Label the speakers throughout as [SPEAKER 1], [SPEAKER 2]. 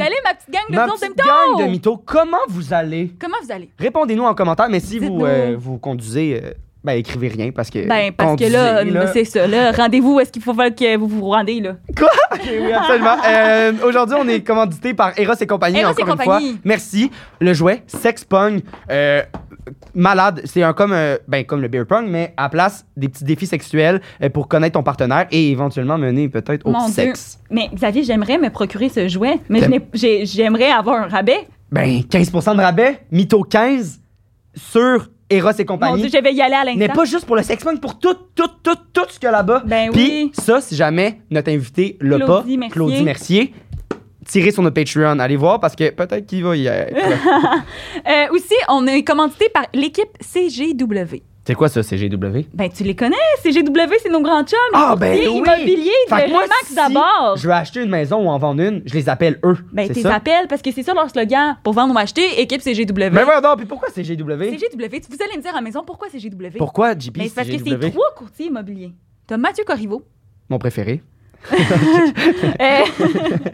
[SPEAKER 1] gang de
[SPEAKER 2] Ma
[SPEAKER 1] mythos de
[SPEAKER 2] petite gang de
[SPEAKER 1] mythos.
[SPEAKER 2] mythos, comment vous allez?
[SPEAKER 1] Comment vous allez?
[SPEAKER 2] Répondez-nous en commentaire, mais si vous,
[SPEAKER 1] Dites-nous.
[SPEAKER 2] euh, vous conduisez, euh, ben écrivez rien parce que.
[SPEAKER 1] Ben, parce
[SPEAKER 2] conduisez,
[SPEAKER 1] que là, c'est ça, là. Rendez-vous où est-ce qu'il faut falloir que vous vous rendez, là.
[SPEAKER 2] Ok, oui, absolument. Euh, Aujourd'hui, on est commandité par Eros et compagnie,
[SPEAKER 1] Eros et
[SPEAKER 2] encore une
[SPEAKER 1] compagnie.
[SPEAKER 2] fois. Merci. Le jouet, sex pong, euh, malade. C'est un comme, euh, ben, comme le beer pong, mais à place des petits défis sexuels euh, pour connaître ton partenaire et éventuellement mener peut-être au
[SPEAKER 1] Mon
[SPEAKER 2] petit
[SPEAKER 1] Dieu.
[SPEAKER 2] sexe.
[SPEAKER 1] Mais Xavier, j'aimerais me procurer ce jouet, mais je
[SPEAKER 2] T'aimes-
[SPEAKER 1] n'ai- j'ai- j'aimerais avoir un rabais.
[SPEAKER 2] Ben, 15 de rabais, mytho 15 sur Eros et
[SPEAKER 1] Mon Dieu,
[SPEAKER 2] compagnie.
[SPEAKER 1] je vais y aller à
[SPEAKER 2] Mais
[SPEAKER 1] l'instant.
[SPEAKER 2] pas juste pour le sex pong, pour tout, tout, tout, tout ce qu'il y a là-bas.
[SPEAKER 1] Ben
[SPEAKER 2] Puis
[SPEAKER 1] oui.
[SPEAKER 2] ça, si jamais notre invité le pas,
[SPEAKER 1] Claudie Mercier.
[SPEAKER 2] Claudie Mercier, tirez sur notre Patreon. Allez voir parce que peut-être qu'il va y être.
[SPEAKER 1] Euh, aussi, on est commandité par l'équipe CGW.
[SPEAKER 2] C'est quoi ça, CGW?
[SPEAKER 1] Ben, tu les connais, CGW, c'est nos grands chums.
[SPEAKER 2] Ah, ben
[SPEAKER 1] courtiers
[SPEAKER 2] oui!
[SPEAKER 1] immobiliers de
[SPEAKER 2] Fait que moi,
[SPEAKER 1] Remax
[SPEAKER 2] si
[SPEAKER 1] d'abord.
[SPEAKER 2] Je veux acheter une maison ou en vendre une, je les appelle eux.
[SPEAKER 1] Ben,
[SPEAKER 2] c'est
[SPEAKER 1] tes
[SPEAKER 2] ça?
[SPEAKER 1] appels, parce que c'est ça leur slogan, pour vendre ou acheter, équipe CGW.
[SPEAKER 2] Mais ouais, non, Ben puis pourquoi CGW?
[SPEAKER 1] CGW, tu- vous allez me dire à la maison pourquoi CGW?
[SPEAKER 2] Pourquoi JP
[SPEAKER 1] Ben, c'est parce que c'est
[SPEAKER 2] CGW?
[SPEAKER 1] trois courtiers immobiliers. T'as Mathieu Corriveau,
[SPEAKER 2] Mon préféré.
[SPEAKER 1] euh,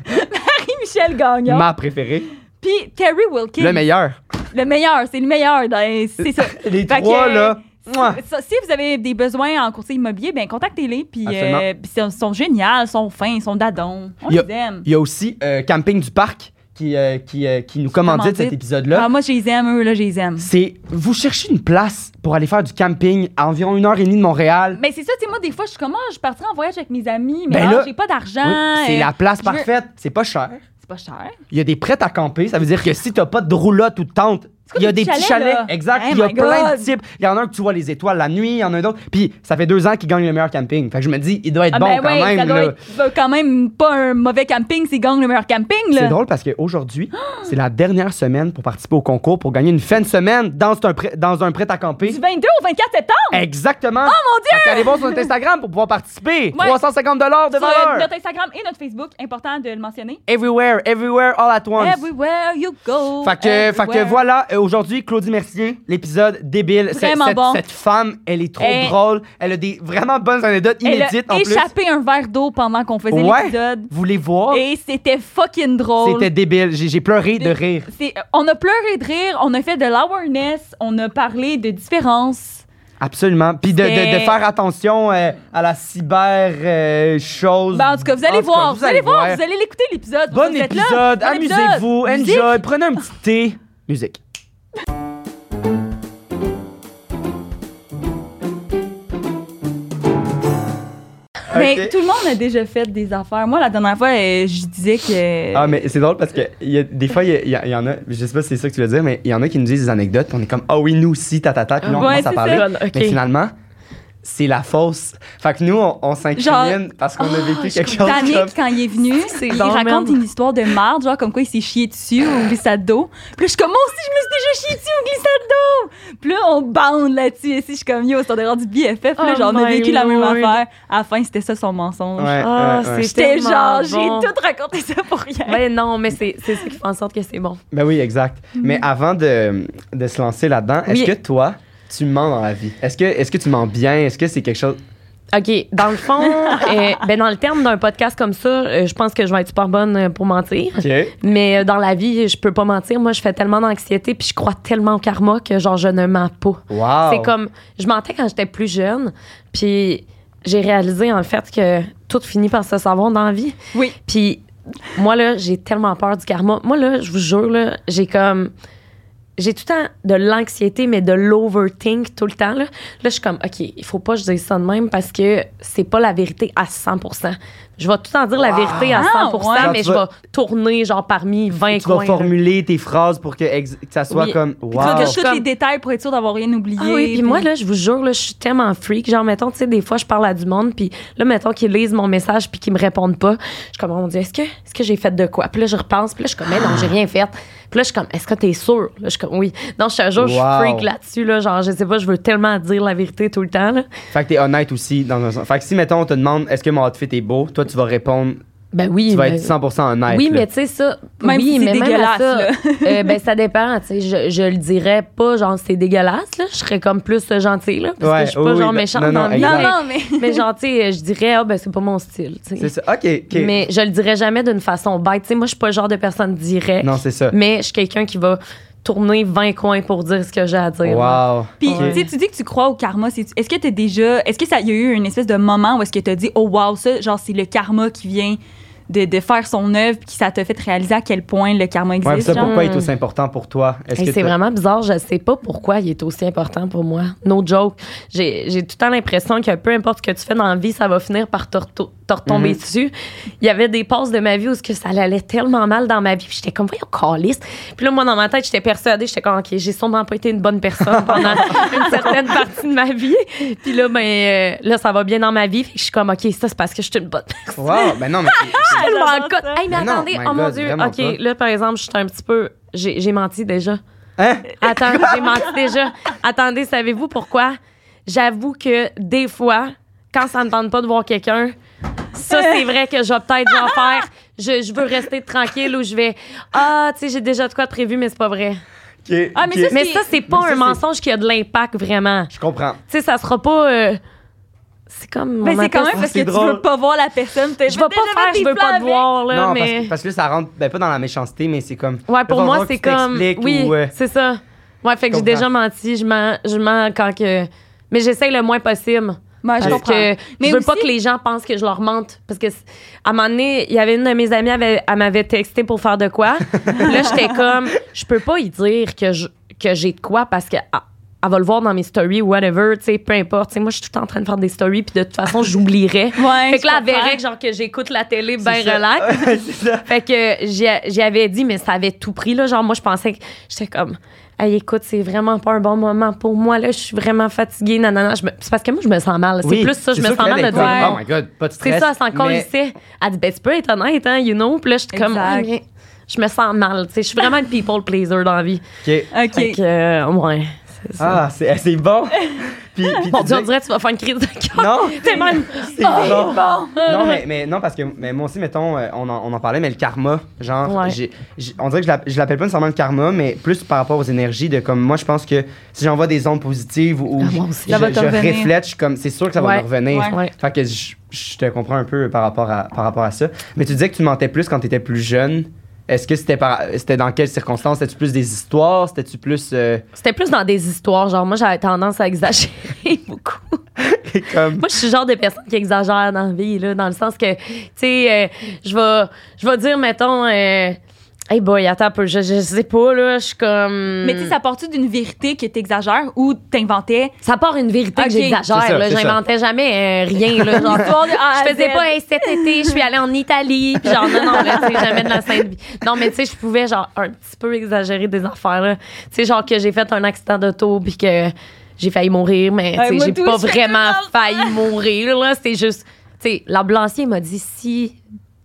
[SPEAKER 1] Marie-Michel Gagnon,
[SPEAKER 2] Ma préférée.
[SPEAKER 1] puis Terry Wilkins.
[SPEAKER 2] Le meilleur.
[SPEAKER 1] Le meilleur, c'est le meilleur. dans- C'est ça.
[SPEAKER 2] Les
[SPEAKER 1] Fait que,
[SPEAKER 2] trois,
[SPEAKER 1] euh,
[SPEAKER 2] là. Mouah.
[SPEAKER 1] Ça, si vous avez des besoins en courtier immobilier, ben contactez-les. Puis
[SPEAKER 2] Absolument.
[SPEAKER 1] euh, puis ils sont géniaux, ils sont fins, ils sont dadons. On
[SPEAKER 2] Y a-
[SPEAKER 1] les aime.
[SPEAKER 2] Il y a aussi euh, Camping du Parc qui, euh, qui, euh, qui nous commandite
[SPEAKER 1] commandite.
[SPEAKER 2] cet épisode-là.
[SPEAKER 1] Ah, moi, je les aime, eux, là, je les aime.
[SPEAKER 2] c'est vous cherchez une place pour aller faire du camping à environ une heure et demie de Montréal.
[SPEAKER 1] Mais c'est ça, tu sais, moi, des fois, je suis comme, Ah, je partirais en voyage avec mes amis, mais
[SPEAKER 2] Ben
[SPEAKER 1] là,
[SPEAKER 2] là,
[SPEAKER 1] j'ai pas d'argent.
[SPEAKER 2] Oui, c'est
[SPEAKER 1] euh,
[SPEAKER 2] la place
[SPEAKER 1] je veux-
[SPEAKER 2] parfaite. C'est pas cher.
[SPEAKER 1] C'est pas cher.
[SPEAKER 2] Il y a des prêts à camper. Ça veut dire que si t'as pas de roulotte ou de tente,
[SPEAKER 1] C'est quoi,
[SPEAKER 2] il y a
[SPEAKER 1] des
[SPEAKER 2] des
[SPEAKER 1] petits
[SPEAKER 2] petits
[SPEAKER 1] chalets,
[SPEAKER 2] chalets.
[SPEAKER 1] là?
[SPEAKER 2] Exact.
[SPEAKER 1] Hey,
[SPEAKER 2] il y a
[SPEAKER 1] my
[SPEAKER 2] plein
[SPEAKER 1] God.
[SPEAKER 2] de types. Il y en a un que tu vois les étoiles la nuit. Il y en a un d'autre. Puis ça fait deux ans qu'il gagne le meilleur camping. Fait que je me dis, il doit être
[SPEAKER 1] Ah,
[SPEAKER 2] bon
[SPEAKER 1] ben
[SPEAKER 2] quand
[SPEAKER 1] ouais, ça
[SPEAKER 2] même.
[SPEAKER 1] doit
[SPEAKER 2] là.
[SPEAKER 1] être euh, quand même pas un mauvais camping, c'est gang le meilleur camping, là.
[SPEAKER 2] C'est drôle parce qu'aujourd'hui, c'est la dernière semaine pour participer au concours pour gagner une fin de semaine dans un prêt, dans un prêt à camper.
[SPEAKER 1] Du 22 au 24 septembre,
[SPEAKER 2] Exactement. Oh
[SPEAKER 1] mon Dieu!
[SPEAKER 2] allez voir sur notre Instagram pour pouvoir participer.
[SPEAKER 1] Ouais.
[SPEAKER 2] 350 de
[SPEAKER 1] sur euh,
[SPEAKER 2] valeur.
[SPEAKER 1] notre Instagram et notre Facebook, important de le mentionner.
[SPEAKER 2] Everywhere, everywhere, all at once.
[SPEAKER 1] Everywhere you go.
[SPEAKER 2] Fait que, fait que
[SPEAKER 1] everywhere.
[SPEAKER 2] voilà, euh, aujourd'hui, Claudie Mercier, l'épisode débile. C'est-
[SPEAKER 1] Vraiment
[SPEAKER 2] cette,
[SPEAKER 1] bon.
[SPEAKER 2] cette femme, elle est trop
[SPEAKER 1] Elle-
[SPEAKER 2] drôle. Elle a des vraiment bonnes anecdotes
[SPEAKER 1] Elle a
[SPEAKER 2] inédites en plus.
[SPEAKER 1] échappé un verre d'eau pendant qu'on faisait
[SPEAKER 2] Ouais.
[SPEAKER 1] l'épisode.
[SPEAKER 2] Vous les voir,
[SPEAKER 1] Et c'était fucking drôle.
[SPEAKER 2] c'était débile. J'ai j'ai pleuré de rire.
[SPEAKER 1] C'est- On a pleuré de rire, on a fait de l'awareness, on a parlé de différences.
[SPEAKER 2] Absolument. Puis de, de- de
[SPEAKER 1] C'était-
[SPEAKER 2] faire attention euh, à la cyber euh, chose.
[SPEAKER 1] Ben, en tout cas, vous allez
[SPEAKER 2] tout cas,
[SPEAKER 1] voir, vous, allez voir, vous allez l'écouter l'épisode.
[SPEAKER 2] Bon
[SPEAKER 1] Vous êtes là.
[SPEAKER 2] épisode,
[SPEAKER 1] Bon épisode.
[SPEAKER 2] amusez-vous,
[SPEAKER 1] Musique.
[SPEAKER 2] enjoy, prenez un petit thé. Musique.
[SPEAKER 1] Mais
[SPEAKER 2] Ok.
[SPEAKER 1] tout le monde a déjà fait des affaires. Moi, la dernière fois, euh, je disais que.
[SPEAKER 2] Ah, mais c'est drôle parce que il y a- des fois, il y a- il y, a- il y en a, je sais pas si c'est ça que tu veux dire, mais il y en a qui nous disent des anecdotes, puis on est comme, ah oui, nous aussi, tatata, puis là, on
[SPEAKER 1] Ouais,
[SPEAKER 2] commence à
[SPEAKER 1] c'est
[SPEAKER 2] parler.
[SPEAKER 3] ça. Ok.
[SPEAKER 2] Mais finalement, c'est la fausse. Fait que nous, on, on s'incrimine parce qu'on a
[SPEAKER 1] Ah, oh,
[SPEAKER 2] vécu quelque chose
[SPEAKER 1] Danick,
[SPEAKER 2] comme.
[SPEAKER 1] quand il est venu, il
[SPEAKER 3] bon,
[SPEAKER 1] raconte
[SPEAKER 3] merde.
[SPEAKER 1] une histoire de marde, genre comme quoi il s'est chié dessus au glissade d'eau. Puis là, je suis comme, moi aussi, je me suis déjà chié dessus au glissade d'eau. Puis là, on bande là-dessus. Et si je suis comme, yo, c'est en dehors du BFF. Puis là,
[SPEAKER 3] Oh
[SPEAKER 1] genre, on a
[SPEAKER 3] my
[SPEAKER 1] vécu la même
[SPEAKER 3] lord.
[SPEAKER 1] affaire. À la fin, c'était ça son mensonge.
[SPEAKER 2] Ouais, ouais,
[SPEAKER 3] Ah,
[SPEAKER 2] ouais.
[SPEAKER 3] c'est-
[SPEAKER 1] J'étais
[SPEAKER 3] tellement
[SPEAKER 1] genre,
[SPEAKER 3] bon.
[SPEAKER 1] j'ai tout raconté ça pour rien.
[SPEAKER 3] Mais non, mais c'est c'est ça qui fait en sorte que c'est bon.
[SPEAKER 2] Ben oui, exact. Mais avant de, de se lancer là-dedans, est-ce
[SPEAKER 3] Mhm. Oui.
[SPEAKER 2] que toi, tu mens dans la vie? Est-ce que, est que tu mens bien? Est-ce que c'est quelque chose.
[SPEAKER 3] OK, dans le fond, euh, ben dans le terme d'un podcast comme ça, euh, je pense que je vais être super bonne euh, pour mentir.
[SPEAKER 2] Ok.
[SPEAKER 3] Mais euh, dans la vie, je peux pas mentir. Moi, je fais tellement d'anxiété puis je crois tellement au karma que genre je ne mens pas.
[SPEAKER 2] Wow.
[SPEAKER 3] C'est comme je mentais quand j'étais plus jeune, puis j'ai réalisé en fait que tout finit par se savoir dans la vie.
[SPEAKER 1] Oui.
[SPEAKER 3] Puis moi là, j'ai tellement peur du karma. Moi là, je vous jure là, j'ai comme j'ai tout le temps de l'anxiété mais de l'overthink tout le temps là. Là, je suis comme OK, il faut pas que je dise ça de même parce que c'est pas la vérité à 100 Je vais tout le temps dire la
[SPEAKER 2] Wow.
[SPEAKER 3] vérité à 100
[SPEAKER 1] Ah, ouais.
[SPEAKER 2] Genre,
[SPEAKER 3] mais
[SPEAKER 2] tu
[SPEAKER 3] je
[SPEAKER 2] vas-
[SPEAKER 3] vais tourner genre parmi 20
[SPEAKER 2] Tu vas
[SPEAKER 3] coins, là.
[SPEAKER 2] formuler tes phrases pour que, ex- que ça soit
[SPEAKER 3] Oui.
[SPEAKER 2] comme.
[SPEAKER 3] tu
[SPEAKER 2] Wow.
[SPEAKER 3] vas
[SPEAKER 1] Tu
[SPEAKER 3] Wow.
[SPEAKER 1] caches tous les détails pour être sûr d'avoir rien oublié.
[SPEAKER 3] Ah oui, puis moi, là, je vous jure, là, je suis tellement freak. Genre, mettons, tu sais, des fois, je parle à du monde, puis là, mettons qu'ils lisent mon message, puis qu'ils me répondent pas. Je suis comme, on me dit, est-ce que, est-ce que j'ai fait de quoi? Puis là, je repense, puis là, je suis comme, mais non, j'ai rien fait. Puis là, je suis comme, est-ce que t'es sûr? Là, je suis comme, oui. Non, je te jure, je suis
[SPEAKER 2] Wow.
[SPEAKER 3] freak là-dessus, là. Genre, je sais pas, je veux tellement dire la vérité tout le temps, là.
[SPEAKER 2] Fait que t'es honnête aussi dans un sens. Fait que si, mettons, on te demande est-ce que mon outfit est beau, toi, tu vas répondre
[SPEAKER 3] Ben oui.
[SPEAKER 2] tu vas
[SPEAKER 3] ben-
[SPEAKER 2] être 100% honnête.
[SPEAKER 3] Oui,
[SPEAKER 2] là.
[SPEAKER 3] mais tu sais, ça.
[SPEAKER 1] Même
[SPEAKER 3] oui,
[SPEAKER 1] si c'est
[SPEAKER 3] mais même à
[SPEAKER 1] dégueulasse,
[SPEAKER 3] ça,
[SPEAKER 1] là.
[SPEAKER 3] euh, ben, ça dépend, tu sais. Je, je le dirais pas, genre, c'est dégueulasse, là. Je serais comme plus euh, gentille, là. Parce
[SPEAKER 2] Ouais,
[SPEAKER 3] que je suis pas,
[SPEAKER 2] oui, oui,
[SPEAKER 3] genre,
[SPEAKER 2] ben-
[SPEAKER 3] méchante
[SPEAKER 2] non, non,
[SPEAKER 3] dans la vie,
[SPEAKER 2] exact.
[SPEAKER 1] Non,
[SPEAKER 3] mais-
[SPEAKER 1] non, mais.
[SPEAKER 3] Mais genre, tu sais, je dirais, ah, ben, c'est pas mon style, tu
[SPEAKER 2] C'est
[SPEAKER 3] sais.
[SPEAKER 2] ça. OK, OK.
[SPEAKER 3] Mais je le dirais jamais d'une façon bête. Tu sais, moi, je suis pas le genre de personne directe.
[SPEAKER 2] Non, c'est ça.
[SPEAKER 3] Mais je suis quelqu'un qui va tourner 20 coins pour dire ce que j'ai à dire. là.
[SPEAKER 2] Wow.
[SPEAKER 1] Puis,
[SPEAKER 2] OK.
[SPEAKER 3] Ouais.
[SPEAKER 1] tu sais, tu dis que tu crois au karma. C'est- Est-ce que tu déjà. Est-ce que ça y a eu une espèce de moment où est-ce que tu as dit, oh wow, ça, genre, c'est le karma qui vient de, de faire son œuvre, puis ça t'a fait réaliser à quel point le karma
[SPEAKER 2] Ouais,
[SPEAKER 1] existe.
[SPEAKER 2] ça,
[SPEAKER 1] genre?
[SPEAKER 2] pourquoi il est aussi important pour toi? Est-ce
[SPEAKER 3] Et
[SPEAKER 2] que
[SPEAKER 3] c'est
[SPEAKER 2] t'as-
[SPEAKER 3] vraiment bizarre. Je sais pas pourquoi il est aussi important pour moi. No joke. J'ai j'ai tout le temps l'impression que peu importe ce que tu fais dans la vie, ça va finir par te reto- te retomber
[SPEAKER 2] Mhm.
[SPEAKER 3] dessus. Il y avait des passes de ma vie où ce que ça allait tellement mal dans ma vie. Puis j'étais comme, voyons, calice. Puis là, moi, dans ma tête, j'étais persuadée. J'étais comme, OK, j'ai sûrement pas été une bonne personne pendant une certaine partie de ma vie. Puis là, ben, euh, là, ça va bien dans ma vie. Fait que je suis comme, OK, ça, c'est parce que je suis une bonne personne.
[SPEAKER 2] Wow, ben non, mais c'est- c'est-
[SPEAKER 3] tellement
[SPEAKER 1] j'adore
[SPEAKER 3] conne.
[SPEAKER 1] ça.
[SPEAKER 3] Hey, mais
[SPEAKER 2] Mais non,
[SPEAKER 3] attendez,
[SPEAKER 2] my
[SPEAKER 3] oh mon
[SPEAKER 2] God,
[SPEAKER 3] Dieu.
[SPEAKER 2] vraiment
[SPEAKER 3] OK,
[SPEAKER 2] pas.
[SPEAKER 3] là, par exemple, je suis un petit peu. J'ai j'ai menti déjà.
[SPEAKER 2] Hein?
[SPEAKER 3] Attends, j'ai menti déjà. Attendez, savez-vous pourquoi? J'avoue que des fois, quand ça ne tente pas de voir quelqu'un, ça, c'est vrai que je vais peut-être genre faire. Je, je veux rester tranquille ou je vais. Ah, tu sais, j'ai déjà de quoi de prévu, mais c'est pas vrai.
[SPEAKER 2] OK,
[SPEAKER 1] Ah, mais
[SPEAKER 2] OK.
[SPEAKER 1] ça,
[SPEAKER 3] Mais
[SPEAKER 1] C'est-
[SPEAKER 3] ça, c'est pas
[SPEAKER 2] mais ça,
[SPEAKER 3] un
[SPEAKER 2] c'est-
[SPEAKER 3] mensonge qui a de l'impact vraiment. Tu
[SPEAKER 2] Je comprends.
[SPEAKER 3] sais, ça sera pas. euh, C'est comme.
[SPEAKER 1] Ben,
[SPEAKER 3] on
[SPEAKER 1] c'est quand
[SPEAKER 3] appelle
[SPEAKER 1] même
[SPEAKER 3] ça-
[SPEAKER 1] parce
[SPEAKER 2] c'est
[SPEAKER 1] que
[SPEAKER 2] drôle.
[SPEAKER 1] tu veux pas voir la personne. t'as-
[SPEAKER 3] Je vais pas
[SPEAKER 1] t'as déjà
[SPEAKER 3] faire,
[SPEAKER 1] fait
[SPEAKER 3] je
[SPEAKER 1] tes
[SPEAKER 3] veux
[SPEAKER 1] plans
[SPEAKER 3] pas te
[SPEAKER 1] avec.
[SPEAKER 3] voir, là,
[SPEAKER 2] non, parce,
[SPEAKER 3] mais.
[SPEAKER 2] que, parce que là, ça rentre ben, pas dans la méchanceté, mais c'est comme.
[SPEAKER 3] Ouais, pour
[SPEAKER 2] Faut
[SPEAKER 3] moi,
[SPEAKER 2] voir que
[SPEAKER 3] c'est
[SPEAKER 2] tu
[SPEAKER 3] comme.
[SPEAKER 2] t'expliques
[SPEAKER 3] Oui,
[SPEAKER 2] ou, euh,
[SPEAKER 3] c'est ça. Ouais, fait que j'ai
[SPEAKER 2] comprends.
[SPEAKER 3] déjà menti. Je mens, je mens quand que. Mais j'essaie le moins possible.
[SPEAKER 1] Ouais, je
[SPEAKER 3] parce
[SPEAKER 1] comprends.
[SPEAKER 3] que
[SPEAKER 1] Mais
[SPEAKER 3] je veux pas
[SPEAKER 1] aussi-
[SPEAKER 3] que les gens pensent que je leur mente. Parce que, c'est- à un moment donné, il y avait une de mes amies, elle, avait- elle m'avait texté pour faire de quoi. là, j'étais comme, je peux pas y dire que je- que j'ai de quoi parce que. ah, elle va le voir dans mes stories ou whatever, tu sais, peu importe. Tu sais, moi, je suis tout le temps en train de faire des stories, puis de toute façon, j'oublierais.
[SPEAKER 1] Ouais,
[SPEAKER 3] fait que
[SPEAKER 1] je
[SPEAKER 3] là,
[SPEAKER 1] comprends.
[SPEAKER 3] elle verrait que, genre, que j'écoute la télé
[SPEAKER 2] c'est
[SPEAKER 3] ben
[SPEAKER 2] ça.
[SPEAKER 3] relax.
[SPEAKER 2] Ouais, c'est ça.
[SPEAKER 3] Fait que j'y j'y avais dit, mais ça avait tout pris. Là. Genre, moi, je pensais que j'étais comme, hey, écoute, c'est vraiment pas un bon moment pour moi. Là, je suis vraiment fatiguée. Nanana. Je me- C'est parce que moi, je me sens mal. C'est
[SPEAKER 2] Oui,
[SPEAKER 3] plus ça,
[SPEAKER 2] c'est
[SPEAKER 3] je me
[SPEAKER 2] sûr
[SPEAKER 3] sens mal
[SPEAKER 2] qu'elle
[SPEAKER 3] de
[SPEAKER 2] est
[SPEAKER 3] dire.
[SPEAKER 2] comme,
[SPEAKER 1] ouais.
[SPEAKER 2] Oh my god, pas de stress.
[SPEAKER 3] C'est ça, c'est encore
[SPEAKER 2] mais-
[SPEAKER 3] lycée. Elle dit, ben, tu peux être honnête, hein, you know. Puis là, je suis comme,
[SPEAKER 1] Exact.
[SPEAKER 3] Ouais, mais je me sens mal. tu sais. Je suis vraiment une people pleaser dans la vie.
[SPEAKER 2] OK.
[SPEAKER 3] Fait
[SPEAKER 1] OK.
[SPEAKER 3] que, euh, ouais. c'est ça.
[SPEAKER 2] Ah, c'est c'est bon. puis, puis
[SPEAKER 3] Mon
[SPEAKER 2] tu
[SPEAKER 3] Dieu, on
[SPEAKER 2] dis-
[SPEAKER 3] dirait Ah, que tu vas faire une crise de cœur.
[SPEAKER 2] Non,
[SPEAKER 3] T'es même.
[SPEAKER 1] Oh,
[SPEAKER 2] c'est bon. Non, mais, mais non, parce que mais moi aussi, mettons, euh, on, en, on en parlait, mais le karma, genre,
[SPEAKER 3] Ouais.
[SPEAKER 2] j'ai- j'ai- on dirait que je l'app- je l'appelle pas nécessairement le karma, mais plus par rapport aux énergies, de comme moi, je pense que si j'envoie des ondes positives ou, ou
[SPEAKER 3] Ah, moi aussi.
[SPEAKER 2] je,
[SPEAKER 1] Ça va te
[SPEAKER 2] je
[SPEAKER 1] revenir.
[SPEAKER 2] reflète, je suis comme, c'est sûr que ça va
[SPEAKER 3] Ouais.
[SPEAKER 2] me revenir.
[SPEAKER 1] Ouais.
[SPEAKER 3] Ouais.
[SPEAKER 2] Fait que je, je te comprends un peu par rapport, à, par rapport à ça. Mais tu disais que tu mentais plus quand tu étais plus jeune. Est-ce que c'était par- c'était dans quelles circonstances? C'était-tu plus des histoires? C'était-tu plus euh,
[SPEAKER 3] C'était plus dans des histoires. Genre, moi, j'avais tendance à exagérer beaucoup.
[SPEAKER 2] comme...
[SPEAKER 3] Moi, je suis le genre de personne qui exagère dans la vie, là, dans le sens que, tu sais, euh, je vais je vais dire, mettons, euh, hey boy, attends un peu, je, je sais pas, là, je suis comme.
[SPEAKER 1] Mais tu sais, ça part-tu d'une vérité que t'exagères ou t'inventais?
[SPEAKER 3] Ça part une vérité
[SPEAKER 1] Ok.
[SPEAKER 3] que j'exagère,
[SPEAKER 2] C'est ça,
[SPEAKER 3] là.
[SPEAKER 2] c'est ça.
[SPEAKER 3] J'inventais jamais euh, rien, là. Genre,
[SPEAKER 1] L'histoire de A à
[SPEAKER 3] je faisais
[SPEAKER 1] Z.
[SPEAKER 3] pas, hey, cet été, je suis allée en Italie, puis genre, non, non, là, tu sais, jamais de la sainte vie. Non, mais tu sais, je pouvais, genre, un petit peu exagérer des affaires, là. Tu sais, genre, que j'ai fait un accident d'auto, puis que j'ai failli mourir, mais
[SPEAKER 1] Ouais,
[SPEAKER 3] tu
[SPEAKER 1] moi
[SPEAKER 3] sais, j'ai
[SPEAKER 1] tout,
[SPEAKER 3] pas
[SPEAKER 1] je fais
[SPEAKER 3] vraiment
[SPEAKER 1] tout
[SPEAKER 3] failli mourir, là. C'était juste, tu sais, l'ambulancier m'a dit, si,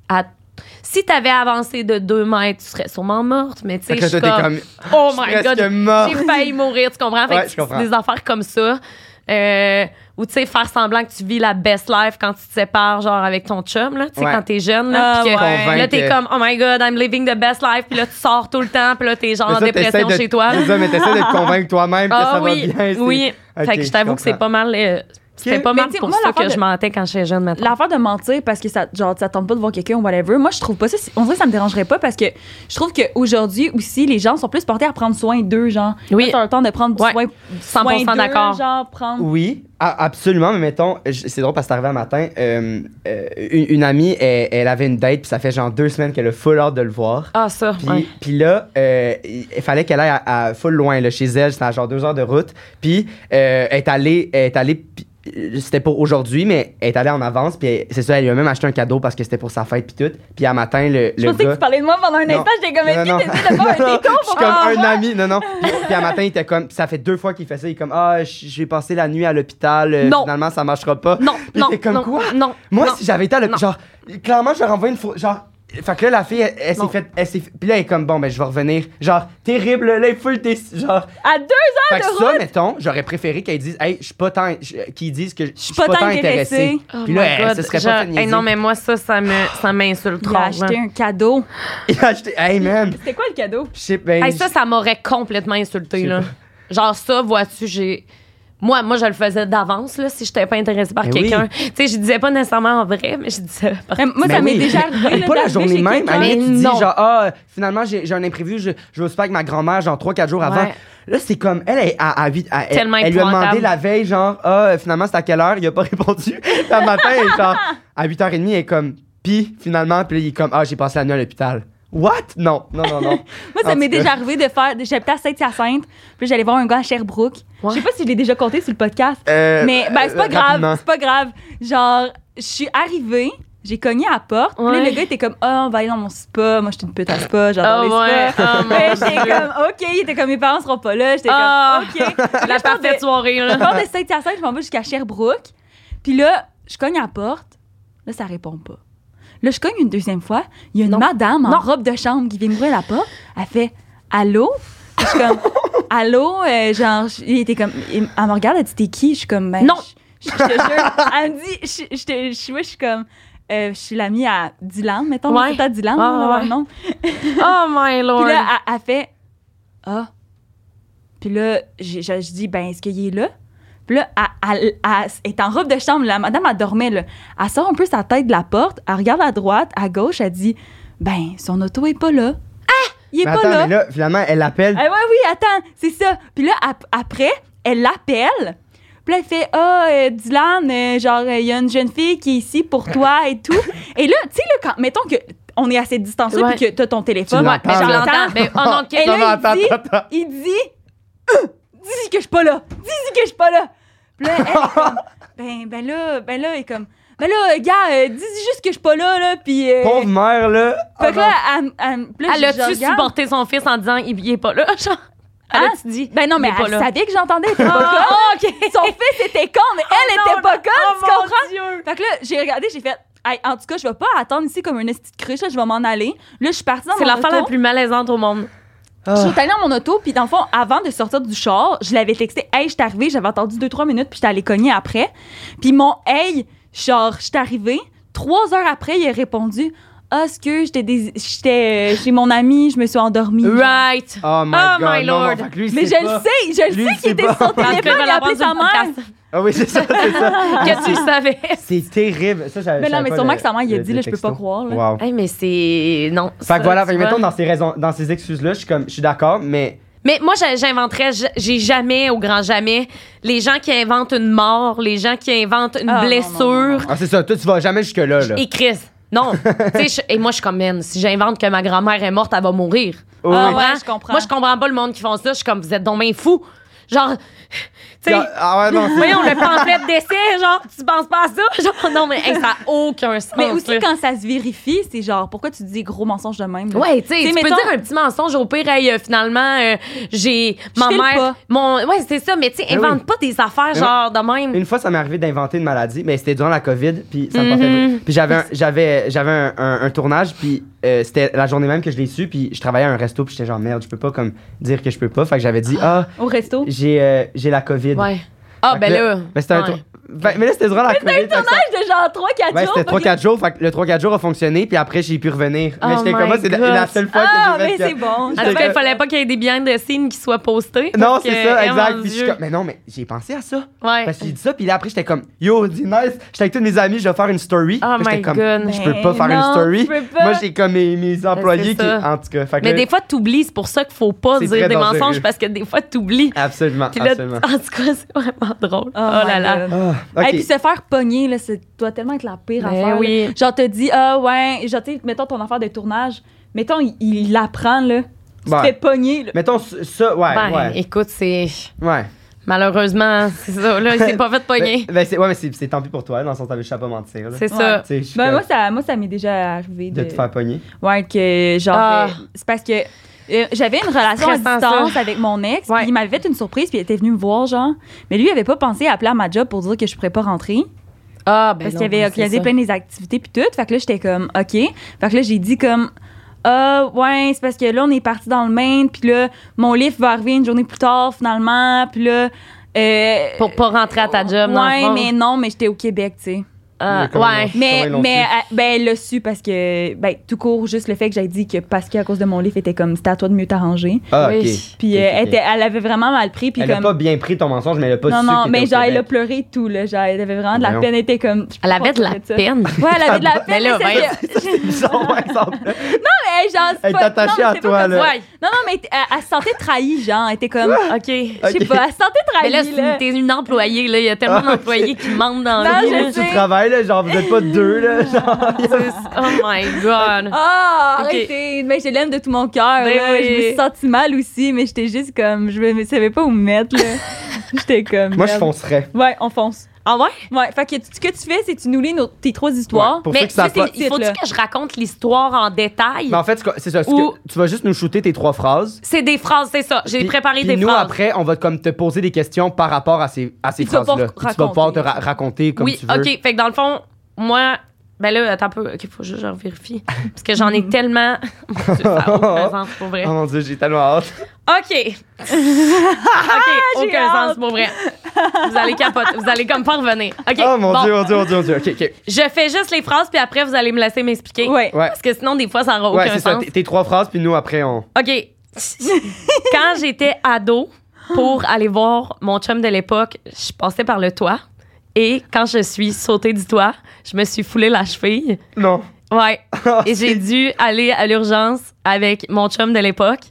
[SPEAKER 3] à- si t'avais avancé de deux mètres, tu serais sûrement morte, mais tu sais,
[SPEAKER 2] Fait que
[SPEAKER 3] je
[SPEAKER 2] là,
[SPEAKER 3] suis
[SPEAKER 2] toi, t'es
[SPEAKER 3] comme,
[SPEAKER 2] comme,
[SPEAKER 3] oh
[SPEAKER 2] je suis
[SPEAKER 3] my god,
[SPEAKER 2] presque mort.
[SPEAKER 3] j'ai failli mourir, tu comprends? Fait
[SPEAKER 2] Ah. Ouais,
[SPEAKER 3] que
[SPEAKER 2] je
[SPEAKER 3] c'est
[SPEAKER 2] comprends.
[SPEAKER 3] des affaires comme ça. Euh, ou tu sais, faire semblant que tu vis la best life quand tu te sépares, genre avec ton chum, là, tu sais,
[SPEAKER 2] Ouais.
[SPEAKER 3] quand t'es jeune, là.
[SPEAKER 1] Ah,
[SPEAKER 3] puis que,
[SPEAKER 2] ouais.
[SPEAKER 3] Là, t'es
[SPEAKER 2] Convaincre.
[SPEAKER 3] comme, oh my god, I'm living the best life, puis là, tu sors tout le temps, puis là, t'es genre
[SPEAKER 2] Mais
[SPEAKER 3] en
[SPEAKER 2] ça, t'essaies
[SPEAKER 3] dépression
[SPEAKER 2] de-
[SPEAKER 3] chez toi.
[SPEAKER 2] C'est ça, mais t'essaies de te convaincre toi-même que ça
[SPEAKER 3] Ah
[SPEAKER 2] va
[SPEAKER 3] oui,
[SPEAKER 2] bien. c'est-
[SPEAKER 3] oui.
[SPEAKER 2] Ok,
[SPEAKER 3] fait que je t'avoue que c'est
[SPEAKER 2] comprends.
[SPEAKER 3] pas mal. euh, C'était
[SPEAKER 2] Ok.
[SPEAKER 3] pas
[SPEAKER 1] Mais
[SPEAKER 3] mal
[SPEAKER 1] tu sais,
[SPEAKER 3] pour
[SPEAKER 1] moi,
[SPEAKER 3] ça que
[SPEAKER 1] l'affaire
[SPEAKER 3] je
[SPEAKER 1] de-
[SPEAKER 3] mentais quand j'étais jeune, maintenant.
[SPEAKER 1] L'affaire de mentir parce que ça, genre, ça tente pas de voir quelqu'un ou whatever, moi, je trouve pas ça. si- On dirait que ça me dérangerait pas parce que je trouve qu'aujourd'hui aussi, les gens sont plus portés à prendre soin d'eux, genre.
[SPEAKER 3] Oui.
[SPEAKER 1] Là, C'est un temps de prendre du
[SPEAKER 3] Ouais.
[SPEAKER 1] soin.
[SPEAKER 3] 100%
[SPEAKER 1] d'eux,
[SPEAKER 3] d'accord.
[SPEAKER 1] Genre, prendre.
[SPEAKER 2] Oui, a- absolument. Mais mettons, je- c'est drôle parce que c'est arrivé un matin. euh, euh, une, une amie, elle, elle avait une date, puis ça fait genre deux semaines qu'elle a full hâte de le voir.
[SPEAKER 3] Ah, ça,
[SPEAKER 2] Puis,
[SPEAKER 3] ouais.
[SPEAKER 2] puis là, euh, il il fallait qu'elle aille à, à full loin, là, chez elle. C'était à genre deux heures de route. Puis euh, elle est allée, elle est allée puis, euh, c'était pour aujourd'hui, mais elle est allée en avance. Puis elle- c'est ça, elle lui a même acheté un cadeau parce que c'était pour sa fête, puis tout. Puis à matin, le,
[SPEAKER 1] Je
[SPEAKER 2] le
[SPEAKER 1] pensais que
[SPEAKER 2] gars...
[SPEAKER 1] tu parlais de moi pendant un
[SPEAKER 2] Non.
[SPEAKER 1] instant, j'étais comme, est-ce
[SPEAKER 2] Non,
[SPEAKER 1] que
[SPEAKER 2] non,
[SPEAKER 1] t'essaies de faire
[SPEAKER 2] non,
[SPEAKER 1] un
[SPEAKER 2] non,
[SPEAKER 1] détour
[SPEAKER 2] Je suis
[SPEAKER 1] pour
[SPEAKER 2] comme
[SPEAKER 1] qu'on
[SPEAKER 2] un
[SPEAKER 1] voit?
[SPEAKER 2] ami, non, non. Puis, puis un matin, il était comme. Ça fait deux fois qu'il fait ça. Il est comme Ah, j- j'ai passé la nuit à l'hôpital. euh,
[SPEAKER 3] Non.
[SPEAKER 2] Finalement, ça marchera pas.
[SPEAKER 3] Non,
[SPEAKER 2] Puis
[SPEAKER 3] non,
[SPEAKER 2] t'es comme
[SPEAKER 3] non,
[SPEAKER 2] quoi
[SPEAKER 3] non,
[SPEAKER 2] Moi,
[SPEAKER 3] non.
[SPEAKER 2] si j'avais été à
[SPEAKER 3] Non.
[SPEAKER 2] l'hôpital, genre, clairement, j'aurais envoyé une photo. Genre, Fait que là, la fille, elle, elle s'est
[SPEAKER 3] Non.
[SPEAKER 2] faite. elle s'est fait- Puis là, elle est comme, bon, ben, je vais revenir. Genre, terrible, là, il faut le dé- Genre.
[SPEAKER 1] À deux heures
[SPEAKER 2] Fait que
[SPEAKER 1] de route!
[SPEAKER 2] ça, mettons, j'aurais préféré qu'elle dise, hey, je suis pas tant. je- Qu'ils disent que je suis pas, tant intéressée.
[SPEAKER 1] intéressée.
[SPEAKER 3] Oh
[SPEAKER 2] Puis là,
[SPEAKER 3] my
[SPEAKER 2] elle,
[SPEAKER 3] God,
[SPEAKER 2] ce serait
[SPEAKER 3] genre,
[SPEAKER 2] pas fait
[SPEAKER 3] hey,
[SPEAKER 2] niaiser.
[SPEAKER 3] Non, mais moi, ça, ça me, ça m'insulte
[SPEAKER 1] Il a
[SPEAKER 3] trop.
[SPEAKER 1] acheté un cadeau.
[SPEAKER 2] Il a acheté. Hey, man.
[SPEAKER 1] C'était quoi le cadeau?
[SPEAKER 2] Je sais, ben.
[SPEAKER 3] Hey, ça, ça m'aurait complètement
[SPEAKER 2] Je
[SPEAKER 3] insulté.
[SPEAKER 2] sais
[SPEAKER 3] Là. Genre, ça, vois-tu, j'ai. Moi, moi, je le faisais d'avance là, si je n'étais pas intéressée par
[SPEAKER 2] Mais
[SPEAKER 3] quelqu'un. Tu sais, je disais pas nécessairement en vrai, mais je disais. par-
[SPEAKER 1] Mais Ben, Moi,
[SPEAKER 2] Mais
[SPEAKER 1] ça m'est
[SPEAKER 2] Ben oui.
[SPEAKER 1] déjà arrivé.
[SPEAKER 2] Hey,
[SPEAKER 1] là,
[SPEAKER 2] pas la
[SPEAKER 1] d'arriver
[SPEAKER 2] journée
[SPEAKER 1] chez
[SPEAKER 2] même.
[SPEAKER 1] quelqu'un.
[SPEAKER 2] Annie, tu dis
[SPEAKER 3] Mais non.
[SPEAKER 2] genre, ah, finalement, j'ai j'ai un imprévu, je, je vais au spa avec ma grand-mère, genre 3-4 jours avant.
[SPEAKER 3] Ouais.
[SPEAKER 2] Là, c'est comme, elle, elle, a- a- a- elle-
[SPEAKER 3] Tellement
[SPEAKER 2] elle lui a demandé
[SPEAKER 3] épouvantable.
[SPEAKER 2] la veille, genre, ah, finalement, c'est à quelle heure? Il a pas répondu. Le matin, elle, est genre, à 8h30, elle est comme, pis, finalement, puis là, il est comme, ah, j'ai passé la nuit à l'hôpital. What? Non, non, non, non.
[SPEAKER 1] Moi,
[SPEAKER 2] En
[SPEAKER 1] ça
[SPEAKER 2] tout
[SPEAKER 1] m'est
[SPEAKER 2] cas.
[SPEAKER 1] déjà arrivé de faire. J'habitais à Sainte-Hyacinthe, puis j'allais voir un gars à Sherbrooke.
[SPEAKER 3] Ouais.
[SPEAKER 1] Je sais pas si je l'ai déjà compté sur le podcast,
[SPEAKER 2] Euh,
[SPEAKER 1] mais ben, c'est
[SPEAKER 2] euh,
[SPEAKER 1] pas grave.
[SPEAKER 2] rapidement.
[SPEAKER 1] C'est pas grave. Genre, je suis arrivée. J'ai cogné à la porte. puis là,
[SPEAKER 3] Ouais.
[SPEAKER 1] le gars était comme, ah, on va aller dans mon spa. Moi, j'étais une pute à spa. J'adore
[SPEAKER 3] Oh,
[SPEAKER 1] les
[SPEAKER 3] ouais.
[SPEAKER 1] spas.
[SPEAKER 3] Oh, mon
[SPEAKER 1] Mais j'étais
[SPEAKER 3] Dieu.
[SPEAKER 1] Ben, comme, OK. Il était comme, mes parents seront pas là. J'étais
[SPEAKER 3] Ah.
[SPEAKER 1] comme, OK.
[SPEAKER 3] La parfaite soirée,
[SPEAKER 1] Je
[SPEAKER 3] là.
[SPEAKER 1] pars de Saint-Hyacinthe, je m'en vais jusqu'à Sherbrooke. Puis là, je cogne à la porte. Là, ça répond pas. Là, je cogne une deuxième fois. Il y a une
[SPEAKER 3] Non.
[SPEAKER 1] madame en
[SPEAKER 3] Non.
[SPEAKER 1] robe de chambre qui vient m'ouvrir la porte. Elle fait Allô? Puis je suis comme Allô? Euh, genre, je- il était comme. il- Elle me regarde, elle dit T'es qui? Je suis comme Ben,
[SPEAKER 3] Non.
[SPEAKER 1] Je, je- je te jure. Elle me dit Je, je, te- je- moi, je suis comme. Euh, je suis l'amie à Dylan, mettons.
[SPEAKER 3] Ouais.
[SPEAKER 1] C'est à Dylan,
[SPEAKER 3] Ouais,
[SPEAKER 1] on va avoir
[SPEAKER 3] ouais.
[SPEAKER 1] le nom.
[SPEAKER 3] Oh my lord.
[SPEAKER 1] Puis là, elle, elle fait Ah. Puis là, j'ai- je, je dis Ben, est-ce qu'il est là? Puis là, elle, elle- elle est en robe de chambre. La madame, elle dormait. Là. Elle sort un peu sa tête de la porte. Elle regarde à droite, à gauche. Elle dit Ben, son auto est pas là. Ah Il est
[SPEAKER 2] Mais
[SPEAKER 1] pas
[SPEAKER 2] attends,
[SPEAKER 1] là.
[SPEAKER 2] mais là, finalement, elle l'appelle.
[SPEAKER 1] Ah, ouais, oui, attends, c'est ça. Puis là, ap- après, elle l'appelle. Puis là, elle fait Ah, euh, Dylan, euh, genre, il y a une jeune fille qui est ici pour toi et tout. et là, tu sais, là, quand, mettons que on est à cette distance-là,
[SPEAKER 3] Ouais.
[SPEAKER 1] puis que t'as ton téléphone.
[SPEAKER 2] Tu
[SPEAKER 1] Ouais,
[SPEAKER 2] l'entends,
[SPEAKER 1] Ah, mais
[SPEAKER 3] je
[SPEAKER 1] je
[SPEAKER 2] là.
[SPEAKER 1] l'entends.
[SPEAKER 3] l'entends. Mais oh non,
[SPEAKER 1] Et
[SPEAKER 3] qu'est-ce
[SPEAKER 1] là,
[SPEAKER 2] Non, non, attends,
[SPEAKER 1] il dit-
[SPEAKER 2] attends, attends.
[SPEAKER 1] il dit dis que je suis pas là dis que je suis pas là puis là elle est comme, ben ben là ben là elle est comme ben là euh, gars euh, dis juste que je suis pas là là puis euh,
[SPEAKER 2] Pauvre mère, là.
[SPEAKER 1] fait
[SPEAKER 2] Oh,
[SPEAKER 1] que là, elle, elle- puis là,
[SPEAKER 3] Elle
[SPEAKER 1] je-
[SPEAKER 3] a-tu
[SPEAKER 1] je regarde.
[SPEAKER 3] supporté son fils en disant il il est pas là? Genre, elle
[SPEAKER 1] Hein?
[SPEAKER 3] a-tu dit?
[SPEAKER 1] ben non
[SPEAKER 3] il
[SPEAKER 1] mais
[SPEAKER 3] est pas
[SPEAKER 1] elle
[SPEAKER 3] là? Ah,
[SPEAKER 1] savait que j'entendais elle était pas conne. son fils était con mais elle
[SPEAKER 3] non,
[SPEAKER 1] était pas conne
[SPEAKER 3] Oh
[SPEAKER 1] tu
[SPEAKER 3] mon
[SPEAKER 1] comprends
[SPEAKER 3] Dieu.
[SPEAKER 1] fait que là j'ai regardé j'ai fait Hey, en tout cas, je vais pas attendre ici comme une petite cruche, là, je vais m'en aller. Là, je suis partie dans
[SPEAKER 3] C'est
[SPEAKER 1] mon
[SPEAKER 3] l'affaire
[SPEAKER 1] auto.
[SPEAKER 3] la plus malaisante au monde.
[SPEAKER 1] Je
[SPEAKER 2] Ah.
[SPEAKER 1] suis allée dans mon auto, puis dans le fond, avant de sortir du char, je l'avais texté Hey, je suis arrivée, j'avais attendu 2-3 minutes, puis j'étais allée cogner après. Puis mon Hey, genre, je suis arrivée. Trois heures après, il a répondu Ah, ce que j'étais dés- j'étais euh, chez mon ami, je me suis endormie.
[SPEAKER 3] Right.
[SPEAKER 2] Oh my,
[SPEAKER 3] Oh
[SPEAKER 2] God,
[SPEAKER 3] my
[SPEAKER 2] non, non,
[SPEAKER 3] lord.
[SPEAKER 2] fait que lui, il
[SPEAKER 1] Mais je
[SPEAKER 2] sait
[SPEAKER 1] le
[SPEAKER 2] pas.
[SPEAKER 1] sais, je le
[SPEAKER 2] Lui,
[SPEAKER 1] sais
[SPEAKER 2] c'est
[SPEAKER 1] qu'il était
[SPEAKER 2] pas.
[SPEAKER 1] sur son
[SPEAKER 3] En tout
[SPEAKER 1] téléphone,
[SPEAKER 3] cas,
[SPEAKER 1] il
[SPEAKER 3] la
[SPEAKER 1] a appelé
[SPEAKER 3] bande
[SPEAKER 1] sa
[SPEAKER 3] du
[SPEAKER 1] mère.
[SPEAKER 3] podcast.
[SPEAKER 2] Ah oui, c'est ça, c'est ça.
[SPEAKER 1] Ah.
[SPEAKER 3] Que tu le savais.
[SPEAKER 2] C'est terrible. Ça, j'avais-
[SPEAKER 1] Mais non,
[SPEAKER 2] j'avais
[SPEAKER 1] mais
[SPEAKER 2] pas
[SPEAKER 1] sûrement
[SPEAKER 2] le-
[SPEAKER 1] que sa mère, il a
[SPEAKER 2] le-
[SPEAKER 1] dit,
[SPEAKER 2] le
[SPEAKER 1] là, je peux pas
[SPEAKER 2] texto.
[SPEAKER 1] croire, là.
[SPEAKER 2] Wow.
[SPEAKER 3] Hey, mais c'est. Non.
[SPEAKER 2] Fait que voilà, fait que
[SPEAKER 3] tu vois.
[SPEAKER 2] mettons, dans ces raisons, dans ces excuses-là, je suis comme, je suis d'accord, mais
[SPEAKER 3] Mais moi, j'a- j'inventerais, j- j'ai jamais, au grand jamais, les gens qui inventent une mort, les gens qui inventent une
[SPEAKER 1] Ah, non, non,
[SPEAKER 3] blessure.
[SPEAKER 1] non, non,
[SPEAKER 2] ah, c'est ça, toi, tu vas jamais jusque-là, là.
[SPEAKER 3] Et Chris, non. Tu sais, je- et moi, je suis comme, man, si j'invente que ma grand-mère est morte, elle va mourir.
[SPEAKER 2] Oui.
[SPEAKER 1] Ah
[SPEAKER 3] Tu
[SPEAKER 1] ouais, je comprends.
[SPEAKER 3] Moi, je comprends pas le monde qui font ça. Je suis comme, vous êtes donc bien fous. Genre, tu sais,
[SPEAKER 2] Ah, ah ouais, non, c'est...
[SPEAKER 3] voyons, le pamphlet de décès, genre, tu penses pas à ça? Genre, non, mais hey, ça a aucun sens.
[SPEAKER 1] Mais aussi,
[SPEAKER 3] là.
[SPEAKER 1] quand ça se vérifie, c'est genre, pourquoi tu dis gros mensonge de même? là?
[SPEAKER 3] Ouais, tu sais,
[SPEAKER 1] T'sais,
[SPEAKER 3] tu peux
[SPEAKER 1] mettons-
[SPEAKER 3] dire un petit mensonge au pire, hey, euh, finalement, euh, j'ai ma
[SPEAKER 1] file
[SPEAKER 3] mère,
[SPEAKER 1] pas.
[SPEAKER 3] mon, ouais, c'est ça, mais tu sais,
[SPEAKER 2] Ben
[SPEAKER 3] invente
[SPEAKER 2] oui.
[SPEAKER 3] pas des affaires
[SPEAKER 2] Mais
[SPEAKER 3] genre de même.
[SPEAKER 2] Une fois, ça m'est arrivé d'inventer une maladie, mais c'était durant la COVID, puis ça me portait-
[SPEAKER 1] Mm-hmm.
[SPEAKER 2] Puis j'avais, un, j'avais, j'avais un, un- un tournage, puis euh, c'était la journée même que je l'ai su, puis je travaillais à un resto, puis j'étais genre merde, je peux pas comme dire que je peux pas, fait que j'avais dit ah,
[SPEAKER 1] Au resto?
[SPEAKER 2] j'ai, euh, j'ai la COVID.
[SPEAKER 3] Ouais. Ah
[SPEAKER 2] Fait que
[SPEAKER 3] ben là.
[SPEAKER 2] mais c'était un
[SPEAKER 3] ouais.
[SPEAKER 2] tour- Ben, mais là c'était durant la COVID. fait que ça-
[SPEAKER 1] Tournage de genre 3-4
[SPEAKER 2] Ouais,
[SPEAKER 1] jours.
[SPEAKER 2] c'était
[SPEAKER 1] fait que-
[SPEAKER 2] 3-4 jours. Fait que le 3-4 jours a fonctionné, puis après, j'ai pu revenir. Mais
[SPEAKER 3] Oh
[SPEAKER 2] j'étais
[SPEAKER 3] my
[SPEAKER 2] comme, moi, c'est la,
[SPEAKER 3] God.
[SPEAKER 2] la seule fois
[SPEAKER 1] Ah,
[SPEAKER 2] que j'ai
[SPEAKER 1] mais
[SPEAKER 2] fait
[SPEAKER 1] c'est
[SPEAKER 2] que-
[SPEAKER 1] bon.
[SPEAKER 3] En
[SPEAKER 2] J'étais
[SPEAKER 3] tout cas, il
[SPEAKER 2] comme-
[SPEAKER 3] fallait pas qu'il y ait des behind the scenes qui soient postés.
[SPEAKER 2] Non,
[SPEAKER 3] parce
[SPEAKER 2] c'est
[SPEAKER 3] que,
[SPEAKER 2] ça,
[SPEAKER 3] hey,
[SPEAKER 2] exact.
[SPEAKER 3] mon
[SPEAKER 2] Puis je suis
[SPEAKER 3] Dieu.
[SPEAKER 2] comme, mais non, mais j'ai pensé à ça.
[SPEAKER 3] Ouais.
[SPEAKER 2] Parce qu'il dit ça, puis là, après, j'étais comme, yo, dis nice. J'étais avec tous mes amis, je vais faire une story.
[SPEAKER 3] Oh
[SPEAKER 2] Puis j'étais
[SPEAKER 3] my
[SPEAKER 2] comme, ben,
[SPEAKER 3] God.
[SPEAKER 2] je peux pas faire
[SPEAKER 1] non,
[SPEAKER 2] une
[SPEAKER 1] tu
[SPEAKER 2] story.
[SPEAKER 1] peux pas.
[SPEAKER 2] Moi, j'ai comme mes, mes employés qui.
[SPEAKER 3] ça.
[SPEAKER 2] En tout cas, fait que
[SPEAKER 3] Mais
[SPEAKER 2] là-
[SPEAKER 3] des fois, t'oublies, c'est pour ça qu'il faut pas
[SPEAKER 2] C'est
[SPEAKER 3] dire
[SPEAKER 2] très
[SPEAKER 3] des
[SPEAKER 2] dangereux.
[SPEAKER 3] mensonges parce que des fois, t'oublies.
[SPEAKER 2] Absolument,
[SPEAKER 3] Puis là,
[SPEAKER 2] absolument.
[SPEAKER 3] en tout cas, c'est vraiment drôle. Oh,
[SPEAKER 1] Oh,
[SPEAKER 3] là là.
[SPEAKER 2] Ah, ok.
[SPEAKER 1] Et puis se faire pogner, là, c'est doit tellement être la pire
[SPEAKER 3] Ben
[SPEAKER 1] affaire. là.
[SPEAKER 3] oui.
[SPEAKER 1] Genre, te dis, ah ouais, genre, tu sais, mettons ton affaire de tournage, mettons, il- il l'apprend, là. Tu
[SPEAKER 2] Ouais.
[SPEAKER 1] te fais pogner, là.
[SPEAKER 2] Mettons ça, ouais,
[SPEAKER 3] Ben,
[SPEAKER 2] ouais.
[SPEAKER 3] écoute, c'est.
[SPEAKER 2] Ouais.
[SPEAKER 3] Malheureusement, c'est ça, là. Il s'est pas fait pogner.
[SPEAKER 2] Ben, ben, c'est- ouais, mais c'est c'est tant pis pour toi, dans le sens, t'avais juste à pas mentir. là.
[SPEAKER 3] C'est
[SPEAKER 2] Tu
[SPEAKER 3] ça.
[SPEAKER 2] sais, je suis
[SPEAKER 1] Ben,
[SPEAKER 2] comme-
[SPEAKER 1] moi, ça, moi, ça m'est déjà arrivé de.
[SPEAKER 2] de te faire pogner.
[SPEAKER 1] Ouais, que genre.
[SPEAKER 3] Ah.
[SPEAKER 1] euh, c'est parce que. euh, j'avais une relation à
[SPEAKER 3] Stressant,
[SPEAKER 1] distance avec mon ex,
[SPEAKER 3] Ouais.
[SPEAKER 1] puis il m'avait fait une surprise, puis il était venu me voir, genre. Mais lui, il avait pas pensé à appeler à ma job pour dire que je pourrais pas rentrer.
[SPEAKER 3] Ah, ben
[SPEAKER 1] parce
[SPEAKER 3] non,
[SPEAKER 1] qu'il y avait
[SPEAKER 3] ouais,
[SPEAKER 1] organisé
[SPEAKER 3] c'est
[SPEAKER 1] plein des activités puis tout. Fait que là, j'étais comme, OK. Fait que là, j'ai dit comme, ah, ouais, c'est parce que là, on est parti dans le Maine, puis là, mon livre va arriver une journée plus tard, finalement, puis là. euh,
[SPEAKER 3] ça. Pour pas rentrer à ta job, dans le
[SPEAKER 1] Ouais,
[SPEAKER 3] fond.
[SPEAKER 1] mais non, mais j'étais au Québec, tu sais.
[SPEAKER 3] Ah,
[SPEAKER 2] Mais comme
[SPEAKER 3] ouais.
[SPEAKER 2] on-
[SPEAKER 1] Mais,
[SPEAKER 2] Comment ils l'ont
[SPEAKER 1] mais euh, ben, elle l'a su parce que, ben, tout court, juste le fait que j'ai dit que parce qu'à cause de mon livre, était comme, c'était à toi de mieux t'arranger.
[SPEAKER 2] Ah, ok.
[SPEAKER 3] Oui.
[SPEAKER 1] Puis
[SPEAKER 2] Ok,
[SPEAKER 1] euh,
[SPEAKER 2] ok, ok.
[SPEAKER 1] Elle, était- elle avait vraiment mal pris. Puis
[SPEAKER 2] Elle a
[SPEAKER 1] comme,
[SPEAKER 2] pas bien pris ton mensonge, mais elle a pas
[SPEAKER 1] non,
[SPEAKER 2] su
[SPEAKER 1] non,
[SPEAKER 2] qu'il
[SPEAKER 1] mais
[SPEAKER 2] était au
[SPEAKER 1] genre, elle a
[SPEAKER 2] Québec. Ben
[SPEAKER 1] pleuré et tout. Là, genre, elle avait vraiment de la
[SPEAKER 2] Voyons.
[SPEAKER 1] peine. Elle était comme. je
[SPEAKER 3] Elle avait de
[SPEAKER 1] comprends
[SPEAKER 3] la
[SPEAKER 1] pas ça.
[SPEAKER 3] peine.
[SPEAKER 1] Ouais, elle avait de la peine.
[SPEAKER 3] Mais là,
[SPEAKER 1] mais
[SPEAKER 3] ben,
[SPEAKER 1] c'est-
[SPEAKER 2] C'est bizarre, par exemple.
[SPEAKER 1] mais genre, c'est
[SPEAKER 2] Elle est
[SPEAKER 1] pas-
[SPEAKER 2] attachée
[SPEAKER 1] non, mais
[SPEAKER 2] à
[SPEAKER 1] c'est
[SPEAKER 2] toi,
[SPEAKER 1] pas comme
[SPEAKER 2] là.
[SPEAKER 1] ça.
[SPEAKER 3] Ouais.
[SPEAKER 1] Non, non, mais euh, elle, elle se sentait trahie, genre. Elle était comme.
[SPEAKER 3] OK.
[SPEAKER 1] Je sais
[SPEAKER 2] Ok.
[SPEAKER 1] pas, elle se sentait
[SPEAKER 3] Mais
[SPEAKER 1] trahie.
[SPEAKER 3] là, c'est une-
[SPEAKER 1] là.
[SPEAKER 3] t'es une employée, là. Il y a tellement
[SPEAKER 2] Ah,
[SPEAKER 3] d'employés qui mentent dans
[SPEAKER 1] Non,
[SPEAKER 3] la vie.
[SPEAKER 1] je
[SPEAKER 3] là.
[SPEAKER 2] Tu
[SPEAKER 1] sais.
[SPEAKER 2] travailles, là, genre, vous êtes pas deux, là. Genre,
[SPEAKER 3] Oh my God.
[SPEAKER 1] Ah,
[SPEAKER 3] Ok.
[SPEAKER 1] arrêtez! Mais je l'aime de tout mon cœur.
[SPEAKER 3] Ben
[SPEAKER 1] là. Je me
[SPEAKER 3] oui.
[SPEAKER 1] suis sentie mal aussi, mais j'étais juste comme. Je me savais pas où me mettre, là. j'étais comme.
[SPEAKER 2] Moi, je
[SPEAKER 1] merde.
[SPEAKER 2] foncerais.
[SPEAKER 1] Ouais, on fonce.
[SPEAKER 3] Ah ouais?
[SPEAKER 1] Ouais, fait que tu- ce que tu fais, c'est que tu nous lis nos- tes trois histoires.
[SPEAKER 2] Ouais, pour
[SPEAKER 3] mais
[SPEAKER 2] ceux qui savent
[SPEAKER 3] tu sais,
[SPEAKER 2] pas.
[SPEAKER 3] il faut-tu
[SPEAKER 1] Là.
[SPEAKER 3] que je raconte l'histoire en détail?
[SPEAKER 2] Mais en fait, c'est quoi- c'est ça. ce
[SPEAKER 3] Ou-
[SPEAKER 2] que- Tu vas juste nous shooter tes trois phrases.
[SPEAKER 3] C'est des phrases, c'est ça. J'ai
[SPEAKER 2] Puis-
[SPEAKER 3] préparé
[SPEAKER 2] puis
[SPEAKER 3] des
[SPEAKER 2] nous,
[SPEAKER 3] phrases.
[SPEAKER 2] après, on va comme te poser des questions par rapport à ces, à ces
[SPEAKER 1] Puis tu vas
[SPEAKER 2] phrases-là.
[SPEAKER 1] pouvoir
[SPEAKER 2] Puis Tu vas pouvoir te ra-
[SPEAKER 1] raconter.
[SPEAKER 2] raconter comme
[SPEAKER 3] oui,
[SPEAKER 2] tu veux.
[SPEAKER 3] OK. Fait que dans le fond, moi, ben là, attends un peu. OK, faut juste que je vérifie. Parce que j'en ai tellement. Mon Dieu, ça a aucun sens, pour vrai.
[SPEAKER 2] Oh mon dieu, j'ai tellement hâte.
[SPEAKER 3] OK. OK,
[SPEAKER 1] Ah, j'ai
[SPEAKER 3] aucun
[SPEAKER 1] hâte.
[SPEAKER 3] sens, pour vrai. Vous allez capoter. Vous allez comme pas revenir. OK.
[SPEAKER 2] oh mon
[SPEAKER 3] bon.
[SPEAKER 2] dieu, mon dieu, mon dieu, mon dieu. Ok, ok.
[SPEAKER 3] Je fais juste les phrases, puis après, vous allez me laisser m'expliquer.
[SPEAKER 1] Ouais.
[SPEAKER 2] Ouais,
[SPEAKER 3] Parce que sinon, des fois, ça n'aura
[SPEAKER 2] ouais
[SPEAKER 3] aucun
[SPEAKER 2] c'est ça.
[SPEAKER 3] sens.
[SPEAKER 2] Tes tes trois phrases, puis nous, après, on.
[SPEAKER 3] OK. Quand j'étais ado, pour aller voir mon chum de l'époque, je passais par le toit. Et quand je suis sautée du toit, je me suis foulée la cheville.
[SPEAKER 2] Non.
[SPEAKER 3] Ouais. Et j'ai dû aller à l'urgence avec mon chum de l'époque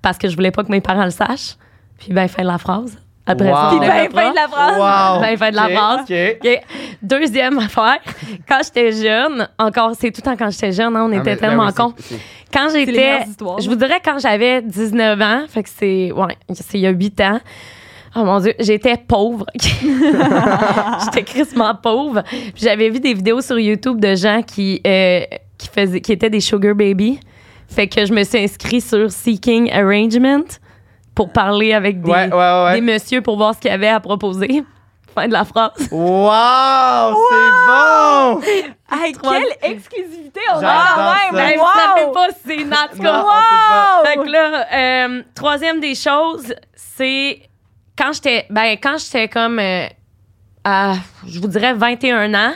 [SPEAKER 3] parce que je voulais pas que mes parents le sachent. Puis ben, fin de la phrase. Après
[SPEAKER 2] Wow.
[SPEAKER 3] ça, on
[SPEAKER 1] Puis
[SPEAKER 2] Ah.
[SPEAKER 1] ben,
[SPEAKER 3] développera.
[SPEAKER 1] fin de la phrase.
[SPEAKER 2] Wow.
[SPEAKER 3] Ben, fin de la
[SPEAKER 2] Ok,
[SPEAKER 3] phrase.
[SPEAKER 2] ok.
[SPEAKER 3] OK. Deuxième affaire, quand j'étais jeune, encore, c'est tout le temps quand j'étais jeune, hein, on
[SPEAKER 2] Ah,
[SPEAKER 3] était
[SPEAKER 2] mais-
[SPEAKER 3] tellement
[SPEAKER 2] ben oui,
[SPEAKER 3] cons.
[SPEAKER 2] c'est- c'est-
[SPEAKER 3] Quand
[SPEAKER 1] les
[SPEAKER 3] j'étais.
[SPEAKER 1] meilleures histoires.
[SPEAKER 3] Je vous dirais quand j'avais 19 ans, fait que c'est. Ouais, c'est il y a 8 ans. Oh mon Dieu, j'étais pauvre. j'étais crissement pauvre. Puis J'avais vu des vidéos sur YouTube de gens qui, euh, qui, faisaient, qui étaient des sugar baby. Fait que je me suis inscrite sur Seeking Arrangement pour parler avec des,
[SPEAKER 2] Ouais, ouais, ouais.
[SPEAKER 3] des messieurs pour voir ce qu'il y avait à proposer. Fin de la phrase.
[SPEAKER 2] Wow, c'est
[SPEAKER 1] Hey,
[SPEAKER 3] Trois-
[SPEAKER 1] quelle exclusivité on a
[SPEAKER 2] J'adore
[SPEAKER 1] quand
[SPEAKER 2] ça.
[SPEAKER 1] même!
[SPEAKER 3] Hey,
[SPEAKER 1] Wow!
[SPEAKER 3] Vous savez pas, c'est Nat, en tout
[SPEAKER 2] bon!
[SPEAKER 3] cas.
[SPEAKER 2] Non, c'est
[SPEAKER 1] Wow!
[SPEAKER 3] Fait que là, euh, troisième des choses, c'est quand j'étais, ben, quand j'étais comme, euh, à, je vous dirais 21 ans,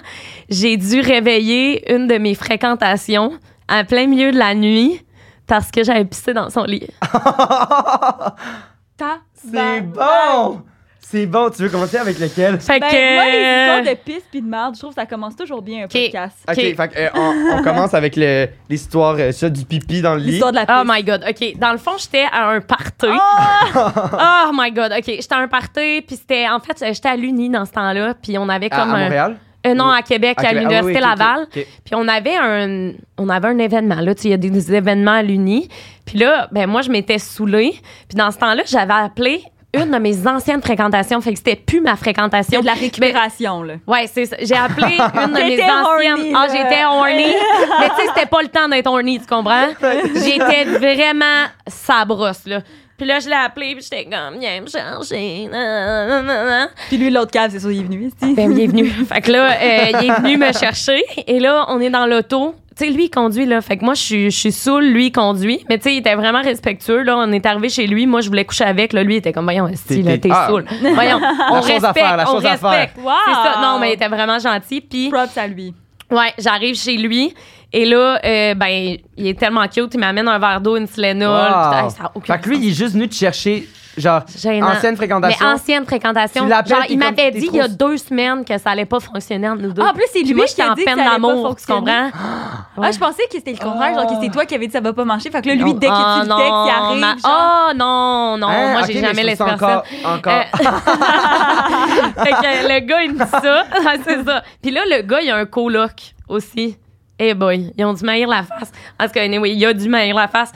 [SPEAKER 3] j'ai dû réveiller une de mes fréquentations en plein milieu de la nuit parce que j'avais pissé dans son lit.
[SPEAKER 1] Ah,
[SPEAKER 2] bon.
[SPEAKER 1] Ta-
[SPEAKER 2] c'est bon. C'est bon. Tu veux commencer avec lequel?
[SPEAKER 3] Fait
[SPEAKER 1] Ben,
[SPEAKER 3] que.
[SPEAKER 1] moi, les histoires de pisse puis de merde, je trouve que ça commence toujours bien un podcast.
[SPEAKER 2] Ok, fait que, euh, on, on commence avec le- l'histoire euh, ça, du pipi dans le lit.
[SPEAKER 1] L'histoire de la pisse.
[SPEAKER 3] Oh my god, ok. Dans le fond, j'étais à un party.
[SPEAKER 1] Ah!
[SPEAKER 3] Oh my god, ok. J'étais à un party, puis c'était en fait, j'étais à l'Uni dans ce temps-là, puis on avait
[SPEAKER 2] À, à
[SPEAKER 3] comme un,
[SPEAKER 2] Montréal?
[SPEAKER 3] Euh, non
[SPEAKER 2] Ou-
[SPEAKER 3] à Québec,
[SPEAKER 2] Ok,
[SPEAKER 3] à
[SPEAKER 2] ah oui,
[SPEAKER 3] l'université
[SPEAKER 2] oui, ok, ok,
[SPEAKER 3] Laval.
[SPEAKER 2] ok.
[SPEAKER 3] Puis on avait un, on avait un événement. Là, tu sais, il y a des, des événements à l'Uni. Puis là, ben moi, je m'étais saoulée. Puis dans ce temps-là, j'avais appelé une de mes anciennes fréquentations. Fait que c'était plus ma
[SPEAKER 1] Il y
[SPEAKER 3] fréquentation.
[SPEAKER 1] a de la récupération, là.
[SPEAKER 3] Ouais, c'est ça. J'ai appelé une de mes
[SPEAKER 1] T'étais horny,
[SPEAKER 3] anciennes. Ah,
[SPEAKER 1] là.
[SPEAKER 3] j'étais horny. Mais tu sais, c'était pas le temps d'être horny, tu comprends? J'étais vraiment sabrosse, là. Puis là, je l'ai appelée, puis j'étais comme, viens me chercher. nan, nan, nan, nan.
[SPEAKER 1] Puis lui, l'autre cave, c'est sûr, il est venu ici.
[SPEAKER 3] Ben, il est venu. fait que là, euh, il est venu me chercher. Et là, on est dans l'auto. Tu sais, lui, il conduit, là. Fait que moi, je suis, je suis saoule, lui, il conduit. Mais tu sais, il était vraiment respectueux, là. On est arrivé chez lui. Moi, je voulais coucher avec. Là, lui, il était comme, voyons,
[SPEAKER 2] T'es-
[SPEAKER 3] si, là,
[SPEAKER 2] t'es-
[SPEAKER 3] t'es
[SPEAKER 2] ah.
[SPEAKER 3] saoul. Voyons, on
[SPEAKER 2] chose à
[SPEAKER 3] respecte,
[SPEAKER 2] faire, la
[SPEAKER 3] on
[SPEAKER 2] chose à faire.
[SPEAKER 3] respecte.
[SPEAKER 1] Wow!
[SPEAKER 3] C'est ça. Non, mais il était vraiment gentil. Puis,
[SPEAKER 1] Props à lui.
[SPEAKER 3] ouais, j'arrive chez lui. Et là, euh, ben, il est tellement cute. Il m'amène un verre d'eau, une Tylenol.
[SPEAKER 2] Wow.
[SPEAKER 3] Putain, ça a aucun
[SPEAKER 2] Fait que lui,
[SPEAKER 3] sens.
[SPEAKER 2] il est juste venu te chercher, genre,
[SPEAKER 3] Gênant.
[SPEAKER 2] ancienne fréquentation.
[SPEAKER 3] Mais ancienne fréquentation.
[SPEAKER 2] Tu l'appelles,
[SPEAKER 3] Genre,
[SPEAKER 2] t'es
[SPEAKER 3] il
[SPEAKER 2] comme-
[SPEAKER 3] m'avait
[SPEAKER 2] t'es
[SPEAKER 3] dit
[SPEAKER 2] trop-
[SPEAKER 3] il y a deux semaines que ça allait pas fonctionner entre nous deux.
[SPEAKER 1] Ah, en plus, c'est
[SPEAKER 3] Puis
[SPEAKER 1] lui
[SPEAKER 3] moi,
[SPEAKER 1] qui
[SPEAKER 3] j'étais
[SPEAKER 1] a
[SPEAKER 3] en
[SPEAKER 1] dit que
[SPEAKER 3] peine
[SPEAKER 1] ça allait pas
[SPEAKER 3] d'amour, tu
[SPEAKER 1] fonctionner.
[SPEAKER 3] comprends?
[SPEAKER 1] Ah, je pensais que c'était le contraire, genre que c'est toi qui avais dit ça va pas marcher. Fait que là, lui, dès que
[SPEAKER 3] Ah,
[SPEAKER 1] tu le textes, il
[SPEAKER 3] non,
[SPEAKER 1] arrive.
[SPEAKER 3] ma-
[SPEAKER 1] genre.
[SPEAKER 3] Oh non, non,
[SPEAKER 2] Hein?
[SPEAKER 3] moi
[SPEAKER 2] Ok,
[SPEAKER 3] j'ai
[SPEAKER 2] mais
[SPEAKER 3] jamais
[SPEAKER 2] je
[SPEAKER 3] laissé
[SPEAKER 2] trouve ça
[SPEAKER 3] personne.
[SPEAKER 2] Encore, encore.
[SPEAKER 3] Euh, fait que le gars, il me dit ça. Ah, c'est ça. Puis là, le gars, il a un coloc aussi. Eh boy, ils ont dû maïr la face. Parce que, anyway, il a dû maïr la face.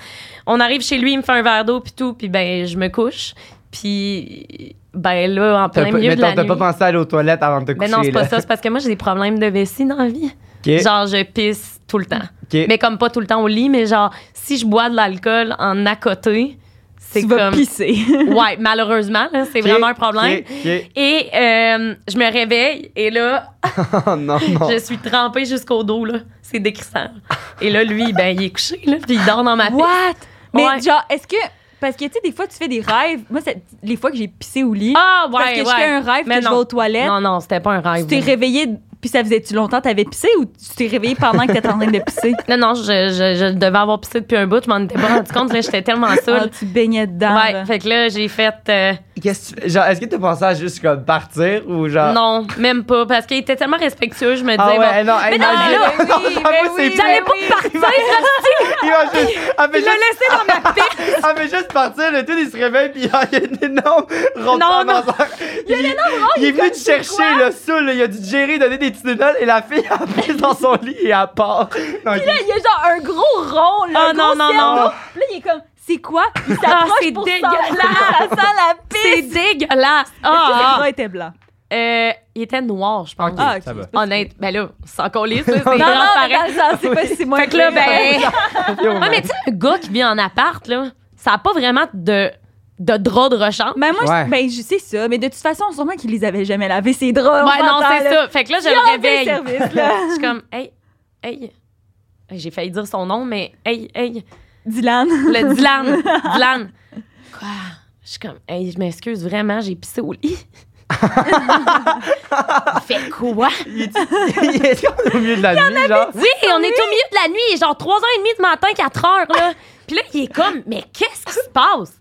[SPEAKER 3] On arrive chez lui, il me fait un verre d'eau, puis tout, puis ben, je me couche. Puis, ben là, en
[SPEAKER 2] T'as
[SPEAKER 3] plein
[SPEAKER 2] pas-
[SPEAKER 3] milieu de
[SPEAKER 2] mettons,
[SPEAKER 3] la
[SPEAKER 2] t'as
[SPEAKER 3] nuit.
[SPEAKER 2] pas pensé à aller aux toilettes avant de te
[SPEAKER 3] Ben
[SPEAKER 2] coucher.
[SPEAKER 3] non, c'est pas
[SPEAKER 2] là.
[SPEAKER 3] ça. C'est parce que moi, j'ai des problèmes de vessie dans la vie.
[SPEAKER 2] Ok,
[SPEAKER 3] Genre, je pisse tout le temps.
[SPEAKER 2] ok.
[SPEAKER 3] Mais comme pas tout le temps au lit, mais genre, si je bois de l'alcool en à côté,
[SPEAKER 1] tu vas pisser.
[SPEAKER 3] ouais, malheureusement, là, c'est vraiment un problème. Et euh, je me réveille et là,
[SPEAKER 2] oh non, non.
[SPEAKER 3] je suis trempée jusqu'au dos. là. C'est décrissant. Et là, lui, ben, il est couché, là, puis il dort dans ma piste.
[SPEAKER 1] What? Mais
[SPEAKER 3] Ouais.
[SPEAKER 1] genre, est-ce que. Parce que, tu sais, des fois, tu fais des rêves. Moi, c'est- les fois que j'ai pissé au lit,
[SPEAKER 3] Ah, ouais,
[SPEAKER 1] parce que
[SPEAKER 3] ouais.
[SPEAKER 1] je fais un rêve
[SPEAKER 3] Mais
[SPEAKER 1] que je vais
[SPEAKER 3] non.
[SPEAKER 1] aux toilettes,
[SPEAKER 3] Non, non, c'était pas un
[SPEAKER 1] tu
[SPEAKER 3] rêve.
[SPEAKER 1] t'es réveillé, puis ça faisait-tu longtemps que t'avais pissé ou tu t'es réveillé pendant que t'étais en train de pisser?
[SPEAKER 3] Non, non, je, je- je devais avoir pissé depuis un bout. Je m'en étais pas rendu compte. là, J'étais tellement
[SPEAKER 1] Ah,
[SPEAKER 3] seule.
[SPEAKER 1] tu baignais dedans.
[SPEAKER 3] ouais,
[SPEAKER 1] là.
[SPEAKER 3] fait que là, j'ai fait... euh,
[SPEAKER 2] Qu'est-ce que tu- genre, est-ce que t'as pensé à juste comme partir ou
[SPEAKER 1] Ah.
[SPEAKER 2] genre.
[SPEAKER 3] Non, même pas, parce qu'il était tellement respectueux, je me disais...
[SPEAKER 2] Ah ouais,
[SPEAKER 3] bon,
[SPEAKER 2] eh non, eh,
[SPEAKER 3] Mais non, mais
[SPEAKER 2] imagine-
[SPEAKER 3] là,
[SPEAKER 1] oui,
[SPEAKER 2] non,
[SPEAKER 1] mais
[SPEAKER 2] Ah, moi, c'est
[SPEAKER 1] oui,
[SPEAKER 2] pire.
[SPEAKER 1] j'allais
[SPEAKER 3] J'allais pas partir,
[SPEAKER 2] Imagine- Elle fait
[SPEAKER 3] je
[SPEAKER 2] juste-
[SPEAKER 3] le laissais dans ma piste.
[SPEAKER 2] elle fait juste partir, le tout, il se réveille, puis ah, il y a une énorme ronde
[SPEAKER 3] Non, non.
[SPEAKER 2] Il y a une énorme Il est venu te chercher, le saoul, là, il a dû te gérer, donner des petits noodles, et la fille, elle pisse dans son lit et elle part. Non, ok.
[SPEAKER 1] Il y a genre un gros rond, là.
[SPEAKER 3] Ah,
[SPEAKER 1] un gros
[SPEAKER 3] non, non,
[SPEAKER 1] cerveau.
[SPEAKER 3] non.
[SPEAKER 1] Puis là, il est comme, c'est quoi? Il
[SPEAKER 3] Ah,
[SPEAKER 1] s'approche
[SPEAKER 3] c'est
[SPEAKER 1] pour
[SPEAKER 3] dégueulasse.
[SPEAKER 1] s'en- Ça sent la pisse.
[SPEAKER 3] C'est dégueulasse. Ah,
[SPEAKER 1] Est-ce que
[SPEAKER 3] ah,
[SPEAKER 1] le bras était blanc.
[SPEAKER 3] ah. Euh, il était noir, je pense.
[SPEAKER 2] Ok.
[SPEAKER 1] Ah, ok,
[SPEAKER 2] ça va.
[SPEAKER 1] c'est pas-
[SPEAKER 3] Honnête, ben là, c'est encore lisse, là, c'est
[SPEAKER 1] Non, non, mais
[SPEAKER 3] transparent.
[SPEAKER 1] dans le sens, c'est pas si c'est moi
[SPEAKER 3] Fait que là,
[SPEAKER 1] qui l'ai.
[SPEAKER 3] ben... Ouais, mais tu sais, un gars qui vit en appart, là, ça n'a pas vraiment de, de drap de rechange.
[SPEAKER 1] Ben, moi, je-
[SPEAKER 2] Ouais.
[SPEAKER 1] ben, je sais ça, mais de toute façon, sûrement qu'ils les avaient jamais lavés, ces draps. on
[SPEAKER 3] ouais, non,
[SPEAKER 1] s'entend,
[SPEAKER 3] c'est
[SPEAKER 1] là.
[SPEAKER 3] ça. Fait que là, je
[SPEAKER 1] Ils ont
[SPEAKER 3] le
[SPEAKER 1] fait le
[SPEAKER 3] réveille.
[SPEAKER 1] service, là.
[SPEAKER 3] Je suis comme, hey, hey. J'ai failli dire son nom, mais hey, hey.
[SPEAKER 1] Dylan.
[SPEAKER 3] Le Dylan. Dylan. Quoi? Je suis comme, hey, je m'excuse vraiment, j'ai pissé au lit. Il fait quoi?
[SPEAKER 2] Il est- il est au milieu de la nuit, genre.
[SPEAKER 3] Oui,
[SPEAKER 1] Ah
[SPEAKER 3] on est au milieu de la nuit, il est genre 3 h 30 du matin, 4 h là. Puis là, il est comme, mais qu'est-ce qui se passe?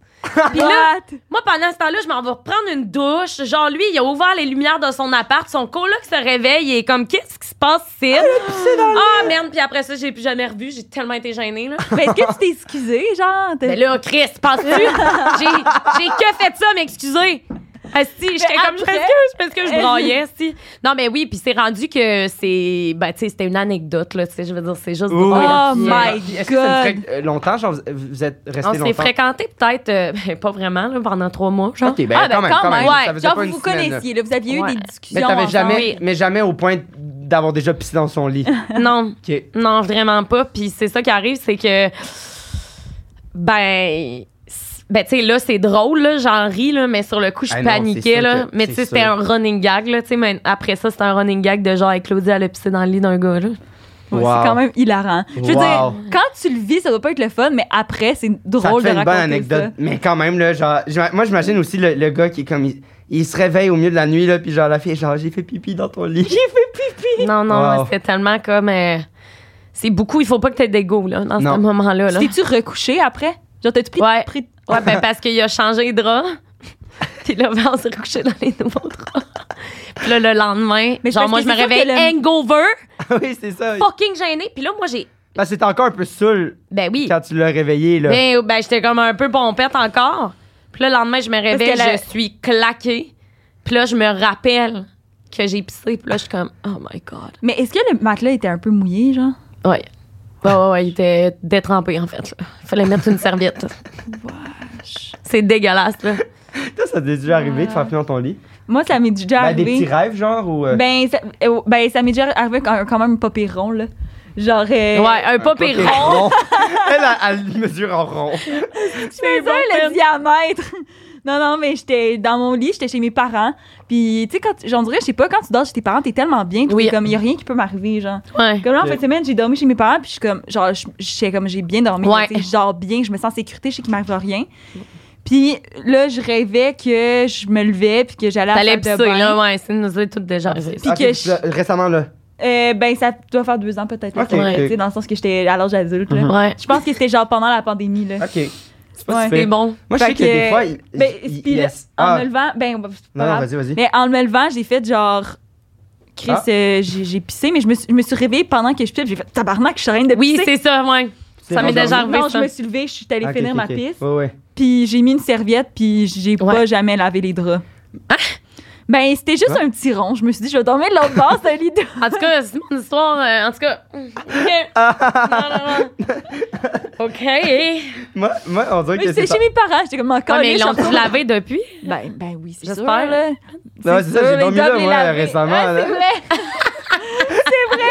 [SPEAKER 3] Puis là,
[SPEAKER 1] What?
[SPEAKER 3] moi, pendant ce temps-là, je m'en vais prendre une douche. Genre, lui, il a ouvert les lumières de son appart. Son coloc se réveille. Il est comme, qu'est-ce qui se passe ici? Ah, merde. Puis après ça, j'ai plus jamais revu. J'ai tellement été gênée, là.
[SPEAKER 1] Ben, est-ce que tu t'es excusé, genre? t'as-
[SPEAKER 3] Mais là, Chris, penses-tu? j'ai, j'ai que fait ça, m'excuser. Asti, j'étais comme, je
[SPEAKER 1] après-
[SPEAKER 3] m'excuse parce que je broyais, si. Non, mais oui, puis c'est rendu que c'est. Ben, tu sais, c'était une anecdote, là. Tu sais, je veux dire, c'est juste.
[SPEAKER 2] Oui, oui.
[SPEAKER 3] drôle, là,
[SPEAKER 1] Oh
[SPEAKER 3] puis, euh,
[SPEAKER 1] my
[SPEAKER 2] Puis Est-ce que ça
[SPEAKER 1] God.
[SPEAKER 2] fait euh, longtemps, genre, vous- vous êtes
[SPEAKER 3] On
[SPEAKER 2] resté
[SPEAKER 3] s'est
[SPEAKER 2] longtemps?
[SPEAKER 3] fréquenté peut-être, euh, ben, pas vraiment, là, pendant trois mois, genre.
[SPEAKER 2] Ok, ben,
[SPEAKER 1] Ah, ben,
[SPEAKER 2] quand même, quand même.
[SPEAKER 1] Ouais,
[SPEAKER 2] ça faisait
[SPEAKER 1] genre,
[SPEAKER 2] pas
[SPEAKER 1] vous
[SPEAKER 2] une
[SPEAKER 1] vous
[SPEAKER 2] semaine, là.
[SPEAKER 1] connaissiez, là. Vous aviez
[SPEAKER 3] Ouais.
[SPEAKER 1] eu des
[SPEAKER 3] Mais
[SPEAKER 1] discussions.
[SPEAKER 2] Mais t'avais
[SPEAKER 1] ensemble.
[SPEAKER 2] jamais,
[SPEAKER 3] Oui.
[SPEAKER 2] mais jamais au point d'avoir déjà pissé dans son lit.
[SPEAKER 3] Non.
[SPEAKER 2] Ok.
[SPEAKER 3] Non, vraiment pas. Puis c'est ça qui arrive, c'est que. Ben. c'est- Ben, tu sais, là, c'est drôle, là, j'en ris, là, mais sur le coup, je
[SPEAKER 2] Ah non, c'est
[SPEAKER 3] paniquais,
[SPEAKER 2] sûr
[SPEAKER 3] là.
[SPEAKER 2] que-
[SPEAKER 3] Mais
[SPEAKER 2] c'est
[SPEAKER 3] tu sais, c'était
[SPEAKER 2] sûr.
[SPEAKER 3] un running gag, là, tu sais. mais Après ça, c'était un running gag de genre, avec Claudia, elle a pissé dans le lit d'un gars, là.
[SPEAKER 1] Ouais,
[SPEAKER 2] Wow.
[SPEAKER 1] C'est quand même hilarant. Je veux
[SPEAKER 2] Wow.
[SPEAKER 1] dire, quand tu le vis, ça doit pas être le fun, mais après, c'est
[SPEAKER 2] Ça te
[SPEAKER 1] drôle
[SPEAKER 2] fait
[SPEAKER 1] de
[SPEAKER 2] une bonne
[SPEAKER 1] raconter
[SPEAKER 2] anecdote.
[SPEAKER 1] ça.
[SPEAKER 2] Mais quand même, là, genre, j'ima- moi, j'imagine aussi le, le gars qui est comme. Il, il se réveille au milieu de la nuit, là, puis genre, la fille, est genre, j'ai fait pipi dans ton lit.
[SPEAKER 3] Non, non,
[SPEAKER 2] Wow.
[SPEAKER 3] c'était tellement comme. euh, c'est beaucoup, il faut pas que t'aies d'ego, là, dans
[SPEAKER 2] Non.
[SPEAKER 3] ce moment-là, là.
[SPEAKER 1] Tu T'es-tu recouché après? Genre, t'as-tu pris,
[SPEAKER 3] Ouais.
[SPEAKER 1] pris-
[SPEAKER 3] Ouais, ben, parce qu'il a changé de drap. Puis là, ben, on s'est recouché dans les nouveaux draps. Puis là, le lendemain,
[SPEAKER 1] Mais c'est parce
[SPEAKER 3] genre, moi,
[SPEAKER 1] que
[SPEAKER 3] je me
[SPEAKER 1] c'est sûr
[SPEAKER 3] réveille
[SPEAKER 1] que le-
[SPEAKER 3] hangover,
[SPEAKER 2] Ah oui, c'est ça.
[SPEAKER 3] fucking gênée. Puis là, moi, j'ai.
[SPEAKER 2] Parce que t'es encore un peu saoul
[SPEAKER 3] Ben oui.
[SPEAKER 2] quand tu l'as réveillé, là.
[SPEAKER 3] Ben, ben, j'étais comme un peu pompette encore. Puis là, le lendemain, je me réveille,
[SPEAKER 1] que la-
[SPEAKER 3] je suis claquée. Puis là, je me rappelle que j'ai pissé. Puis là, je suis comme, oh my God.
[SPEAKER 1] Mais est-ce que le matelas était un peu mouillé, genre?
[SPEAKER 3] Ouais. Ouais, ouais, ouais, il était détrempé, en fait. là. Il fallait mettre une serviette. C'est dégueulasse, là.
[SPEAKER 2] Toi, ça t'est déjà arrivé de faire pipi dans ton lit.
[SPEAKER 1] Moi, ça m'est déjà
[SPEAKER 2] Ben,
[SPEAKER 1] arrivé.
[SPEAKER 2] des petits rêves, genre, ou. euh,
[SPEAKER 1] Ah Ben, ça, euh, ben, ça m'est déjà arrivé quand, quand même pas pire rond, là. Genre, euh,
[SPEAKER 3] Ouais, un
[SPEAKER 2] pas
[SPEAKER 3] papier
[SPEAKER 2] pire
[SPEAKER 3] rond.
[SPEAKER 2] elle, elle, elle mesure en rond.
[SPEAKER 1] tu fais ça, le diamètre. Non, non, mais j'étais dans mon lit, j'étais chez mes parents. Puis, tu sais, quand, j'en dirais, je sais pas, quand tu dors chez tes parents, t'es tellement bien que
[SPEAKER 3] Oui.
[SPEAKER 1] t'es comme, y a rien qui peut m'arriver, genre.
[SPEAKER 3] Ouais.
[SPEAKER 1] Comme là, en
[SPEAKER 2] Ok.
[SPEAKER 1] fin de semaine, j'ai dormi chez mes parents, puis je suis comme, genre, je- je sais comme, j'ai bien dormi.
[SPEAKER 3] Ouais.
[SPEAKER 1] tu sais, Je dors bien, je me sens en sécurité, je sais qu'il m'arrivera rien. Puis là, je rêvais que je me levais, puis que j'allais à la
[SPEAKER 3] T'allais
[SPEAKER 1] salle
[SPEAKER 3] pisser,
[SPEAKER 1] de bain.
[SPEAKER 3] là, ouais. C'est nous est tout déjà arrivé. ça.
[SPEAKER 1] Puis
[SPEAKER 2] Ah,
[SPEAKER 1] que
[SPEAKER 2] c'est
[SPEAKER 1] je-
[SPEAKER 2] ça, Récemment, là.
[SPEAKER 1] Euh, ben, ça doit faire deux ans peut-être. là,
[SPEAKER 2] Ok,
[SPEAKER 1] pour vrai,
[SPEAKER 2] ok. Mm-hmm.
[SPEAKER 1] tu sais, Dans le sens que j'étais à l'âge adulte, là.
[SPEAKER 3] Ouais.
[SPEAKER 1] Je pense que c'était genre pendant la pandémie, là.
[SPEAKER 2] Ok. C'est pas
[SPEAKER 1] Ouais.
[SPEAKER 2] si
[SPEAKER 3] C'est
[SPEAKER 2] pire.
[SPEAKER 3] bon.
[SPEAKER 2] Moi, je
[SPEAKER 1] Fait
[SPEAKER 2] sais que
[SPEAKER 1] que-
[SPEAKER 2] des fois. il-
[SPEAKER 1] Ben,
[SPEAKER 2] il- il
[SPEAKER 1] puis là,
[SPEAKER 2] laisse-
[SPEAKER 1] en
[SPEAKER 2] Ah,
[SPEAKER 1] me levant, ben, bah, c'est pas
[SPEAKER 2] Non, non,
[SPEAKER 1] grave.
[SPEAKER 2] vas-y, vas-y.
[SPEAKER 1] Mais en me levant, j'ai fait genre. Chris,
[SPEAKER 2] Ah.
[SPEAKER 1] euh, j'ai j'ai pissé, mais je me, suis, je me suis réveillée pendant que je pissais. puis J'ai fait tabarnak, je suis en train de
[SPEAKER 3] Oui,
[SPEAKER 1] pisser.
[SPEAKER 3] c'est ça, ouais.
[SPEAKER 2] C'est
[SPEAKER 3] ça m'est
[SPEAKER 2] dangereux.
[SPEAKER 3] déjà arrivé.
[SPEAKER 1] Non, je
[SPEAKER 3] ça.
[SPEAKER 1] me suis levée, je suis allée
[SPEAKER 2] Ah, Ok,
[SPEAKER 1] finir
[SPEAKER 2] ok,
[SPEAKER 1] ma
[SPEAKER 2] ok.
[SPEAKER 1] pisse.
[SPEAKER 2] Ouais, ouais.
[SPEAKER 1] Puis j'ai mis une serviette, puis j'ai pas
[SPEAKER 3] Ouais.
[SPEAKER 1] jamais lavé les draps.
[SPEAKER 3] Ah!
[SPEAKER 1] Ben, c'était juste
[SPEAKER 2] Ah.
[SPEAKER 1] un petit rond. Je me suis dit, je vais dormir de l'autre bord, c'est l'idée.
[SPEAKER 3] En tout cas, c'est mon histoire. euh, en tout cas. OK. non, non, non. OK. Ouais,
[SPEAKER 2] Moi, moi, on dirait
[SPEAKER 1] Mais
[SPEAKER 2] que
[SPEAKER 1] J'étais
[SPEAKER 2] c'est.
[SPEAKER 1] chez mes parents, j'étais comme encore.
[SPEAKER 3] mais ils l'ont tous lavé depuis.
[SPEAKER 2] Oh
[SPEAKER 1] Ben, ben oui, c'est sûr.
[SPEAKER 3] J'espère.
[SPEAKER 1] Là.
[SPEAKER 2] Non, c'est ça,
[SPEAKER 1] sûr,
[SPEAKER 2] j'ai
[SPEAKER 1] les Ah, dogs,
[SPEAKER 2] dormi là,
[SPEAKER 1] les
[SPEAKER 2] moi,
[SPEAKER 1] laver.
[SPEAKER 2] récemment.
[SPEAKER 1] Ah,
[SPEAKER 2] là.
[SPEAKER 1] c'est vrai. c'est vrai.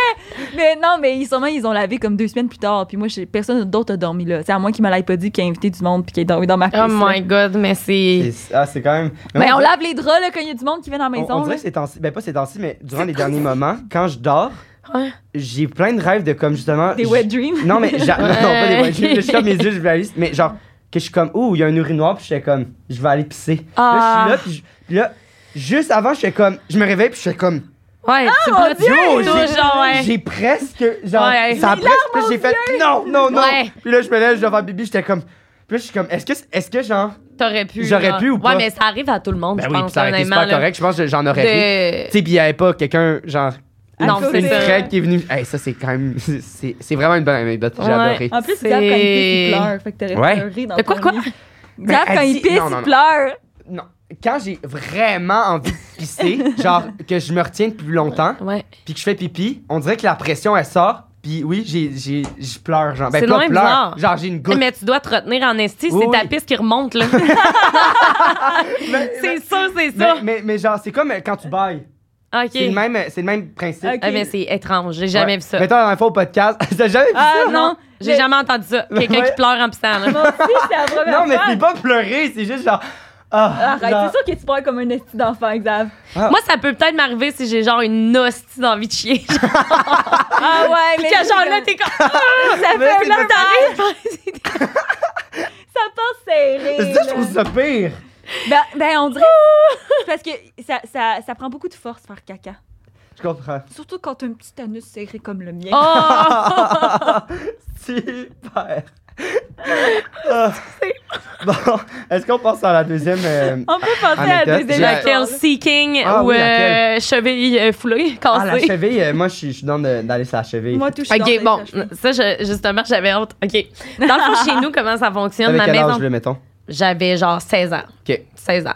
[SPEAKER 1] mais non, mais ils- sûrement, ils ont lavé comme deux semaines plus tard. Puis moi, je- personne d'autre a dormi là. C'est à moins qu'ils me l'aient pas dit, qu'ils aient invité du monde, puis qu'ils aient dormi dans ma
[SPEAKER 3] Oh
[SPEAKER 1] cuisine.
[SPEAKER 3] my God, mais c'est.
[SPEAKER 2] C'est- Ah, c'est quand même.
[SPEAKER 1] Mais
[SPEAKER 2] moi,
[SPEAKER 1] on lave les draps là, quand il y a du monde qui vient dans la
[SPEAKER 2] on-
[SPEAKER 1] maison.
[SPEAKER 2] on dirait
[SPEAKER 1] là.
[SPEAKER 2] que c'est temps-ci. Ben, pas ces temps-ci, mais durant les derniers moments, quand je dors,
[SPEAKER 3] Ouais.
[SPEAKER 2] j'ai plein de rêves de comme justement.
[SPEAKER 1] Des
[SPEAKER 2] je-
[SPEAKER 1] wet dreams.
[SPEAKER 2] Non, mais j'a- non, non, pas des
[SPEAKER 3] Ouais.
[SPEAKER 2] wet dreams. Je ferme mes yeux, je visualise. Mais genre, que je suis comme, ouh, il y a un urinoir, puis je fais comme, je vais aller pisser.
[SPEAKER 3] Ah.
[SPEAKER 2] Là, je suis là, puis je- puis là, juste avant, je fais comme, je me réveille, puis je fais comme,
[SPEAKER 3] Ouais, tu
[SPEAKER 1] mon
[SPEAKER 3] prends
[SPEAKER 1] Dieu!
[SPEAKER 2] Yo,
[SPEAKER 3] tout,
[SPEAKER 2] Ah, j'ai-
[SPEAKER 3] genre, ouais.
[SPEAKER 2] j'ai presque. Genre,
[SPEAKER 3] Ouais.
[SPEAKER 2] ça a
[SPEAKER 1] Les
[SPEAKER 2] presque. puis J'ai fait non, non, non.
[SPEAKER 3] Ouais.
[SPEAKER 2] Puis là, je me lève, je dois faire bibi. J'étais comme. Puis là, je suis comme. Est-ce que, est-ce que genre.
[SPEAKER 3] T'aurais pu.
[SPEAKER 2] J'aurais
[SPEAKER 3] là.
[SPEAKER 2] pu ou pas?
[SPEAKER 3] Ouais, mais ça arrive à tout le monde,
[SPEAKER 2] Ben
[SPEAKER 3] je
[SPEAKER 2] oui, puis
[SPEAKER 3] pense,
[SPEAKER 2] ça aurait été
[SPEAKER 3] honnêtement.
[SPEAKER 2] super
[SPEAKER 3] là,
[SPEAKER 2] correct. Je pense que j'en aurais ri. Tu
[SPEAKER 3] de... Ah,
[SPEAKER 2] sais, puis il n'y avait pas quelqu'un, genre. Une,
[SPEAKER 3] Non,
[SPEAKER 2] une
[SPEAKER 3] c'est ça.
[SPEAKER 2] frette qui est venue. Hey, ça, c'est quand même. C'est c'est vraiment une bonne anecdote. J'ai
[SPEAKER 3] Ouais.
[SPEAKER 2] adoré.
[SPEAKER 1] En plus,
[SPEAKER 3] C'est-
[SPEAKER 1] Gab, quand il pisse, il pleure. Fait que t'aurais
[SPEAKER 2] Ouais. Ben,
[SPEAKER 1] pleuré dans
[SPEAKER 3] De quoi,
[SPEAKER 1] ton
[SPEAKER 3] quoi?
[SPEAKER 1] lit. Gab,
[SPEAKER 2] elle
[SPEAKER 1] quand
[SPEAKER 2] dit-
[SPEAKER 1] il pisse,
[SPEAKER 2] non, non,
[SPEAKER 1] il
[SPEAKER 2] non.
[SPEAKER 1] pleure.
[SPEAKER 2] Non. Quand j'ai vraiment envie de pisser, genre que je me retiens depuis longtemps,
[SPEAKER 3] Ouais.
[SPEAKER 2] puis que je fais pipi, on dirait que la pression, elle sort. Puis oui, j'ai, j'ai, je pleure, genre. Ben,
[SPEAKER 3] C'est
[SPEAKER 2] pas
[SPEAKER 3] loin
[SPEAKER 2] pleure.
[SPEAKER 3] bizarre.
[SPEAKER 2] Genre, j'ai une goutte.
[SPEAKER 3] Mais tu dois te retenir en esti,
[SPEAKER 2] Oui,
[SPEAKER 3] c'est ta
[SPEAKER 2] oui.
[SPEAKER 3] piste qui remonte, là.
[SPEAKER 2] Mais-
[SPEAKER 3] c'est sûr, c'est ça.
[SPEAKER 2] Mais, mais, mais genre, c'est comme euh, quand tu bailles.
[SPEAKER 3] Ah, OK.
[SPEAKER 2] C'est le même, c'est le même principe.
[SPEAKER 1] Ok.
[SPEAKER 3] Ah, mais c'est étrange, j'ai jamais
[SPEAKER 2] Ouais.
[SPEAKER 3] vu ça.
[SPEAKER 2] Mettons, la dernière fois au podcast, t'as jamais vu
[SPEAKER 1] Ah
[SPEAKER 2] ça?
[SPEAKER 1] non,
[SPEAKER 3] J'ai
[SPEAKER 1] mais-
[SPEAKER 3] jamais entendu ça. Quelqu'un
[SPEAKER 2] Ouais.
[SPEAKER 3] qui pleure en pissant, là.
[SPEAKER 1] Moi aussi, c'est la première
[SPEAKER 2] Non, mais
[SPEAKER 1] fois.
[SPEAKER 2] c'est pas pleurer, c'est juste genre. Ah,
[SPEAKER 1] Arrête,
[SPEAKER 2] genre-
[SPEAKER 1] c'est sûr que tu pleures comme un esti d'enfant, Xav.
[SPEAKER 2] Ah.
[SPEAKER 3] Moi, ça peut peut-être m'arriver si j'ai genre une hostie d'envie de chier. Puis
[SPEAKER 1] Ah ouais, mais.
[SPEAKER 3] que genre là, t'es comme.
[SPEAKER 1] ça
[SPEAKER 2] Mais
[SPEAKER 1] fait
[SPEAKER 2] c'est pas
[SPEAKER 1] longtemps.
[SPEAKER 3] T'arrives,
[SPEAKER 1] Ça passe serré.
[SPEAKER 2] C'est ça,
[SPEAKER 1] là.
[SPEAKER 2] je trouve ça pire.
[SPEAKER 1] Ben, ben, on dirait. c'est parce que ça, ça, ça prend beaucoup de force faire caca.
[SPEAKER 2] Je comprends.
[SPEAKER 1] Surtout quand t'as un petit anus serré comme le mien.
[SPEAKER 3] Oh!
[SPEAKER 1] Ah,
[SPEAKER 2] Super. Ah. Bon, est-ce qu'on passe à la deuxième? euh,
[SPEAKER 1] On peut penser à la
[SPEAKER 2] Anecdote,
[SPEAKER 1] deuxième
[SPEAKER 2] j'ai-
[SPEAKER 1] histoire.
[SPEAKER 3] Laquelle seeking
[SPEAKER 2] Ah
[SPEAKER 3] ou
[SPEAKER 2] oui,
[SPEAKER 3] euh,
[SPEAKER 2] laquelle?
[SPEAKER 3] cheville euh, foulée,
[SPEAKER 2] Ah, la
[SPEAKER 3] cassée.
[SPEAKER 2] cheville, euh, moi, je suis- je suis dans de- d'aller sur la cheville.
[SPEAKER 1] Moi, tout je suis
[SPEAKER 3] ok,
[SPEAKER 1] dans
[SPEAKER 3] bon,
[SPEAKER 1] les sachets.
[SPEAKER 3] ça, je- justement, j'avais honte. Ok. Dans le fond, chez nous, comment ça fonctionne?
[SPEAKER 2] T'avais
[SPEAKER 3] Ma
[SPEAKER 2] quel
[SPEAKER 3] maison.
[SPEAKER 2] âge, le mettons?
[SPEAKER 3] J'avais genre 16 ans.
[SPEAKER 2] Ok.
[SPEAKER 3] 16 ans.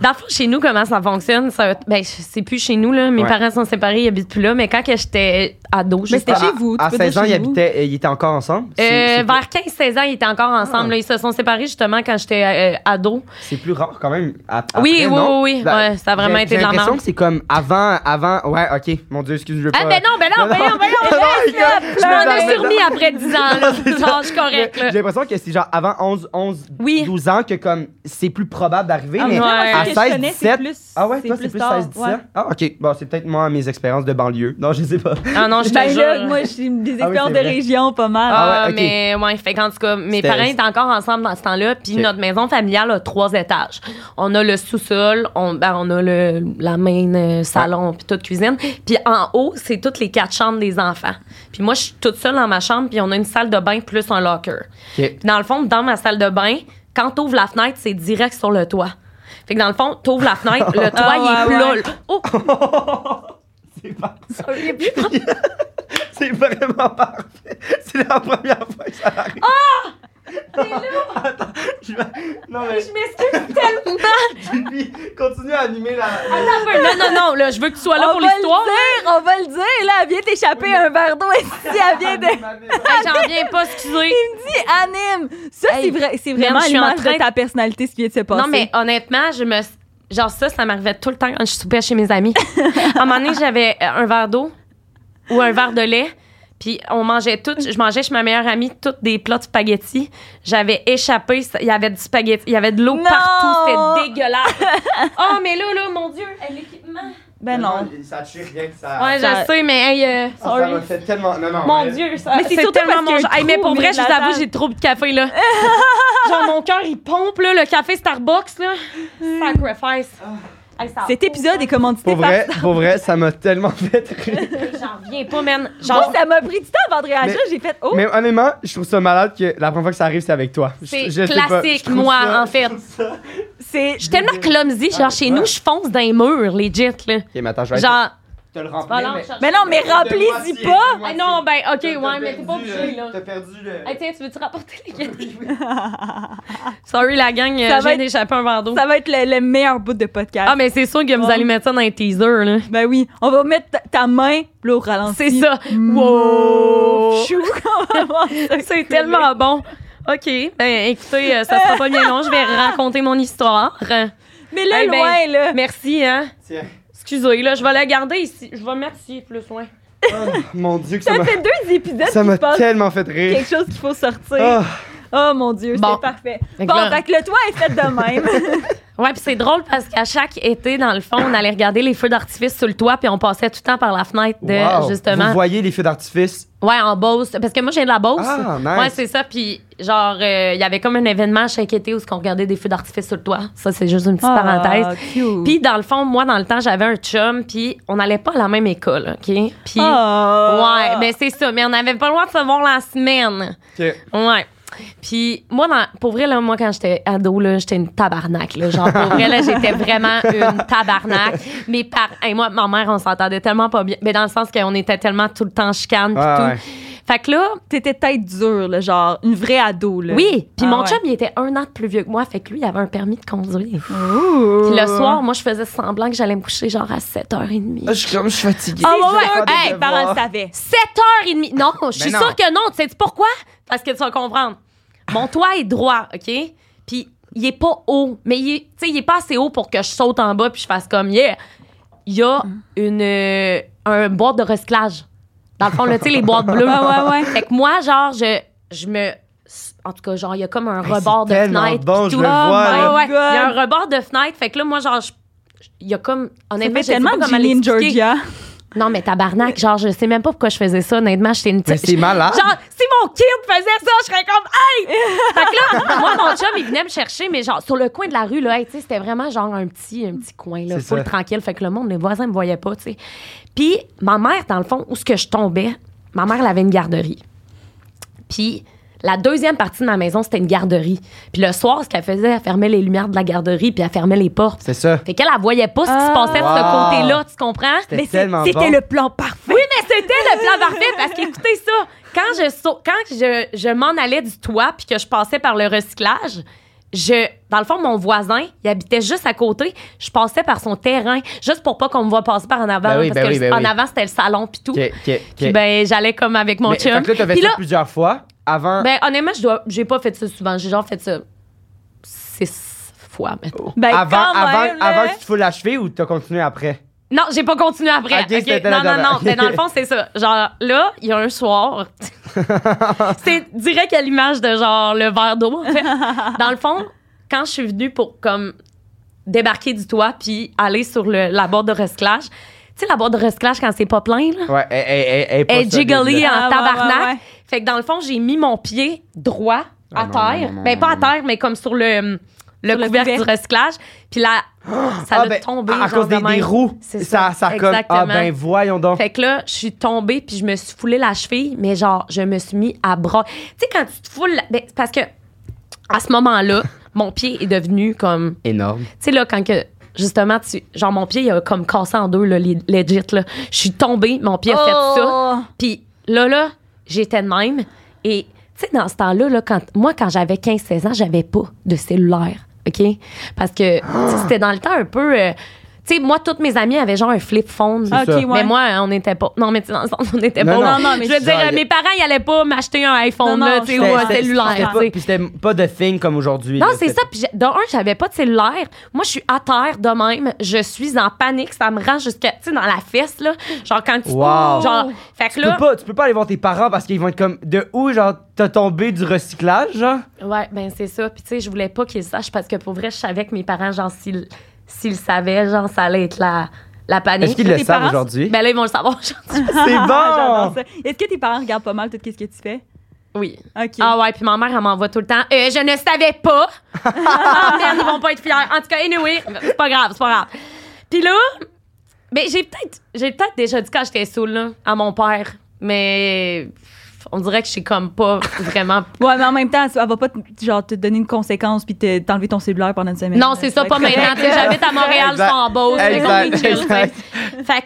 [SPEAKER 3] Dans le fond, chez nous, comment ça fonctionne? Ça, ben, c'est plus chez nous, là. Mes
[SPEAKER 2] Ouais.
[SPEAKER 3] parents sont séparés, ils habitent plus là. Mais quand que j'étais ado,
[SPEAKER 1] Mais
[SPEAKER 3] j'étais
[SPEAKER 1] c'était chez
[SPEAKER 2] À-
[SPEAKER 1] vous, tu
[SPEAKER 2] Ah, À
[SPEAKER 1] peux
[SPEAKER 2] 16
[SPEAKER 1] dire
[SPEAKER 2] ans,
[SPEAKER 1] chez
[SPEAKER 2] ils
[SPEAKER 1] vous.
[SPEAKER 2] habitaient, euh, ils étaient encore ensemble? C'est-
[SPEAKER 3] Euh,
[SPEAKER 2] c'est plus-
[SPEAKER 3] vers 15-16 ans, ils étaient encore ensemble.
[SPEAKER 2] Ah.
[SPEAKER 3] là. Ils se sont séparés justement quand j'étais euh, ado.
[SPEAKER 2] C'est plus rare quand même. ap-
[SPEAKER 3] Oui,
[SPEAKER 2] après,
[SPEAKER 3] oui,
[SPEAKER 2] non?
[SPEAKER 3] oui, oui.
[SPEAKER 2] Ben,
[SPEAKER 3] Ouais, ça a vraiment
[SPEAKER 2] j'ai-
[SPEAKER 3] été de
[SPEAKER 2] J'ai
[SPEAKER 3] la
[SPEAKER 2] l'impression
[SPEAKER 3] merde.
[SPEAKER 2] que c'est comme avant, avant. Ouais, ok. Mon Dieu, excuse-moi.
[SPEAKER 3] Ah, ben non, ben non,
[SPEAKER 2] Non,
[SPEAKER 3] ben non, ben non.
[SPEAKER 2] non, les gars,
[SPEAKER 3] Je m'en
[SPEAKER 2] me
[SPEAKER 3] ai
[SPEAKER 2] permets-
[SPEAKER 3] surmis après 10 ans. Là. Genre, je suis correcte.
[SPEAKER 2] J'ai
[SPEAKER 3] là.
[SPEAKER 2] l'impression que c'est genre avant 11, 11,
[SPEAKER 3] Oui.
[SPEAKER 2] 12 ans que comme c'est plus probable d'arriver.
[SPEAKER 1] Ah, mais
[SPEAKER 2] mais
[SPEAKER 1] moi,
[SPEAKER 3] ouais.
[SPEAKER 1] ceux que
[SPEAKER 2] à
[SPEAKER 1] je
[SPEAKER 2] 16,
[SPEAKER 1] connais,
[SPEAKER 2] 17.
[SPEAKER 1] c'est plus.
[SPEAKER 2] Ah ouais, toi c'est plus
[SPEAKER 1] tard,
[SPEAKER 2] 16, 17.
[SPEAKER 1] ouais.
[SPEAKER 2] Ah ok, bon c'est peut-être moi mes expériences de banlieue. Non, je sais pas.
[SPEAKER 3] Ah non, je te
[SPEAKER 1] Ben
[SPEAKER 3] jure.
[SPEAKER 1] là, moi, j'ai des
[SPEAKER 2] Ah oui,
[SPEAKER 1] expériences
[SPEAKER 2] c'est
[SPEAKER 1] de
[SPEAKER 2] vrai.
[SPEAKER 1] région pas mal.
[SPEAKER 3] Ah,
[SPEAKER 2] Ah ouais, ok.
[SPEAKER 3] mais ouais, fait qu'en tout cas, mes
[SPEAKER 2] C'était-
[SPEAKER 3] parents étaient encore ensemble dans ce temps-là, puis
[SPEAKER 2] Ok.
[SPEAKER 3] notre maison familiale a trois étages. On a le sous-sol, on, ben, on a le, la main euh, salon, puis toute cuisine. Puis en haut, c'est toutes les quatre chambres des enfants. Puis moi, je suis toute seule dans ma chambre, puis on a une salle de bain plus un locker.
[SPEAKER 2] Ok.
[SPEAKER 3] Puis dans le fond, dans ma salle de bain, quand t'ouvres la fenêtre, c'est direct sur le toit. Fait que dans le fond, t'ouvres la fenêtre, le toit,
[SPEAKER 1] Ah
[SPEAKER 3] il
[SPEAKER 1] ouais,
[SPEAKER 3] est plat.
[SPEAKER 1] ouais.
[SPEAKER 3] là. Oh,
[SPEAKER 2] C'est pas-
[SPEAKER 3] il est plus plat.
[SPEAKER 2] c'est vraiment parfait. C'est la première fois que ça arrive. Attends, je vais- Non mais
[SPEAKER 3] Je m'excuse tellement.
[SPEAKER 2] Julie, continue à animer la.
[SPEAKER 3] Ah, Non, non, non, là, je veux que tu sois Ah, là
[SPEAKER 1] on
[SPEAKER 3] pour
[SPEAKER 1] va le
[SPEAKER 3] l'histoire.
[SPEAKER 1] dire, on va le dire. Là, elle vient t'échapper un verre d'eau ici. Elle vient de.
[SPEAKER 3] Hey, J'en viens pas,
[SPEAKER 1] Il
[SPEAKER 3] excusez.
[SPEAKER 1] me dit anime. Ça,
[SPEAKER 3] Hey,
[SPEAKER 1] c'est vrai, c'est
[SPEAKER 3] man,
[SPEAKER 1] vraiment
[SPEAKER 3] je suis en
[SPEAKER 1] l'image
[SPEAKER 3] train-
[SPEAKER 1] de ta personnalité, ce qui vient de se passer.
[SPEAKER 3] Non, mais honnêtement, je me. Genre, ça, ça m'arrivait tout le temps quand je soupais chez mes amis. à un moment donné, j'avais euh, un verre d'eau ou un verre de lait. Puis on mangeait tout. Je mangeais chez ma meilleure amie toutes des plats de spaghettis. J'avais échappé. ça- Il y avait du spaghetti. Il y avait de l'eau
[SPEAKER 1] Non!
[SPEAKER 3] partout. C'était dégueulasse. oh, mais là, là, mon Dieu, hey, l'équipement.
[SPEAKER 1] Ben non.
[SPEAKER 2] Ça tue rien que ça.
[SPEAKER 3] Ouais,
[SPEAKER 1] Ça-
[SPEAKER 3] je sais, mais hey, euh,
[SPEAKER 2] Ça, ça m'a fait tellement. Non, non.
[SPEAKER 3] Mon
[SPEAKER 2] mais-
[SPEAKER 3] Dieu, ça.
[SPEAKER 1] Mais c'est surtout
[SPEAKER 3] tellement
[SPEAKER 1] parce qu'il y a
[SPEAKER 3] mon-
[SPEAKER 1] un
[SPEAKER 3] Hey, mais
[SPEAKER 1] trou
[SPEAKER 3] pour
[SPEAKER 1] au
[SPEAKER 3] vrai,
[SPEAKER 1] milieu
[SPEAKER 3] je
[SPEAKER 1] de
[SPEAKER 3] vous
[SPEAKER 1] la
[SPEAKER 3] avoue,
[SPEAKER 1] table.
[SPEAKER 3] j'ai trop de café, là. Genre, mon cœur, il pompe, là, le café Starbucks, là. Sacrifice. Hey, ça-
[SPEAKER 1] Cet épisode est commandité
[SPEAKER 2] Pour vrai,
[SPEAKER 1] par.
[SPEAKER 2] pour vrai, ça m'a tellement fait rire.
[SPEAKER 3] J'en reviens pas, man.
[SPEAKER 1] Moi,
[SPEAKER 3] Genre,
[SPEAKER 1] ça m'a pris du temps avant de réagir.
[SPEAKER 2] Mais-
[SPEAKER 1] J'ai fait oh.
[SPEAKER 2] Mais honnêtement, je trouve ça malade que la première fois que ça arrive, c'est avec toi. Je-
[SPEAKER 3] c'est
[SPEAKER 2] je sais pas, je
[SPEAKER 3] classique,
[SPEAKER 2] trouve
[SPEAKER 3] moi,
[SPEAKER 2] ça-
[SPEAKER 3] en fait.
[SPEAKER 1] C'est.
[SPEAKER 3] Je suis tellement clumsy, genre, chez
[SPEAKER 2] ouais.
[SPEAKER 3] nous, je fonce dans les murs, legit, là.
[SPEAKER 2] Ok, mais attends, je vais essayer
[SPEAKER 3] Genre,
[SPEAKER 2] de te le
[SPEAKER 3] voilà,
[SPEAKER 2] remplir.
[SPEAKER 3] on cherche-
[SPEAKER 1] Mais non, mais
[SPEAKER 2] Remplis-y
[SPEAKER 1] remplis-y pas.
[SPEAKER 3] Ah non, ben, ok, ouais, mais t'es pas obligé, là.
[SPEAKER 2] euh, T'as perdu le.
[SPEAKER 3] Hey, tiens, tu veux-tu rapporter les gars? Sorry, la gang, euh,
[SPEAKER 1] Ça va
[SPEAKER 3] je viens
[SPEAKER 1] être-
[SPEAKER 3] d'échapper un verre d'eau.
[SPEAKER 1] Ça va être le, le meilleur bout de podcast.
[SPEAKER 3] Ah, mais c'est sûr que vous
[SPEAKER 1] Oh.
[SPEAKER 3] allez mettre ça dans les teasers, là.
[SPEAKER 1] Ben oui, on va mettre ta, ta main là, au ralenti.
[SPEAKER 3] C'est ça.
[SPEAKER 1] Mm.
[SPEAKER 3] Wow!
[SPEAKER 1] Chou, comment ça
[SPEAKER 3] C'est tellement bon. OK. Ben, écoutez, euh, ça sera pas bien long. Je vais raconter mon histoire.
[SPEAKER 1] Mais là,
[SPEAKER 3] Hey, ben,
[SPEAKER 1] loin, là.
[SPEAKER 3] Merci, hein.
[SPEAKER 2] Tiens.
[SPEAKER 3] Excusez, là, je vais la garder ici. Je vais mettre ici plus loin.
[SPEAKER 2] Oh, mon dieu, que ça
[SPEAKER 1] Ça
[SPEAKER 2] m'a-
[SPEAKER 1] fait deux épisodes
[SPEAKER 2] ça
[SPEAKER 1] qui
[SPEAKER 2] m'a
[SPEAKER 1] se passe
[SPEAKER 2] tellement fait rire.
[SPEAKER 1] quelque chose qu'il faut sortir.
[SPEAKER 2] Ah.
[SPEAKER 1] Oh mon Dieu,
[SPEAKER 3] Bon.
[SPEAKER 1] c'est parfait.
[SPEAKER 3] Fait que
[SPEAKER 1] bon,
[SPEAKER 3] là-
[SPEAKER 1] fait que le toit est fait de même.
[SPEAKER 3] Ouais, puis c'est drôle parce qu'à chaque été, dans le fond, on allait regarder les feux d'artifice sur le toit, puis on passait tout le temps par la fenêtre de,
[SPEAKER 2] Wow. Vous
[SPEAKER 3] justement.
[SPEAKER 2] voyez les feux d'artifice.
[SPEAKER 3] Ouais, en Beauce. Parce que moi, j'ai de la Beauce.
[SPEAKER 2] Ah, nice.
[SPEAKER 3] Ouais, c'est ça. Puis, genre, euh, il y avait comme un événement chaque été où on regardait des feux d'artifice sur le toit. Ça, c'est juste une petite parenthèse.
[SPEAKER 1] Ah,
[SPEAKER 3] Puis, dans le fond, moi, dans le temps, j'avais un chum, puis on n'allait pas à la même école, OK? Puis,
[SPEAKER 1] Ah!
[SPEAKER 3] ouais, mais c'est ça. Mais on n'avait pas le droit de se voir la semaine.
[SPEAKER 2] Ok.
[SPEAKER 3] Ouais. Puis moi, dans- pour vrai, là, moi, quand j'étais ado, là, j'étais une tabarnak. Là. Genre, pour vrai, là, j'étais vraiment une tabarnak. Mais par... et moi, ma mère, on s'entendait tellement pas bien. Mais dans le sens qu'on était tellement tout le temps en chicane pis
[SPEAKER 2] Ouais,
[SPEAKER 3] tout.
[SPEAKER 2] Ah, ouais.
[SPEAKER 3] Fait que là,
[SPEAKER 1] T'étais tête dure, là, genre une vraie ado. Là.
[SPEAKER 3] oui. Puis
[SPEAKER 1] Ah
[SPEAKER 3] mon
[SPEAKER 1] ouais.
[SPEAKER 3] chum, il était un an de plus vieux que moi. Fait que lui, il avait un permis de conduire.
[SPEAKER 1] Ouh. Ah,
[SPEAKER 3] Puis le
[SPEAKER 1] hein.
[SPEAKER 3] soir, moi, je faisais semblant que j'allais me coucher genre à 7h30.
[SPEAKER 2] Ah, Je suis comme, je suis fatiguée.
[SPEAKER 3] Ah, ouais,
[SPEAKER 2] Je vais
[SPEAKER 3] ouais.
[SPEAKER 2] faire des
[SPEAKER 3] Hey,
[SPEAKER 1] les parents
[SPEAKER 2] devoirs.
[SPEAKER 1] le savaient.
[SPEAKER 3] 7h30. Non, je suis
[SPEAKER 2] Ben non.
[SPEAKER 3] sûre que non. Tu sais pourquoi? Parce que tu vas comprendre. Mon toit est droit, OK? Puis il est pas haut, mais il est, tu sais, il est pas assez haut pour que je saute en bas puis je fasse comme hier. Il y a une, euh, un boîte de recyclage. Dans le fond, là, tu sais, les boîtes bleues.
[SPEAKER 1] Ouais, ouais, ouais.
[SPEAKER 3] Fait que moi, genre, je, je me. En tout cas, genre, il y a comme un
[SPEAKER 2] Hey,
[SPEAKER 3] rebord
[SPEAKER 2] c'est
[SPEAKER 3] de
[SPEAKER 2] tellement
[SPEAKER 3] fenêtre.
[SPEAKER 2] bon,
[SPEAKER 3] puis
[SPEAKER 2] je
[SPEAKER 3] tout.
[SPEAKER 2] le
[SPEAKER 3] Ah,
[SPEAKER 2] vois,
[SPEAKER 3] ouais,
[SPEAKER 1] là.
[SPEAKER 3] ouais. Il y a
[SPEAKER 1] God.
[SPEAKER 3] un rebord de fenêtre. Fait que là, moi, genre, je- il y a comme.
[SPEAKER 1] Ça
[SPEAKER 3] Honnêtement,
[SPEAKER 1] fait
[SPEAKER 3] je sais pas
[SPEAKER 1] tellement
[SPEAKER 3] comment
[SPEAKER 1] Julie in
[SPEAKER 3] l'expliquer.
[SPEAKER 1] Georgia.
[SPEAKER 3] Non, mais tabarnak, genre, je sais même pas pourquoi je faisais ça. Honnêtement, j'étais une
[SPEAKER 2] Mais
[SPEAKER 3] petite.
[SPEAKER 2] c'est malade.
[SPEAKER 3] Genre, si mon kid faisait ça, je serais comme, hey! fait que là, moi, mon chum, il venait me chercher, mais genre, sur le coin de la rue, là, hey, tu sais, c'était vraiment genre un petit, un petit coin, là,
[SPEAKER 2] C'est
[SPEAKER 3] full
[SPEAKER 2] ça.
[SPEAKER 3] tranquille. Fait que le monde, les voisins me voyaient pas, tu sais. Puis, ma mère, dans le fond, où ce que je tombais, ma mère, elle avait une garderie. Puis, la deuxième partie de ma maison, c'était une garderie. Puis le soir, ce qu'elle faisait, elle fermait les lumières de la garderie, puis elle fermait les portes.
[SPEAKER 2] C'est ça.
[SPEAKER 3] Fait qu'elle, elle voyait pas ce qui se
[SPEAKER 1] Ah.
[SPEAKER 3] passait de
[SPEAKER 2] Wow.
[SPEAKER 3] ce côté-là, tu comprends?
[SPEAKER 2] C'était tellement
[SPEAKER 1] c'était
[SPEAKER 2] bon.
[SPEAKER 1] le plan parfait.
[SPEAKER 3] Oui, mais c'était le plan parfait parce qu'écoutez ça, quand je sau- quand je, je m'en allais du toit puis que je passais par le recyclage, je dans le fond mon voisin, il habitait juste à côté, je passais par son terrain juste pour pas qu'on me voit passer par en avant
[SPEAKER 2] Ben oui,
[SPEAKER 3] parce
[SPEAKER 2] ben
[SPEAKER 3] que
[SPEAKER 2] oui, ben
[SPEAKER 3] en
[SPEAKER 2] oui.
[SPEAKER 3] avant c'était le salon puis tout.
[SPEAKER 2] Ok, ok, ok.
[SPEAKER 3] Puis ben j'allais comme avec mon
[SPEAKER 2] Mais,
[SPEAKER 3] chum.
[SPEAKER 2] fait que là, t'avais
[SPEAKER 3] Puis
[SPEAKER 2] fait
[SPEAKER 3] là,
[SPEAKER 2] plusieurs fois avant.
[SPEAKER 3] ben honnêtement, je dois j'ai pas fait ça souvent, j'ai genre fait ça six fois maintenant.
[SPEAKER 1] Ben,
[SPEAKER 2] avant,
[SPEAKER 1] quand
[SPEAKER 2] avant,
[SPEAKER 1] même, là.
[SPEAKER 2] avant que tu te la l'achever ou t'as continué après?
[SPEAKER 3] Non, j'ai pas continué après.
[SPEAKER 2] Ok, c'était
[SPEAKER 3] ok?
[SPEAKER 2] la
[SPEAKER 3] Non, non, non.
[SPEAKER 2] dernière.
[SPEAKER 3] Mais dans le fond, c'est ça. Genre, là, il y a un soir. c'est direct à l'image de genre le verre d'eau, en fait. Dans le fond, quand je suis venue pour comme débarquer du toit puis aller sur le, la boîte de recyclage, tu sais, la boîte de recyclage quand c'est pas plein, là.
[SPEAKER 2] Ouais, elle, elle, elle, elle est pas
[SPEAKER 3] Elle est
[SPEAKER 2] solide,
[SPEAKER 3] jiggly
[SPEAKER 2] là.
[SPEAKER 1] Ah,
[SPEAKER 3] en
[SPEAKER 1] ouais,
[SPEAKER 3] tabarnak.
[SPEAKER 1] ouais, ouais.
[SPEAKER 3] Fait que dans le fond, j'ai mis mon pied droit à
[SPEAKER 2] Ah non,
[SPEAKER 3] terre.
[SPEAKER 2] non, non,
[SPEAKER 3] ben,
[SPEAKER 2] non,
[SPEAKER 3] pas à
[SPEAKER 2] non,
[SPEAKER 3] terre, mais comme sur le, le
[SPEAKER 1] Sur le
[SPEAKER 3] couvercle du
[SPEAKER 1] couvercle.
[SPEAKER 3] recyclage. Puis là, ça
[SPEAKER 2] Ah,
[SPEAKER 3] a
[SPEAKER 2] ben,
[SPEAKER 3] tombé.
[SPEAKER 2] À, à
[SPEAKER 3] genre
[SPEAKER 2] cause
[SPEAKER 3] de
[SPEAKER 2] des, des
[SPEAKER 3] même.
[SPEAKER 2] roues.
[SPEAKER 3] C'est
[SPEAKER 2] ça, ça comme. Ah,
[SPEAKER 3] exactement.
[SPEAKER 2] ben voyons
[SPEAKER 1] Oh.
[SPEAKER 2] donc.
[SPEAKER 3] Fait que là, je suis tombée puis je me suis foulée la cheville, mais genre, je me suis mis à bras. Tu sais, quand tu te foules, la- ben, c'est parce que à ce moment-là, mon pied est devenu comme.
[SPEAKER 2] Énorme.
[SPEAKER 3] Tu sais, là, quand que. Justement, tu, genre, mon pied, il a comme cassé en deux, là, les- legit, là. Je suis tombée, mon pied a fait ça.
[SPEAKER 1] Oh.
[SPEAKER 3] Puis là, là, j'étais de même. Et, tu sais, dans ce temps-là, là, quand, moi, quand j'avais 15-16 ans, j'avais pas de cellulaire, OK? Parce que tu sais, c'était dans le temps un peu... euh, tu sais, moi, toutes mes amies avaient genre un flip phone.
[SPEAKER 1] Ah,
[SPEAKER 2] ça.
[SPEAKER 1] ok, ouais.
[SPEAKER 3] Mais moi, on n'était pas. Non, mais tu sais, dans le sens, on n'était
[SPEAKER 2] Non,
[SPEAKER 3] pas.
[SPEAKER 1] non. Non, non, mais
[SPEAKER 3] je veux
[SPEAKER 1] je-
[SPEAKER 3] dire,
[SPEAKER 2] genre,
[SPEAKER 3] mes parents, ils n'allaient pas m'acheter un iPhone,
[SPEAKER 1] Non,
[SPEAKER 3] là,
[SPEAKER 1] non,
[SPEAKER 3] tu sais,
[SPEAKER 1] je
[SPEAKER 3] ou
[SPEAKER 1] comprends.
[SPEAKER 3] un
[SPEAKER 1] C'était-
[SPEAKER 2] Ben, c'était
[SPEAKER 3] cellulaire,
[SPEAKER 2] pas-
[SPEAKER 3] tu sais.
[SPEAKER 2] Puis c'était pas de thing comme aujourd'hui.
[SPEAKER 3] Non,
[SPEAKER 2] là,
[SPEAKER 3] c'est
[SPEAKER 2] c'était-
[SPEAKER 3] ça. Puis j'ai- de un, j'avais pas de cellulaire. Moi, je suis à terre de même. Je suis en panique. Ça me rend jusqu'à, tu sais, dans la fesse, là. Genre, quand tu.
[SPEAKER 2] Wow.
[SPEAKER 3] Genre, fait que
[SPEAKER 2] Tu peux,
[SPEAKER 3] là.
[SPEAKER 2] pas, tu peux pas aller voir tes parents parce qu'ils vont être comme de où genre t'as tombé du recyclage genre
[SPEAKER 3] Ouais, ben c'est ça. Puis tu sais, je voulais pas qu'ils le sachent parce que pour vrai, je savais que mes parents, genre, s'ils s'ils le savaient, genre, ça allait être la, la panique.
[SPEAKER 2] Est-ce qu'ils
[SPEAKER 1] Tes
[SPEAKER 2] le savent
[SPEAKER 1] parents-
[SPEAKER 2] aujourd'hui
[SPEAKER 3] Ben là, ils vont le savoir aujourd'hui.
[SPEAKER 2] C'est
[SPEAKER 1] Ah, J'adore
[SPEAKER 2] bon
[SPEAKER 1] ça. Est-ce que tes parents regardent pas mal tout ce que tu fais?
[SPEAKER 3] Oui.
[SPEAKER 1] OK.
[SPEAKER 3] Ah ouais, puis ma mère, elle m'envoie tout le temps. Euh, je ne savais pas. Ah, merde, ils vont pas être fiers. En tout cas, anyway, c'est pas grave, c'est pas grave. Puis là, ben j'ai peut-être j'ai peut-être déjà dit quand j'étais saoule là, à mon père, mais on dirait que je suis comme pas vraiment.
[SPEAKER 1] Ouais, mais en même temps, elle va pas te- genre, te donner une conséquence puis te- t'enlever ton cellulaire pendant une semaine.
[SPEAKER 3] Non, c'est ça,
[SPEAKER 1] va
[SPEAKER 3] pas
[SPEAKER 1] être correct.
[SPEAKER 3] maintenant. Tu sais, J'habite à Montréal, je
[SPEAKER 2] Exact.
[SPEAKER 3] suis en Beauce. fait qu'on est
[SPEAKER 2] Exact,
[SPEAKER 3] chill, tu sais.
[SPEAKER 2] exact.
[SPEAKER 3] Fait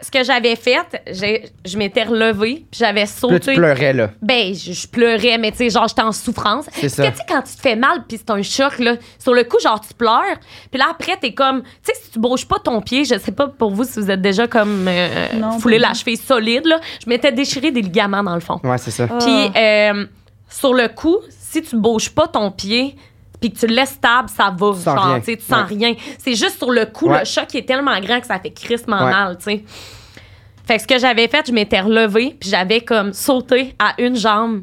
[SPEAKER 3] que ce que j'avais fait, j'ai- je m'étais relevée, puis j'avais
[SPEAKER 2] Puis là, tu
[SPEAKER 3] sauté.
[SPEAKER 2] pleurais là
[SPEAKER 3] Ben, je, je pleurais, mais tu sais, genre, j'étais en souffrance. Parce que,
[SPEAKER 2] ça.
[SPEAKER 3] tu sais, quand tu te fais mal, puis c'est un choc, là, sur le coup, genre, tu pleures. Puis là, après, t'es comme, tu sais, si tu bouges pas ton pied, je sais pas pour vous si vous êtes déjà comme euh,
[SPEAKER 1] Non,
[SPEAKER 3] foulé
[SPEAKER 1] pas
[SPEAKER 3] la cheville solide, là. Je m'étais déchiré des ligaments, dans le fond.
[SPEAKER 2] ouais c'est ça
[SPEAKER 1] Ah.
[SPEAKER 3] Puis, euh, sur le coup, si tu bouges pas ton pied, puis que tu le laisses stable, ça va.
[SPEAKER 2] sens
[SPEAKER 3] genre,
[SPEAKER 2] rien.
[SPEAKER 3] tu sais, tu sens
[SPEAKER 2] Ouais.
[SPEAKER 3] rien. C'est juste sur le coup,
[SPEAKER 2] Ouais.
[SPEAKER 3] le choc est tellement grand que ça fait crissement
[SPEAKER 2] Ouais.
[SPEAKER 3] mal, tu sais. Fait que ce que j'avais fait, je m'étais relevée, puis j'avais comme sauté à une jambe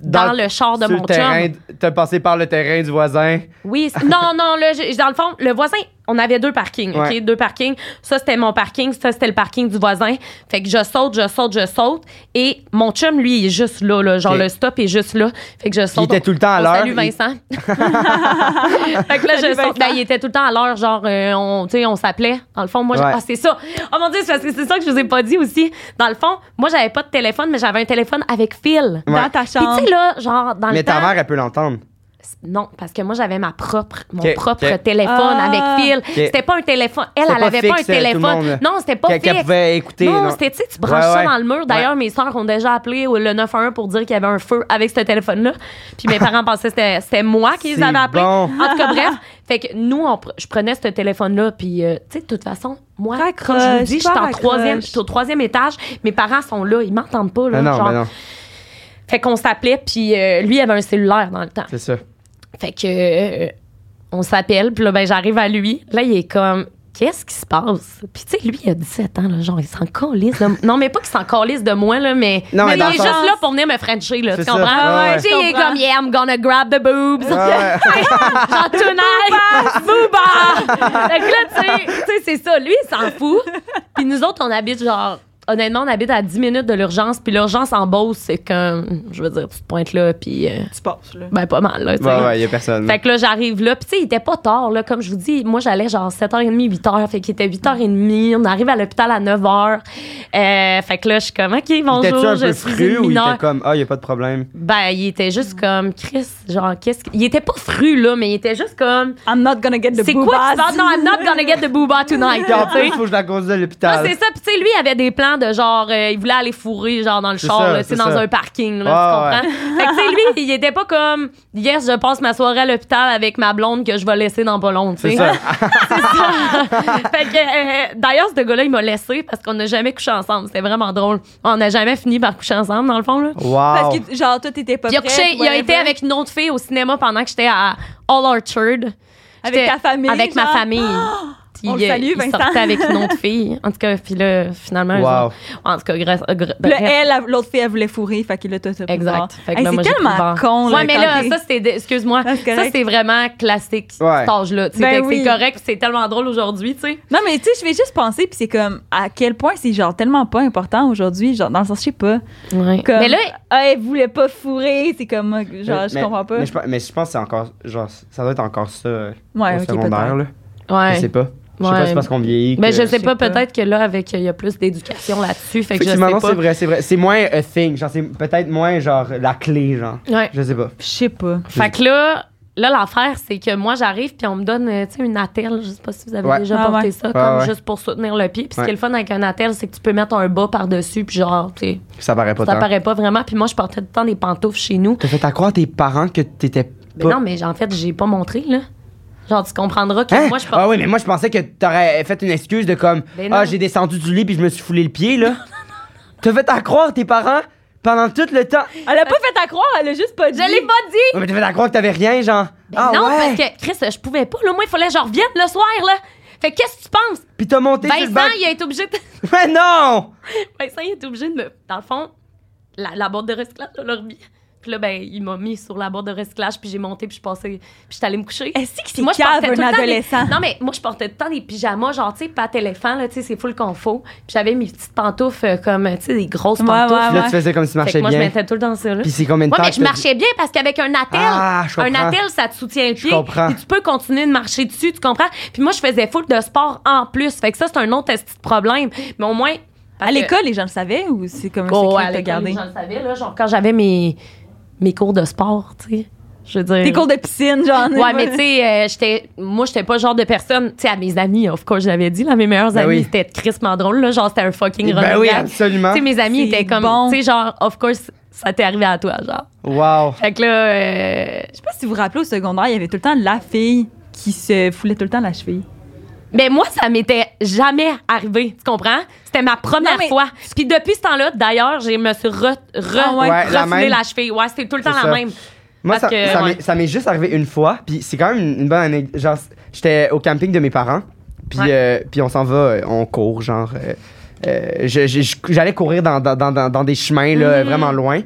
[SPEAKER 3] dans, le char de
[SPEAKER 2] sur
[SPEAKER 3] mon
[SPEAKER 2] le terrain,
[SPEAKER 3] chum.
[SPEAKER 2] T'as passé par le terrain du voisin.
[SPEAKER 3] Oui, c'est- non, non, là, j'ai- dans le fond, le voisin, on avait deux parkings, OK?
[SPEAKER 2] Ouais.
[SPEAKER 3] Deux parkings. Ça, c'était mon parking, ça, c'était le parking du voisin. Fait que je saute, je saute, je saute. Et mon chum, lui, il est juste là, là. Genre,
[SPEAKER 2] OK.
[SPEAKER 3] le stop est juste là. Fait que je saute.
[SPEAKER 2] Il était tout le temps à
[SPEAKER 3] on
[SPEAKER 2] l'heure,
[SPEAKER 3] Salut
[SPEAKER 2] il-
[SPEAKER 3] Vincent. fait que là, je
[SPEAKER 1] Salut
[SPEAKER 3] saute.
[SPEAKER 1] Vincent.
[SPEAKER 3] Ben, il était tout le temps à l'heure, genre, euh, on, tu sais, on s'appelait. Dans le fond, moi, je-
[SPEAKER 2] Ouais.
[SPEAKER 3] ah, c'est ça. Oh mon Dieu, c'est parce que c'est ça que je vous ai pas dit aussi. Dans le fond, moi, j'avais pas de téléphone, mais j'avais un téléphone avec fil.
[SPEAKER 2] Ouais.
[SPEAKER 1] Dans ta
[SPEAKER 3] Puis
[SPEAKER 1] chambre.
[SPEAKER 3] tu sais, là, genre, dans
[SPEAKER 2] Mais
[SPEAKER 3] le temps...
[SPEAKER 2] ta mère, elle peut l'entendre.
[SPEAKER 3] Non, parce que moi, j'avais ma propre, mon
[SPEAKER 2] Ok,
[SPEAKER 3] propre
[SPEAKER 2] ok.
[SPEAKER 3] téléphone
[SPEAKER 1] Ah.
[SPEAKER 3] avec fil. C'était pas un téléphone. Elle,
[SPEAKER 2] C'était
[SPEAKER 3] elle
[SPEAKER 2] pas
[SPEAKER 3] avait pas un
[SPEAKER 2] fixe, euh, tout le monde,
[SPEAKER 3] téléphone.
[SPEAKER 2] là.
[SPEAKER 3] Non, c'était pas
[SPEAKER 2] Qu'elle- Qu'elle
[SPEAKER 3] fixe.
[SPEAKER 2] pouvait écouter.
[SPEAKER 3] non,
[SPEAKER 2] non.
[SPEAKER 3] c'était, tu sais, tu branches
[SPEAKER 2] Ouais,
[SPEAKER 3] ça
[SPEAKER 2] ouais.
[SPEAKER 3] dans le mur. D'ailleurs, mes sœurs ont déjà appelé au- le 911 pour dire qu'il y avait un feu avec ce téléphone-là. Puis mes parents pensaient que c'était, c'était moi qui les
[SPEAKER 2] C'est
[SPEAKER 3] avais appelés.
[SPEAKER 2] bon.
[SPEAKER 3] En tout cas, bref. Fait que nous, on pre- je prenais ce téléphone-là. Puis, euh, tu sais, de toute façon, moi,
[SPEAKER 1] Raccroche,
[SPEAKER 3] quand je vous dis, je suis
[SPEAKER 1] pas
[SPEAKER 3] en troisième,
[SPEAKER 1] raccroche.
[SPEAKER 3] je suis au troisième étage. Mes parents sont là. Ils m'entendent pas. Là,
[SPEAKER 2] Ah non,
[SPEAKER 3] genre.
[SPEAKER 2] ben non,
[SPEAKER 3] Fait qu'on s'appelait. Puis euh, lui, il avait un cellulaire dans le temps.
[SPEAKER 2] c'est ça.
[SPEAKER 3] Fait que euh, on s'appelle, puis là, ben, j'arrive à lui. Là, il est comme Qu'est-ce qui se passe? Puis tu sais, lui, il a 17 ans, là, genre, il s'en calisse. de- Non, mais pas qu'il s'en calisse de moi, là, mais,
[SPEAKER 2] Non, mais
[SPEAKER 3] mais
[SPEAKER 2] dans
[SPEAKER 3] il est
[SPEAKER 2] le
[SPEAKER 3] juste
[SPEAKER 2] sens-
[SPEAKER 3] là pour venir me frencher, là, tu
[SPEAKER 2] C'est ça.
[SPEAKER 3] comprends?
[SPEAKER 2] Ah ouais,
[SPEAKER 3] Tu sais,
[SPEAKER 1] je
[SPEAKER 3] il est
[SPEAKER 1] comprends.
[SPEAKER 3] comme Yeah, I'm gonna grab the boobs.
[SPEAKER 2] Ah ouais.
[SPEAKER 3] Genre, tonight, booba! Fait que là, tu sais- tu sais, c'est ça. Lui, il s'en fout. Puis nous autres, on habite genre. Honnêtement, on habite à 10 minutes de l'urgence. Puis l'urgence en Beauce, c'est comme. Je veux dire, tu te pointes là, puis. euh,
[SPEAKER 1] Tu passes, là.
[SPEAKER 3] ben, pas mal, là. tu sais.
[SPEAKER 2] ouais, ouais, y a personne.
[SPEAKER 3] Fait que là, j'arrive là. Puis, tu sais, il était pas tard, là. Comme je vous dis, moi, j'allais genre 7h30, 8h. Fait qu'il était 8h30. On arrive à l'hôpital à 9h. Euh, fait que là, je suis comme, OK,
[SPEAKER 2] T'étais-tu
[SPEAKER 3] bonjour,
[SPEAKER 2] un
[SPEAKER 3] je
[SPEAKER 2] peu
[SPEAKER 3] suis
[SPEAKER 2] fru
[SPEAKER 3] une
[SPEAKER 2] ou il
[SPEAKER 3] mineure.
[SPEAKER 2] était comme, ah, y a pas de problème?
[SPEAKER 3] Ben, il était juste comme, Chris, genre, qu'est-ce que. Il était pas fru, là, mais il était juste comme,
[SPEAKER 1] I'm not gonna get the
[SPEAKER 3] c'est quoi
[SPEAKER 1] boobas.
[SPEAKER 3] tu parles? Non, I'm not gonna get the booba tonight.
[SPEAKER 2] Puis en
[SPEAKER 3] tu sais.
[SPEAKER 2] plus, faut que je la conduise à
[SPEAKER 3] Non,
[SPEAKER 2] l'hôpital.
[SPEAKER 3] Ah, c'est ça. Puis, tu sais, lui, il avait des plans de genre, euh, il voulait aller fourrer, genre, dans le
[SPEAKER 2] C'est
[SPEAKER 3] char,
[SPEAKER 2] ça,
[SPEAKER 3] là, tu sais,
[SPEAKER 2] c'est
[SPEAKER 3] dans
[SPEAKER 2] ça.
[SPEAKER 3] un parking,
[SPEAKER 2] Ouais,
[SPEAKER 3] là, tu comprends? Fait que, tu sais, lui, il était pas comme, yes, je passe ma soirée à l'hôpital avec ma blonde que je vais laisser dans pas long, tu sais.
[SPEAKER 2] C'est ça.
[SPEAKER 3] fait que, euh, d'ailleurs, ce gars-là, il m'a laissé parce qu'on n'a jamais couché ensemble. C'était vraiment drôle. On n'a jamais fini par coucher ensemble, dans le fond, là.
[SPEAKER 1] Parce
[SPEAKER 2] Wow.
[SPEAKER 1] que, genre, toi, t'étais pas
[SPEAKER 3] Il a,
[SPEAKER 1] prête,
[SPEAKER 3] couché, il a
[SPEAKER 1] whatever.
[SPEAKER 3] été avec une autre fille au cinéma pendant que j'étais à All Orchard.
[SPEAKER 1] Avec
[SPEAKER 3] J'étais
[SPEAKER 1] ta famille,
[SPEAKER 3] Avec ma
[SPEAKER 1] genre?
[SPEAKER 3] famille.
[SPEAKER 1] On
[SPEAKER 3] il,
[SPEAKER 1] le salue,
[SPEAKER 3] il
[SPEAKER 1] Vincent.
[SPEAKER 3] sortait avec une autre fille. En tout cas, puis là, finalement, eux
[SPEAKER 2] Wow.
[SPEAKER 3] autres- en tout cas, grâce, grâce-
[SPEAKER 1] Puis là,
[SPEAKER 3] bref.
[SPEAKER 1] elle, la- l'autre fille, elle voulait fourrer, fait que là, toi, t'as pris le bord.
[SPEAKER 3] Ben, Exact. Fait que
[SPEAKER 1] Hey,
[SPEAKER 3] là,
[SPEAKER 1] c'est
[SPEAKER 3] moi, j'ai pris le
[SPEAKER 1] tellement
[SPEAKER 3] bord.
[SPEAKER 1] con, là.
[SPEAKER 3] Ouais, mais là,
[SPEAKER 1] quand
[SPEAKER 3] ça,
[SPEAKER 1] t'es-
[SPEAKER 3] c'était, excuse-moi,
[SPEAKER 1] Ah,
[SPEAKER 3] ça,
[SPEAKER 1] c'est correct.
[SPEAKER 3] c'est vraiment classique,
[SPEAKER 2] Ouais.
[SPEAKER 3] cet âge-là. tu sais.
[SPEAKER 1] Ben
[SPEAKER 3] Fait que
[SPEAKER 1] oui.
[SPEAKER 3] C'est correct, puis c'est tellement drôle aujourd'hui, tu sais.
[SPEAKER 1] Non, mais tu sais, je vais juste penser, puis c'est comme, à quel point c'est, genre, tellement pas important aujourd'hui, genre, dans le sens, je sais pas. Comme,
[SPEAKER 3] Mais là,
[SPEAKER 1] ah, elle voulait pas fourrer, c'est comme, moi, genre, je
[SPEAKER 2] Mais-
[SPEAKER 1] comprends pas.
[SPEAKER 2] Mais je, pe- mais je pense que c'est encore, genre, ça doit être encore ça euh,
[SPEAKER 1] Ouais,
[SPEAKER 2] au
[SPEAKER 1] ok,
[SPEAKER 2] secondaire,
[SPEAKER 1] peut-être.
[SPEAKER 2] là.
[SPEAKER 3] ouais.
[SPEAKER 2] Je sais pas. Je sais
[SPEAKER 3] Ouais.
[SPEAKER 2] pas si c'est parce qu'on vieillit.
[SPEAKER 3] Mais
[SPEAKER 2] que-
[SPEAKER 3] je sais
[SPEAKER 1] sais
[SPEAKER 3] pas,
[SPEAKER 1] pas.
[SPEAKER 3] peut-être que là, avec, il y a plus d'éducation là-dessus. Fait que je sais
[SPEAKER 2] Effectivement, non,
[SPEAKER 3] pas.
[SPEAKER 2] c'est vrai, c'est vrai. C'est moins a thing, genre, c'est peut-être moins, genre, la clé, genre.
[SPEAKER 3] Ouais.
[SPEAKER 2] Je sais pas.
[SPEAKER 1] Je sais pas.
[SPEAKER 3] Fait que là, là l'affaire, c'est que moi, j'arrive, puis on me donne euh, tu sais, une attelle. Je sais pas si vous avez
[SPEAKER 2] Ouais.
[SPEAKER 3] déjà
[SPEAKER 1] Ah
[SPEAKER 3] porté
[SPEAKER 1] ouais.
[SPEAKER 3] ça,
[SPEAKER 2] Ouais,
[SPEAKER 3] comme
[SPEAKER 2] ouais.
[SPEAKER 3] juste pour soutenir le pied. Puis ce qui
[SPEAKER 2] Ouais.
[SPEAKER 3] est le fun avec un attelle, c'est que tu peux mettre un bas par-dessus, puis genre, tu sais,
[SPEAKER 2] Ça paraît pas
[SPEAKER 3] ça
[SPEAKER 2] tant.
[SPEAKER 3] paraît pas vraiment. Puis moi, je portais tout le temps des pantoufles chez nous.
[SPEAKER 2] T'as fait à croire à tes parents que t'étais pas...
[SPEAKER 3] Mais non, mais en fait, j'ai pas montré, là. Genre, tu comprendras que
[SPEAKER 2] Hein?
[SPEAKER 3] moi, je porte.
[SPEAKER 2] ah oui, mais moi je pensais que t'aurais fait une excuse de comme
[SPEAKER 3] Ben
[SPEAKER 2] ah
[SPEAKER 3] non.
[SPEAKER 2] j'ai descendu du lit puis je me suis foulé le pied là. T'as fait à croire tes parents pendant tout le temps.
[SPEAKER 1] Elle a pas fait à croire, elle a juste pas dit.
[SPEAKER 3] Je l'ai pas dit!
[SPEAKER 2] Ouais, mais t'as fait à croire que t'avais rien genre.
[SPEAKER 3] Ben
[SPEAKER 2] ah
[SPEAKER 3] non,
[SPEAKER 2] ouais.
[SPEAKER 3] parce que, Chris, je pouvais pas. Là, moi, il fallait que je revienne le soir, là. Fait que qu'est-ce que tu penses?
[SPEAKER 2] Puis t'as monté sur le
[SPEAKER 3] Vincent,
[SPEAKER 2] banc.
[SPEAKER 3] il a été obligé de.
[SPEAKER 2] Mais non.
[SPEAKER 3] Vincent, il était obligé de me. Dans le fond, la, la boîte de recyclage, on l'a remis. Puis là, ben, il m'a mis sur la boîte de recyclage, puis j'ai monté, puis je passais. Puis j'étais allée me coucher.
[SPEAKER 2] Eh.
[SPEAKER 1] Est-ce que c'est
[SPEAKER 3] Puis moi, je portais
[SPEAKER 1] cave,
[SPEAKER 3] tout le
[SPEAKER 1] un
[SPEAKER 3] temps des-
[SPEAKER 1] adolescent?
[SPEAKER 3] Non, mais moi, je portais tout le temps des pyjamas, genre, tu sais, pâte éléphant, là, tu sais, c'est full confort. Puis j'avais mes petites pantoufles euh, comme, tu sais, des grosses
[SPEAKER 1] Ouais,
[SPEAKER 3] pantoufles.
[SPEAKER 1] ouais,
[SPEAKER 2] Puis
[SPEAKER 1] ouais.
[SPEAKER 2] là tu faisais comme si tu
[SPEAKER 3] Ah Fait que
[SPEAKER 2] marchais
[SPEAKER 3] moi, je
[SPEAKER 2] bien.
[SPEAKER 3] mettais tout le temps ça, là.
[SPEAKER 2] Puis c'est combien de
[SPEAKER 3] Ouais,
[SPEAKER 2] temps
[SPEAKER 3] mais
[SPEAKER 2] que
[SPEAKER 3] je
[SPEAKER 2] t'as-
[SPEAKER 3] marchais bien parce qu'avec un attel,
[SPEAKER 2] Ah, je
[SPEAKER 3] un
[SPEAKER 2] comprends.
[SPEAKER 3] attel, ça te soutient le pied.
[SPEAKER 2] comprends.
[SPEAKER 3] Puis tu peux continuer de marcher dessus, tu comprends? Puis moi, je faisais full de sport en plus. Fait que ça, c'est un autre petit problème. Mais au moins. parce
[SPEAKER 1] À
[SPEAKER 3] que-
[SPEAKER 1] l'école, les gens le savaient ou c'est comme un
[SPEAKER 3] Oh,
[SPEAKER 1] secret
[SPEAKER 3] à
[SPEAKER 1] que t'as
[SPEAKER 3] l'école,
[SPEAKER 1] gardé?
[SPEAKER 3] Je le savais, là, genre, quand j'avais mes, mes cours de sport, tu sais. Je veux dire.
[SPEAKER 1] Tes cours de piscine, genre.
[SPEAKER 3] Ouais, mais tu sais, euh, j'étais- moi, j'étais pas le genre de personne. Tu sais, à mes amis, of course, j'avais dit, là, mes meilleurs
[SPEAKER 2] Ben
[SPEAKER 3] amis,
[SPEAKER 2] oui.
[SPEAKER 3] c'était crissement drôle, là. Genre, c'était un fucking
[SPEAKER 2] Ben
[SPEAKER 3] running
[SPEAKER 2] oui,
[SPEAKER 3] gag.
[SPEAKER 2] absolument.
[SPEAKER 3] Tu sais, mes amis
[SPEAKER 1] C'est
[SPEAKER 3] étaient comme.
[SPEAKER 1] bon.
[SPEAKER 3] Tu sais, genre, of course, ça t'est arrivé à toi, genre.
[SPEAKER 2] Wow.
[SPEAKER 3] Fait que là, euh,
[SPEAKER 1] Je sais pas si vous vous rappelez, au secondaire, il y avait tout le temps la fille qui se foulait tout le temps la cheville.
[SPEAKER 3] Mais moi, ça m'était jamais arrivé, tu comprends? C'était ma première
[SPEAKER 1] Non, mais-
[SPEAKER 3] fois. Puis depuis ce temps-là, d'ailleurs, je me suis re, re,
[SPEAKER 1] Ah ouais.
[SPEAKER 2] Ouais, la
[SPEAKER 3] refoulé
[SPEAKER 2] même.
[SPEAKER 3] la, cheville. Ouais, c'était tout le temps
[SPEAKER 2] C'est
[SPEAKER 3] la
[SPEAKER 2] ça.
[SPEAKER 3] même.
[SPEAKER 2] Moi,
[SPEAKER 3] Parce
[SPEAKER 2] ça,
[SPEAKER 3] que,
[SPEAKER 2] ça
[SPEAKER 3] ouais.
[SPEAKER 2] m'est- ça m'est juste arrivé une fois, puis c'est quand même une, une bonne anecdote. Genre, c- j'étais au camping de mes parents, puis
[SPEAKER 3] Ouais.
[SPEAKER 2] euh, puis on s'en va, euh, on court, genre, euh, euh, je- je- je- j'allais courir dans, dans, dans, dans des chemins
[SPEAKER 3] Mhm.
[SPEAKER 2] là, vraiment loin.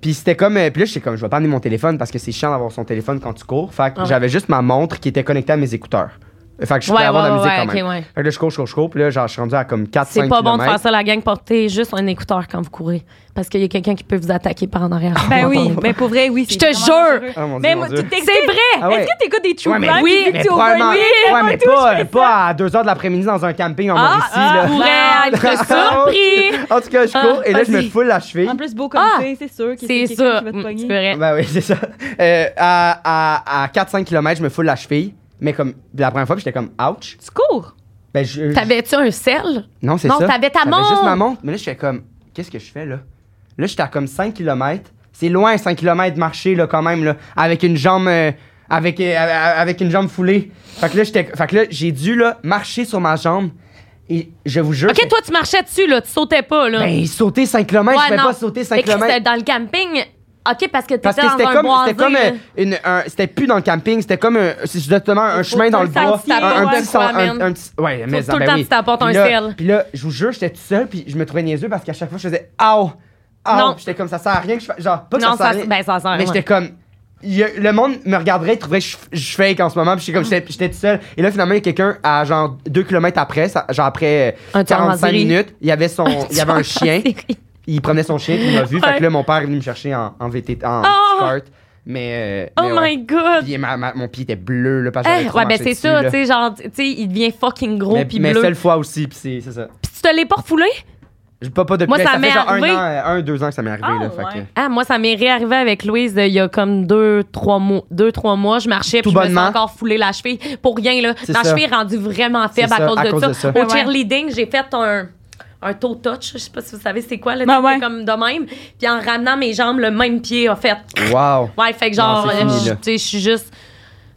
[SPEAKER 2] Puis c'était comme. euh, puis là, j'étais comme, je vais pas amener mon téléphone parce que c'est chiant d'avoir son téléphone quand tu cours. Fait que
[SPEAKER 3] Ah.
[SPEAKER 2] j'avais juste ma montre qui était connectée à mes écouteurs. Fait que je pouvais
[SPEAKER 3] Ouais,
[SPEAKER 2] avoir de la
[SPEAKER 3] ouais,
[SPEAKER 2] musique
[SPEAKER 3] ouais,
[SPEAKER 2] quand même.
[SPEAKER 3] ok, ouais.
[SPEAKER 2] Fait que là, je cours, je cours, je cours. Puis là, genre, je suis rendu à comme 4-5
[SPEAKER 3] C'est pas bon de
[SPEAKER 2] kilomètres.
[SPEAKER 3] faire ça, la gang. Portez juste un écouteur quand vous courez. Parce qu'il y a quelqu'un qui peut vous attaquer par en arrière.
[SPEAKER 1] Ben oui, mais pour vrai, oui.
[SPEAKER 3] Je
[SPEAKER 1] c'est
[SPEAKER 3] te
[SPEAKER 1] vraiment
[SPEAKER 3] jure.
[SPEAKER 1] dangereux.
[SPEAKER 2] Ah, mon Dieu,
[SPEAKER 1] Mais
[SPEAKER 2] mon
[SPEAKER 1] moi,
[SPEAKER 2] Dieu.
[SPEAKER 1] tu t'excites.
[SPEAKER 3] C'est vrai!
[SPEAKER 2] Ah ouais.
[SPEAKER 1] Est-ce que t'écoutes des true
[SPEAKER 2] Ouais, mais
[SPEAKER 1] crimes
[SPEAKER 3] oui,
[SPEAKER 1] puis
[SPEAKER 2] Mais
[SPEAKER 1] tu
[SPEAKER 2] probablement.
[SPEAKER 1] overreach?
[SPEAKER 2] ouais, mais pas, pas à 2 heures de l'après-midi dans un camping en
[SPEAKER 1] Ah,
[SPEAKER 2] Mauricie.
[SPEAKER 1] ah,
[SPEAKER 2] là.
[SPEAKER 1] ouais.
[SPEAKER 3] pourrait être surpris.
[SPEAKER 2] En tout cas, je cours
[SPEAKER 3] Ah,
[SPEAKER 2] et là, je me
[SPEAKER 3] vas-y.
[SPEAKER 2] foule la cheville.
[SPEAKER 1] En plus, beau comme
[SPEAKER 3] Ah,
[SPEAKER 1] t'es, c'est sûr qu'il y a
[SPEAKER 3] C'est
[SPEAKER 1] quelqu'un
[SPEAKER 3] ça.
[SPEAKER 1] qui va te
[SPEAKER 3] Mm,
[SPEAKER 1] pogner.
[SPEAKER 3] C'est vrai.
[SPEAKER 2] Ben oui, c'est ça. Euh, à à, à 4-5 km, je me foule la cheville. Mais comme la première fois, puis j'étais comme ouch.
[SPEAKER 1] Tu cours.
[SPEAKER 2] Ben, je, je-
[SPEAKER 3] T'avais-tu un sel?
[SPEAKER 2] Non, c'est
[SPEAKER 3] non,
[SPEAKER 2] ça.
[SPEAKER 3] t'avais ta
[SPEAKER 2] J'avais
[SPEAKER 3] montre.
[SPEAKER 2] juste ma montre. Mais là, je fais comme qu'est-ce que je fais là Là, j'étais à comme 5 km. C'est loin 5 km de marcher là quand même là avec une jambe euh, avec euh, avec une jambe foulée. Fait que là, j'étais fait que là, j'ai dû là marcher sur ma jambe et je vous jure
[SPEAKER 3] OK, toi, tu marchais dessus, là. Tu sautais pas, là.
[SPEAKER 2] ben sauter 5 km, je
[SPEAKER 3] Ouais,
[SPEAKER 2] pouvais
[SPEAKER 3] non.
[SPEAKER 2] pas sauter 5
[SPEAKER 3] Fait que
[SPEAKER 2] km.
[SPEAKER 3] c'était dans le camping. OK, parce que
[SPEAKER 2] Parce
[SPEAKER 3] t'étais
[SPEAKER 2] que
[SPEAKER 3] dans
[SPEAKER 2] c'était
[SPEAKER 3] un
[SPEAKER 2] comme,
[SPEAKER 3] boisé.
[SPEAKER 2] c'était comme
[SPEAKER 3] là.
[SPEAKER 2] euh, une, un- c'était plus dans le camping, c'était comme un, c'est justement un
[SPEAKER 3] Faut
[SPEAKER 2] chemin dans
[SPEAKER 3] tout
[SPEAKER 2] le
[SPEAKER 3] le temps
[SPEAKER 2] bois,
[SPEAKER 3] que tu
[SPEAKER 2] un, un
[SPEAKER 3] t'apportes
[SPEAKER 2] petit,
[SPEAKER 3] de quoi,
[SPEAKER 2] sens- un,
[SPEAKER 3] man.
[SPEAKER 2] un petit, ouais, mais ben
[SPEAKER 3] tout le temps que tu t'apportes
[SPEAKER 2] Puis
[SPEAKER 3] un
[SPEAKER 2] là-
[SPEAKER 3] sel.
[SPEAKER 2] Puis là, je vous jure, j'étais tout seul, puis je me trouvais niaiseux parce qu'à chaque fois, je faisais Ow! Ow!
[SPEAKER 3] Non.
[SPEAKER 2] Puis J'étais comme ça sert à rien que je fasse. Genre, pas que
[SPEAKER 3] Non,
[SPEAKER 2] ça
[SPEAKER 3] ça,
[SPEAKER 2] sert à rien.
[SPEAKER 3] ben, ça sert.
[SPEAKER 2] mais
[SPEAKER 3] ouais.
[SPEAKER 2] j'étais comme. il y a- le monde me regarderait, il trouverait que je, je fake en ce moment, puis j'étais comme, j'étais j'étais tout seul. Et là, finalement, il y a quelqu'un à genre 2 km après, ça- genre après euh,
[SPEAKER 3] Un tueur en
[SPEAKER 2] 45
[SPEAKER 3] série.
[SPEAKER 2] minutes, il y avait son, il y avait un chien
[SPEAKER 3] Oh
[SPEAKER 2] il prenait son chien, puis il m'a vu. Fait
[SPEAKER 3] Ouais.
[SPEAKER 2] que là, mon père est venu me chercher en, en VT, en
[SPEAKER 3] Oh!
[SPEAKER 2] skate. Mais. euh,
[SPEAKER 3] Oh
[SPEAKER 2] mais ouais.
[SPEAKER 3] my God!
[SPEAKER 2] Puis ma- ma- mon pied était bleu, là, parce que j'avais
[SPEAKER 3] Eh,
[SPEAKER 2] trop
[SPEAKER 3] ouais, ben
[SPEAKER 2] marché
[SPEAKER 3] c'est
[SPEAKER 2] dessus,
[SPEAKER 3] ça,
[SPEAKER 2] là.
[SPEAKER 3] tu sais, genre, tu sais, il devient fucking gros
[SPEAKER 2] Mais,
[SPEAKER 3] puis
[SPEAKER 2] mais
[SPEAKER 3] bleu.
[SPEAKER 2] seule fois aussi, puis c'est c'est ça.
[SPEAKER 3] Puis tu te l'es pas refoulé?
[SPEAKER 2] J'ai pas, pas depuis.
[SPEAKER 3] Moi,
[SPEAKER 2] ben,
[SPEAKER 3] ça
[SPEAKER 2] fait
[SPEAKER 3] m'est
[SPEAKER 2] genre un
[SPEAKER 3] arrivé.
[SPEAKER 2] an, un, deux ans que ça m'est arrivé,
[SPEAKER 1] Ah,
[SPEAKER 2] là. Fait
[SPEAKER 1] ouais.
[SPEAKER 2] que-
[SPEAKER 3] Ah, moi, ça m'est réarrivé avec Louise euh, il y a comme deux, trois mois. Deux, trois mois, je marchais, puis
[SPEAKER 2] Tout
[SPEAKER 3] je me suis
[SPEAKER 2] bonnement.
[SPEAKER 3] encore foulé la cheville. Pour rien, là.
[SPEAKER 2] C'est
[SPEAKER 3] Ma
[SPEAKER 2] ça.
[SPEAKER 3] cheville est rendue vraiment faible
[SPEAKER 2] C'est
[SPEAKER 3] à,
[SPEAKER 2] ça,
[SPEAKER 3] cause,
[SPEAKER 2] à
[SPEAKER 3] de,
[SPEAKER 2] cause
[SPEAKER 3] ça.
[SPEAKER 2] de ça.
[SPEAKER 1] Ouais,
[SPEAKER 3] Au
[SPEAKER 1] ouais.
[SPEAKER 3] cheerleading, j'ai fait un un toe touch, je sais pas si vous savez c'est quoi, là,
[SPEAKER 1] Ouais,
[SPEAKER 3] tu sais,
[SPEAKER 1] ouais.
[SPEAKER 3] comme de même. Puis en ramenant mes jambes, le même pied a fait.
[SPEAKER 2] Wow.
[SPEAKER 3] Ouais, fait que
[SPEAKER 2] Non,
[SPEAKER 3] genre,
[SPEAKER 2] c'est
[SPEAKER 3] euh,
[SPEAKER 2] fini,
[SPEAKER 3] je-
[SPEAKER 2] là.
[SPEAKER 3] tu sais, je suis juste.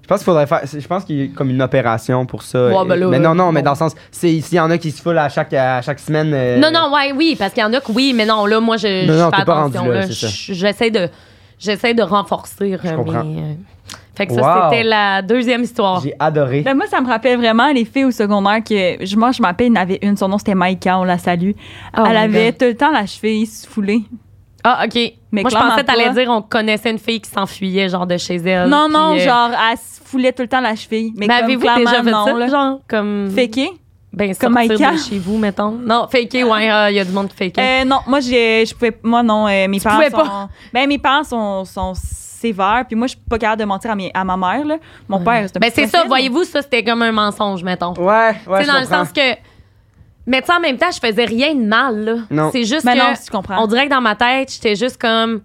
[SPEAKER 2] Je pense qu'il faudrait faire. Je pense qu'il y a comme une opération pour ça.
[SPEAKER 3] Ouais,
[SPEAKER 2] Euh,
[SPEAKER 3] ben là,
[SPEAKER 2] mais non, non,
[SPEAKER 3] euh,
[SPEAKER 2] mais
[SPEAKER 3] bon.
[SPEAKER 2] dans le sens. c'est- S'il y en a qui se foulent à chaque, à chaque semaine. euh,
[SPEAKER 3] Non, non, ouais, oui, parce qu'il y en a que oui, mais non, là, moi, je,
[SPEAKER 2] Non,
[SPEAKER 3] je
[SPEAKER 2] non,
[SPEAKER 3] fais
[SPEAKER 2] t'es pas
[SPEAKER 3] attention.
[SPEAKER 2] rendu là,
[SPEAKER 3] là.
[SPEAKER 2] c'est ça.
[SPEAKER 3] Je- J'essaie de, j'essaie de renforcer euh,
[SPEAKER 2] comprends.
[SPEAKER 3] mes. euh, Fait que ça,
[SPEAKER 2] Wow.
[SPEAKER 3] c'était la deuxième histoire.
[SPEAKER 2] J'ai adoré.
[SPEAKER 1] Ben, moi, ça me rappelle vraiment les filles au secondaire que, je, moi, je m'appelle, il y en avait une, son nom c'était Maïka, on la salue.
[SPEAKER 3] Oh my
[SPEAKER 1] Elle avait
[SPEAKER 3] God.
[SPEAKER 1] tout le temps la cheville foulée.
[SPEAKER 3] Ah, OK.
[SPEAKER 1] Mais
[SPEAKER 3] moi, je
[SPEAKER 1] clairement
[SPEAKER 3] pensais que t'allais
[SPEAKER 1] pas.
[SPEAKER 3] dire on connaissait une fille qui s'enfuyait, genre, de chez elle.
[SPEAKER 1] Non, non,
[SPEAKER 3] puis, euh,
[SPEAKER 1] genre, elle se foulait tout le temps la cheville. Mais,
[SPEAKER 3] Mais,
[SPEAKER 1] comme
[SPEAKER 3] avez-vous
[SPEAKER 1] clairement,
[SPEAKER 3] déjà fait
[SPEAKER 1] non,
[SPEAKER 3] ça,
[SPEAKER 1] là.
[SPEAKER 3] genre, comme.
[SPEAKER 1] Faker?
[SPEAKER 3] Ben,
[SPEAKER 1] comme
[SPEAKER 3] sortir
[SPEAKER 1] Maïka?
[SPEAKER 3] de chez vous, mettons. Non, faker, ouais, euh, il y a du monde qui faker.
[SPEAKER 1] Euh, non, moi, j'ai- je pouvais, moi non, euh, mes parents
[SPEAKER 3] pouvais
[SPEAKER 1] sont,
[SPEAKER 3] pas?
[SPEAKER 1] Ben, mes parents sont, sont sévères, puis moi, je suis pas capable de mentir à, mes- à ma mère, là. Mon père, c'est un
[SPEAKER 3] ben,
[SPEAKER 1] petit
[SPEAKER 3] c'est ça,
[SPEAKER 1] facile.
[SPEAKER 3] voyez-vous, ça, c'était comme un mensonge, mettons.
[SPEAKER 2] Ouais, ouais.
[SPEAKER 3] Tu sais,
[SPEAKER 2] je
[SPEAKER 3] dans le
[SPEAKER 2] comprends.
[SPEAKER 3] sens que. Mais tu sais, en même temps, je faisais rien de mal, là.
[SPEAKER 2] Non.
[SPEAKER 3] C'est juste
[SPEAKER 1] Ben
[SPEAKER 3] que.
[SPEAKER 1] non, si tu comprends.
[SPEAKER 3] On dirait que dans ma tête, j'étais juste comme.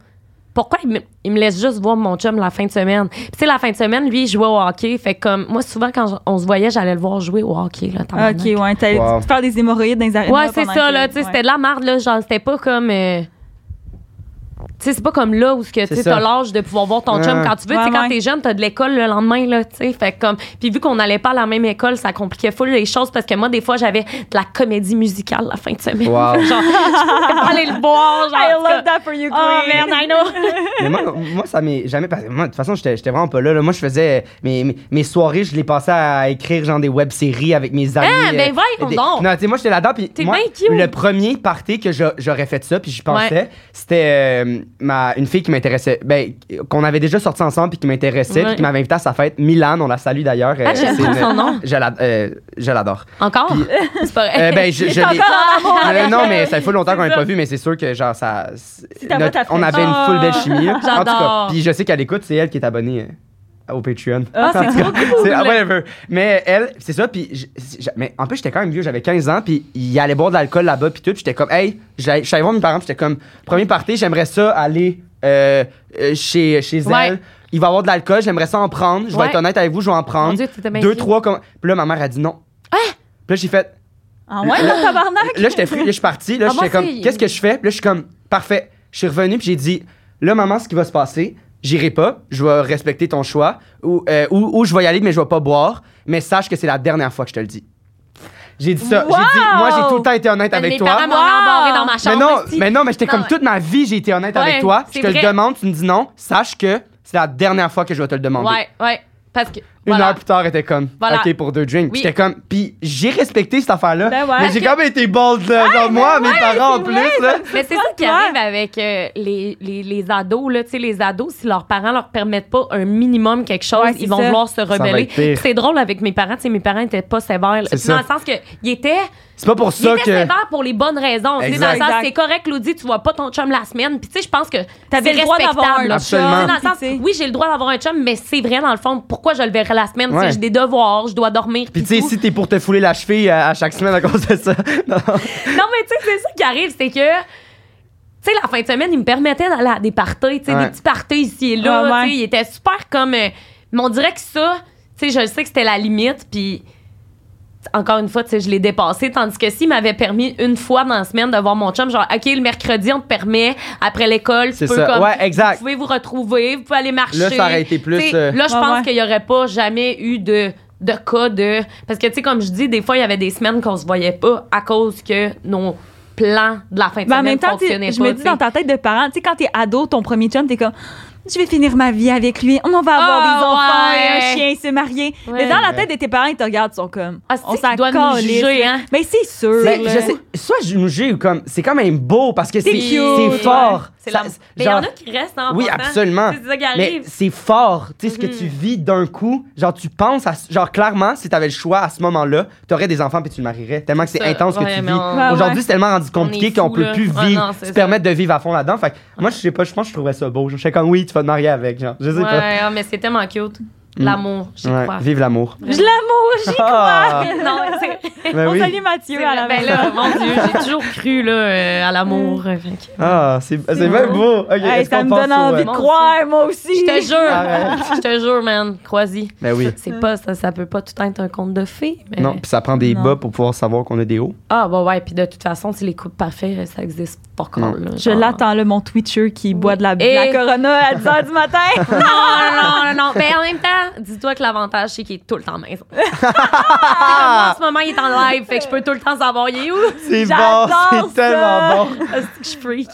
[SPEAKER 3] Pourquoi il me, il me laisse juste voir mon chum la fin de semaine? Puis, tu sais, la fin de semaine, lui, il jouait au hockey. Fait que, comme, moi, souvent, quand je- on se voyait, j'allais le voir jouer au hockey, là. tabarnak.
[SPEAKER 1] OK, ouais, t'as
[SPEAKER 2] Wow.
[SPEAKER 1] tu faire des hémorroïdes dans les arénas
[SPEAKER 3] Ouais, c'est
[SPEAKER 1] pendant
[SPEAKER 3] ça,
[SPEAKER 1] que-
[SPEAKER 3] là. Tu sais, c'était
[SPEAKER 1] ouais.
[SPEAKER 3] de la merde, là. Genre, c'était pas comme. euh, tu sais, c'est pas comme là où ce que, tu
[SPEAKER 2] C'est
[SPEAKER 3] sais,
[SPEAKER 2] ça.
[SPEAKER 3] t'as l'âge de pouvoir voir ton
[SPEAKER 2] Ouais.
[SPEAKER 3] chum quand tu veux.
[SPEAKER 1] Ouais,
[SPEAKER 3] tu sais, quand
[SPEAKER 1] ouais.
[SPEAKER 3] t'es jeune, t'as de l'école le lendemain, là, tu sais. Fait que comme. Puis vu qu'on n'allait pas à la même école, ça compliquait full les choses parce que moi, des fois, j'avais de la comédie musicale la fin de semaine.
[SPEAKER 2] Wow.
[SPEAKER 3] Fait que genre, je pouvais pas aller le voir, genre.
[SPEAKER 1] I
[SPEAKER 3] en tout
[SPEAKER 1] love
[SPEAKER 3] cas.
[SPEAKER 1] that for you,
[SPEAKER 3] Oh,
[SPEAKER 1] Queen.
[SPEAKER 3] merde, I know.
[SPEAKER 2] Mais moi, moi ça m'est jamais passé. Moi, de toute façon, j'étais j'étais vraiment pas là. là. Moi, je faisais mes, mes, mes soirées, je les passais à écrire genre des web-séries avec mes amis. euh,
[SPEAKER 3] Ah, ben voyons
[SPEAKER 2] des-
[SPEAKER 3] donc.
[SPEAKER 2] Non, tu sais, moi, j'étais là-dedans. Puis
[SPEAKER 3] T'es
[SPEAKER 2] moi,
[SPEAKER 3] bien cute.
[SPEAKER 2] le premier party que j'a- j'aurais fait ça, puis j'y pensais,
[SPEAKER 3] Ouais.
[SPEAKER 2] c'était euh, ma, une fille qui m'intéressait, ben, qu'on avait déjà sorti ensemble, puis qui m'intéressait,
[SPEAKER 3] Ouais.
[SPEAKER 2] puis qui m'avait invité à sa fête. Milan, on la salue d'ailleurs. euh,
[SPEAKER 3] Ah, j'aime
[SPEAKER 2] c'est
[SPEAKER 3] pas
[SPEAKER 2] une-
[SPEAKER 3] son nom. Oh.
[SPEAKER 2] Je la- euh, je l'adore.
[SPEAKER 3] Encore? C'est pas vrai.
[SPEAKER 2] Euh, ben, je, je
[SPEAKER 1] T'es
[SPEAKER 2] l'ai-
[SPEAKER 1] encore en amour
[SPEAKER 3] Ah,
[SPEAKER 2] Euh,
[SPEAKER 3] ben,
[SPEAKER 1] avec
[SPEAKER 2] non,
[SPEAKER 1] elle.
[SPEAKER 2] mais ça fait longtemps qu'on
[SPEAKER 1] C'est
[SPEAKER 2] l'a
[SPEAKER 1] ça.
[SPEAKER 2] pas vu, mais c'est sûr que genre ça.
[SPEAKER 1] ta voix, ta
[SPEAKER 2] on
[SPEAKER 1] fraîche.
[SPEAKER 2] avait une
[SPEAKER 3] Ah,
[SPEAKER 2] full belle chimie. là. En tout cas,
[SPEAKER 3] j'adore.
[SPEAKER 2] puis je sais qu'elle écoute, c'est elle qui est abonnée euh, au Patreon.
[SPEAKER 3] Ah,
[SPEAKER 2] En tout
[SPEAKER 3] c'est
[SPEAKER 2] cas,
[SPEAKER 3] trop cool.
[SPEAKER 2] c'est- ah, whatever. Mais elle, c'est ça, puis. j- j- Mais en plus, j'étais quand même vieux, j'avais 15 ans, puis il allait boire de l'alcool là-bas, puis tout, puis j'étais comme, hey, j'allais- je suis allé voir mes parents, puis j'étais comme, premier party, j'aimerais ça aller euh, euh, chez, chez elle.
[SPEAKER 3] Ouais.
[SPEAKER 2] Il va y avoir de l'alcool, j'aimerais ça en prendre. Je vais
[SPEAKER 3] Ouais.
[SPEAKER 2] être honnête avec vous, je vais en prendre.
[SPEAKER 3] Dieu, t'étais bien Hein?
[SPEAKER 2] Deux,
[SPEAKER 3] cute.
[SPEAKER 2] trois, comme. Puis là, ma mère a dit non. Puis là, j'ai fait.
[SPEAKER 1] Ah ouais, non, tabarnak?
[SPEAKER 2] Là, j'étais fri- là, je suis parti. Là,
[SPEAKER 3] Ah, moi
[SPEAKER 2] j'étais comme,
[SPEAKER 3] aussi.
[SPEAKER 2] qu'est-ce que je fais? Puis là, je suis comme, parfait. Je suis revenu, puis j'ai dit, là, maman, ce qui va se passer, j'irai pas. Je vais respecter ton choix. Ou, euh, ou, ou je vais y aller, mais je vais pas boire. Mais sache que c'est la dernière fois que je te le dis. J'ai dit ça.
[SPEAKER 1] Wow!
[SPEAKER 2] J'ai dit, moi, j'ai tout le temps été honnête avec
[SPEAKER 3] mes
[SPEAKER 2] toi.
[SPEAKER 3] parents m'ont
[SPEAKER 1] Wow.
[SPEAKER 3] embarré dans ma
[SPEAKER 2] Mais
[SPEAKER 3] chambre.
[SPEAKER 2] non,
[SPEAKER 3] aussi.
[SPEAKER 2] mais non, mais j'étais
[SPEAKER 3] Non,
[SPEAKER 2] comme
[SPEAKER 3] ouais.
[SPEAKER 2] toute ma vie, j'ai été honnête avec
[SPEAKER 3] Ouais,
[SPEAKER 2] toi. Je
[SPEAKER 3] c'est
[SPEAKER 2] te le
[SPEAKER 3] vrai.
[SPEAKER 2] demande, tu me dis non. Sache que c'est la dernière fois que je vais te le demander.
[SPEAKER 3] Ouais, ouais. Parce que.
[SPEAKER 2] Une
[SPEAKER 1] Voilà.
[SPEAKER 2] heure plus tard, elle était comme,
[SPEAKER 1] Voilà.
[SPEAKER 2] OK, pour deux drinks.
[SPEAKER 1] Oui.
[SPEAKER 2] J'étais comme, puis j'ai respecté cette affaire-là.
[SPEAKER 1] Ben ouais.
[SPEAKER 2] Mais j'ai
[SPEAKER 1] Parce
[SPEAKER 2] quand même été bold, là. Genre, moi, mes parents en
[SPEAKER 1] c'est
[SPEAKER 2] plus,
[SPEAKER 1] vrai,
[SPEAKER 2] là.
[SPEAKER 3] Mais c'est ça qui
[SPEAKER 1] toi.
[SPEAKER 3] arrive avec euh, les, les, les ados. Là. Tu sais, Les ados, si leurs parents leur permettent pas un minimum quelque chose,
[SPEAKER 1] Ouais, c'est
[SPEAKER 3] ils vont
[SPEAKER 1] ça.
[SPEAKER 3] vouloir se
[SPEAKER 2] va
[SPEAKER 3] rebeller.
[SPEAKER 2] être pire.
[SPEAKER 3] Puis C'est drôle avec mes parents. tu sais, Mes parents étaient pas sévères. là.
[SPEAKER 2] C'est
[SPEAKER 3] Puis Dans
[SPEAKER 2] ça.
[SPEAKER 3] le sens qu'ils étaient,
[SPEAKER 2] C'est pas pour
[SPEAKER 3] ils
[SPEAKER 2] ça
[SPEAKER 3] étaient
[SPEAKER 2] que.
[SPEAKER 3] sévères pour les bonnes raisons. tu sais, Dans
[SPEAKER 2] Exact.
[SPEAKER 3] le sens,
[SPEAKER 1] Exact.
[SPEAKER 3] c'est correct, Claudie, tu vois pas ton chum la semaine. Puis tu sais, je pense que
[SPEAKER 1] T'avais
[SPEAKER 3] c'est
[SPEAKER 1] le droit d'avoir un
[SPEAKER 3] respectable.
[SPEAKER 2] Absolument.
[SPEAKER 3] Tu sais, dans le sens,
[SPEAKER 1] Puis, tu sais,
[SPEAKER 3] oui, j'ai le droit d'avoir un chum, mais c'est vrai, dans le fond, pourquoi je le verrai la semaine? Tu sais,
[SPEAKER 2] Ouais.
[SPEAKER 3] J'ai des devoirs, je dois dormir.
[SPEAKER 2] Puis
[SPEAKER 3] puis
[SPEAKER 2] tu sais,
[SPEAKER 3] tout.
[SPEAKER 2] si t'es pour te fouler la cheville euh, à, à chaque semaine à cause de ça. non.
[SPEAKER 3] Non, mais tu sais, c'est ça qui arrive, c'est que. Tu sais, la fin de semaine, il me permettait d'aller à des parties, tu sais,
[SPEAKER 2] Ouais.
[SPEAKER 3] des petits parties ici et
[SPEAKER 1] Ah
[SPEAKER 3] là.
[SPEAKER 1] ouais.
[SPEAKER 3] tu sais, Il était super comme. euh, mais on dirait que ça, tu sais, je le sais que c'était la limite, puis encore une fois, tu sais, je l'ai dépassé. Tandis que s'il m'avait permis une fois dans la semaine de voir mon chum, genre, OK, le mercredi, on te permet, après l'école, tu
[SPEAKER 2] C'est
[SPEAKER 3] peux
[SPEAKER 2] ça.
[SPEAKER 3] comme.
[SPEAKER 2] Ouais, exact.
[SPEAKER 3] Vous pouvez vous retrouver, vous pouvez aller marcher.
[SPEAKER 2] Là, ça aurait été plus,
[SPEAKER 3] Tu sais,
[SPEAKER 2] euh,
[SPEAKER 3] Là, je
[SPEAKER 1] Ouais,
[SPEAKER 3] pense
[SPEAKER 1] ouais.
[SPEAKER 3] qu'il n'y aurait pas jamais eu de de cas de parce que tu sais comme je dis des fois il y avait des semaines qu'on se voyait pas à cause que nos plans de la fin de
[SPEAKER 1] Mais en
[SPEAKER 3] semaine
[SPEAKER 1] même temps, tu sais,
[SPEAKER 3] fonctionnaient
[SPEAKER 1] je
[SPEAKER 3] pas
[SPEAKER 1] me dis
[SPEAKER 3] tu sais.
[SPEAKER 1] dans ta tête de parent, tu sais, quand t'es ado, ton premier chum, t'es comme, je vais finir ma vie avec lui, on va avoir
[SPEAKER 3] Ah,
[SPEAKER 1] des enfants,
[SPEAKER 3] ouais.
[SPEAKER 1] un chien, se marier.
[SPEAKER 3] Ouais.
[SPEAKER 1] Mais dans la tête de tes parents, ils te regardent, ils sont comme,
[SPEAKER 3] Ah,
[SPEAKER 1] on
[SPEAKER 3] c'est
[SPEAKER 1] s'en
[SPEAKER 3] qu'ils doivent nous
[SPEAKER 1] calisse.
[SPEAKER 3] juger, hein.
[SPEAKER 1] Mais c'est sûr.
[SPEAKER 2] Mais
[SPEAKER 1] là.
[SPEAKER 2] je sais, soit je nous juge ou comme. C'est quand même beau parce que c'est
[SPEAKER 1] cute,
[SPEAKER 2] c'est
[SPEAKER 1] ouais.
[SPEAKER 2] fort.
[SPEAKER 3] C'est
[SPEAKER 2] Ça-
[SPEAKER 3] la- mais il y en
[SPEAKER 2] genre-
[SPEAKER 3] a qui restent en
[SPEAKER 2] Oui,
[SPEAKER 3] passant.
[SPEAKER 2] absolument.
[SPEAKER 3] c'est ça qui
[SPEAKER 2] Mais
[SPEAKER 3] arrive Mm-hmm.
[SPEAKER 2] c'est fort, tu sais, ce que tu vis d'un coup. Genre, tu penses à. Genre, clairement, si t'avais le choix à ce moment-là, t'aurais des enfants puis tu le marierais. Tellement que c'est
[SPEAKER 3] Ça,
[SPEAKER 2] intense que
[SPEAKER 3] ouais,
[SPEAKER 2] tu
[SPEAKER 3] mais
[SPEAKER 2] vis.
[SPEAKER 3] on-
[SPEAKER 1] Ouais,
[SPEAKER 2] Aujourd'hui,
[SPEAKER 1] ouais.
[SPEAKER 2] c'est tellement rendu compliqué
[SPEAKER 3] On est
[SPEAKER 2] qu'on
[SPEAKER 3] fou,
[SPEAKER 2] peut
[SPEAKER 3] là.
[SPEAKER 2] plus
[SPEAKER 3] Ouais,
[SPEAKER 2] vivre,
[SPEAKER 3] non, c'est
[SPEAKER 2] se
[SPEAKER 3] ça.
[SPEAKER 2] permettre de vivre à fond là-dedans. Fait que moi, je sais pas, je pense que je trouverais ça beau. Je serais comme, oui, tu vas te marier avec, genre. Je sais pas. Mm.
[SPEAKER 3] ouais, mais c'est tellement cute l'amour je
[SPEAKER 2] Ouais,
[SPEAKER 3] crois
[SPEAKER 2] vive l'amour.
[SPEAKER 1] Je l'amour, j'y
[SPEAKER 2] Ah.
[SPEAKER 1] crois.
[SPEAKER 3] non c'est
[SPEAKER 2] Ben
[SPEAKER 1] on
[SPEAKER 2] oui.
[SPEAKER 1] salue Mathieu
[SPEAKER 3] c'est
[SPEAKER 1] à la
[SPEAKER 3] ben
[SPEAKER 1] maison.
[SPEAKER 3] là mon dieu j'ai toujours cru là euh, à l'amour Fait que-
[SPEAKER 2] Ah, c'est c'est bien beau. Ok,
[SPEAKER 1] Hey,
[SPEAKER 2] est-ce
[SPEAKER 1] ça
[SPEAKER 2] qu'on
[SPEAKER 1] me
[SPEAKER 2] pense
[SPEAKER 1] donne
[SPEAKER 2] au, euh,
[SPEAKER 1] envie de
[SPEAKER 3] Moi
[SPEAKER 1] croire, moi aussi.
[SPEAKER 3] je te jure
[SPEAKER 2] Arrête.
[SPEAKER 3] je te jure man crois-y
[SPEAKER 2] Ben oui.
[SPEAKER 3] c'est pas ça ça peut pas tout être un conte de fées mais-
[SPEAKER 2] Non, puis ça prend des
[SPEAKER 1] Non.
[SPEAKER 2] bas pour pouvoir savoir qu'on a des hauts.
[SPEAKER 3] Ah, bah ouais, puis de toute façon, si les couples parfaits, ça existe pas
[SPEAKER 2] Non.
[SPEAKER 3] encore. là,
[SPEAKER 1] Je
[SPEAKER 3] genre.
[SPEAKER 1] l'attends, là, mon Twitcher qui boit de la, de
[SPEAKER 3] Et-
[SPEAKER 1] la Corona à 10 h du matin.
[SPEAKER 3] Non, non, non, non. Mais en même temps, dis-toi que l'avantage, c'est qu'il est tout le temps à la maison. en ce moment, il est en live, fait que je peux tout le temps savoir, il est où?
[SPEAKER 2] C'est bon,
[SPEAKER 1] J'adore
[SPEAKER 2] c'est tellement bon.
[SPEAKER 1] Est-ce que je freak?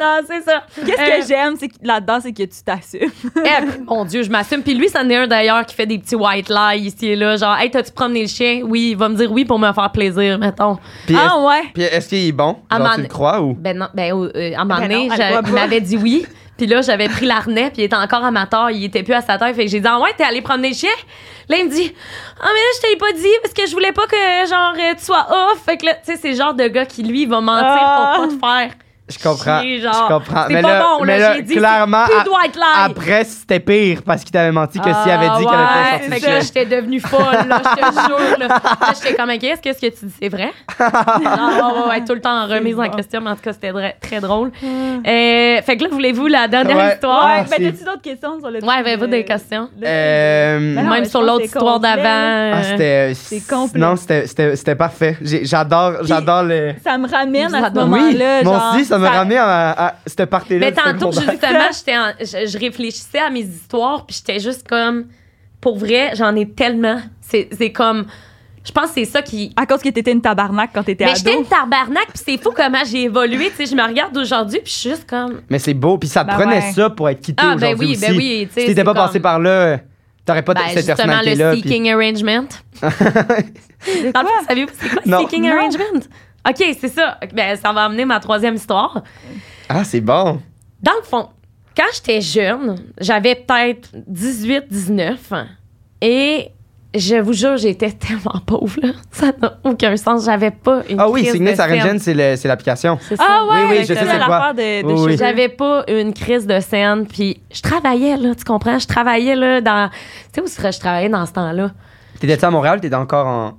[SPEAKER 3] non, c'est ça.
[SPEAKER 1] Qu'est-ce que
[SPEAKER 3] Euh,
[SPEAKER 1] j'aime c'est que- là-dedans, c'est que tu t'assumes.
[SPEAKER 3] Eh, puis, mon Dieu, je m'assume. Puis lui, c'en est un d'ailleurs qui fait des petits white lies ici et là. Genre, hey, t'as-tu promené le chien? Oui, il va me dire oui pour me faire plaisir, mettons.
[SPEAKER 2] Puis est-ce-
[SPEAKER 1] ah ouais?
[SPEAKER 2] puis est-ce qu'il est bon?
[SPEAKER 3] Ah,
[SPEAKER 2] Genre,
[SPEAKER 3] man.
[SPEAKER 2] tu le crois ou?
[SPEAKER 3] Ben non, ben euh, euh, à un moment
[SPEAKER 1] Ben
[SPEAKER 3] donné,
[SPEAKER 1] non, elle
[SPEAKER 3] j'a-
[SPEAKER 1] voit pas.
[SPEAKER 3] il m'avait dit oui. Puis là, j'avais pris l'arnais, puis il était encore amateur, il était plus à sa taille. Fait que j'ai dit, ah ouais, t'es allé promener le chien? Là, il me dit, ah, mais là, je te l'ai pas dit parce que je voulais pas que, genre, euh, tu sois off. Fait que là, tu sais, c'est le genre de gars qui, lui, va mentir
[SPEAKER 1] Ah.
[SPEAKER 3] pour pas te faire.
[SPEAKER 2] Je comprends.
[SPEAKER 3] chier, genre.
[SPEAKER 2] Je comprends. Ah,
[SPEAKER 3] C'est
[SPEAKER 2] Mais
[SPEAKER 3] pas
[SPEAKER 2] là,
[SPEAKER 3] bon, là,
[SPEAKER 2] mais là,
[SPEAKER 3] j'ai dit,
[SPEAKER 2] clairement,
[SPEAKER 3] c'est
[SPEAKER 2] à-
[SPEAKER 3] plus Dwight Lie.
[SPEAKER 2] après, c'était pire parce qu'il t'avait menti que s'il avait dit qu'il
[SPEAKER 3] Ah,
[SPEAKER 2] avait
[SPEAKER 3] ouais,
[SPEAKER 2] pas
[SPEAKER 3] Fait que là,
[SPEAKER 2] sorti
[SPEAKER 3] j'étais devenue folle, là, je te jure. Là, Là, j'étais comme, OK, est-ce que ce que tu dis, c'est vrai? non, ouais, ouais, ouais, tout le temps en remise en
[SPEAKER 1] bon.
[SPEAKER 3] question, mais en tout cas, c'était dra- très drôle. Euh, fait que là, voulez-vous la dernière
[SPEAKER 2] Ouais.
[SPEAKER 3] histoire?
[SPEAKER 2] Ah,
[SPEAKER 1] ouais, ben
[SPEAKER 2] c'est-
[SPEAKER 1] t'as-tu d'autres questions sur le
[SPEAKER 3] Ouais, avez-vous
[SPEAKER 1] le-
[SPEAKER 3] des questions?
[SPEAKER 1] le-
[SPEAKER 2] Euh,
[SPEAKER 1] Ben non,
[SPEAKER 3] Même
[SPEAKER 1] mais je
[SPEAKER 3] sur
[SPEAKER 1] pense
[SPEAKER 3] l'autre
[SPEAKER 1] que c'est
[SPEAKER 3] histoire
[SPEAKER 1] complet, là.
[SPEAKER 3] d'avant. euh.
[SPEAKER 2] Ah, c'était.
[SPEAKER 1] c'est complet.
[SPEAKER 2] Non, c'était- c'était c'était parfait. J'ai- J'adore, j'adore le.
[SPEAKER 1] Ça me ramène à ce
[SPEAKER 3] J'adore.
[SPEAKER 2] Oui,
[SPEAKER 1] moment-là.
[SPEAKER 2] mon
[SPEAKER 1] genre,
[SPEAKER 2] si, ça me ramène à, à cette partie-là.
[SPEAKER 3] Mais
[SPEAKER 2] du
[SPEAKER 3] tantôt,
[SPEAKER 2] secondaire.
[SPEAKER 3] justement, j'étais en- je, je réfléchissais à mes histoires, puis j'étais juste comme, pour vrai, j'en ai tellement. C'est c'est comme, je pense que c'est ça qui.
[SPEAKER 1] À cause que t'étais une tabarnak quand t'étais
[SPEAKER 3] Mais
[SPEAKER 1] ado.
[SPEAKER 3] j'étais une tabarnak, puis c'est fou comment j'ai évolué. Tu sais, je me regarde aujourd'hui, puis je suis juste comme.
[SPEAKER 2] Mais c'est beau, puis ça te
[SPEAKER 1] Ben
[SPEAKER 2] prenait
[SPEAKER 1] ouais.
[SPEAKER 2] ça pour être quitté
[SPEAKER 3] Ah, ben
[SPEAKER 2] aujourd'hui
[SPEAKER 3] oui,
[SPEAKER 2] aussi.
[SPEAKER 3] ben oui. tu sais,
[SPEAKER 2] Si t'étais
[SPEAKER 3] c'est
[SPEAKER 2] pas
[SPEAKER 3] comme-
[SPEAKER 2] passé par là, t'aurais pas
[SPEAKER 3] Ben,
[SPEAKER 2] cette
[SPEAKER 3] justement,
[SPEAKER 2] personnalité-là.
[SPEAKER 3] le
[SPEAKER 2] puis-
[SPEAKER 3] seeking arrangement.
[SPEAKER 1] De
[SPEAKER 3] Dans le
[SPEAKER 1] quoi?
[SPEAKER 3] fond, savez-vous c'est quoi
[SPEAKER 2] Non.
[SPEAKER 3] seeking
[SPEAKER 1] Non.
[SPEAKER 3] arrangement? OK, c'est ça. Ben, ça va amener ma troisième histoire.
[SPEAKER 2] Ah, c'est bon.
[SPEAKER 3] Dans le fond, quand j'étais jeune, j'avais peut-être 18, 19 ans, et je vous jure, j'étais tellement pauvre, là. Ça n'a aucun sens. J'avais pas une
[SPEAKER 2] Ah oui,
[SPEAKER 3] crise
[SPEAKER 2] Signet
[SPEAKER 3] de scène.
[SPEAKER 2] Sarengen, c'est le- c'est l'application.
[SPEAKER 3] C'est ça.
[SPEAKER 1] Ah ouais,
[SPEAKER 2] Oui, oui, je
[SPEAKER 1] c'est
[SPEAKER 2] sais
[SPEAKER 1] ça,
[SPEAKER 2] c'est quoi.
[SPEAKER 1] l'affaire de, de
[SPEAKER 2] Oui, oui.
[SPEAKER 1] chez-
[SPEAKER 3] J'avais pas une crise de scène, puis je travaillais, là, tu comprends? Je travaillais, là, dans... Tu sais où je travaillais dans ce temps-là?
[SPEAKER 2] T'étais-tu à Montréal? T'étais encore en.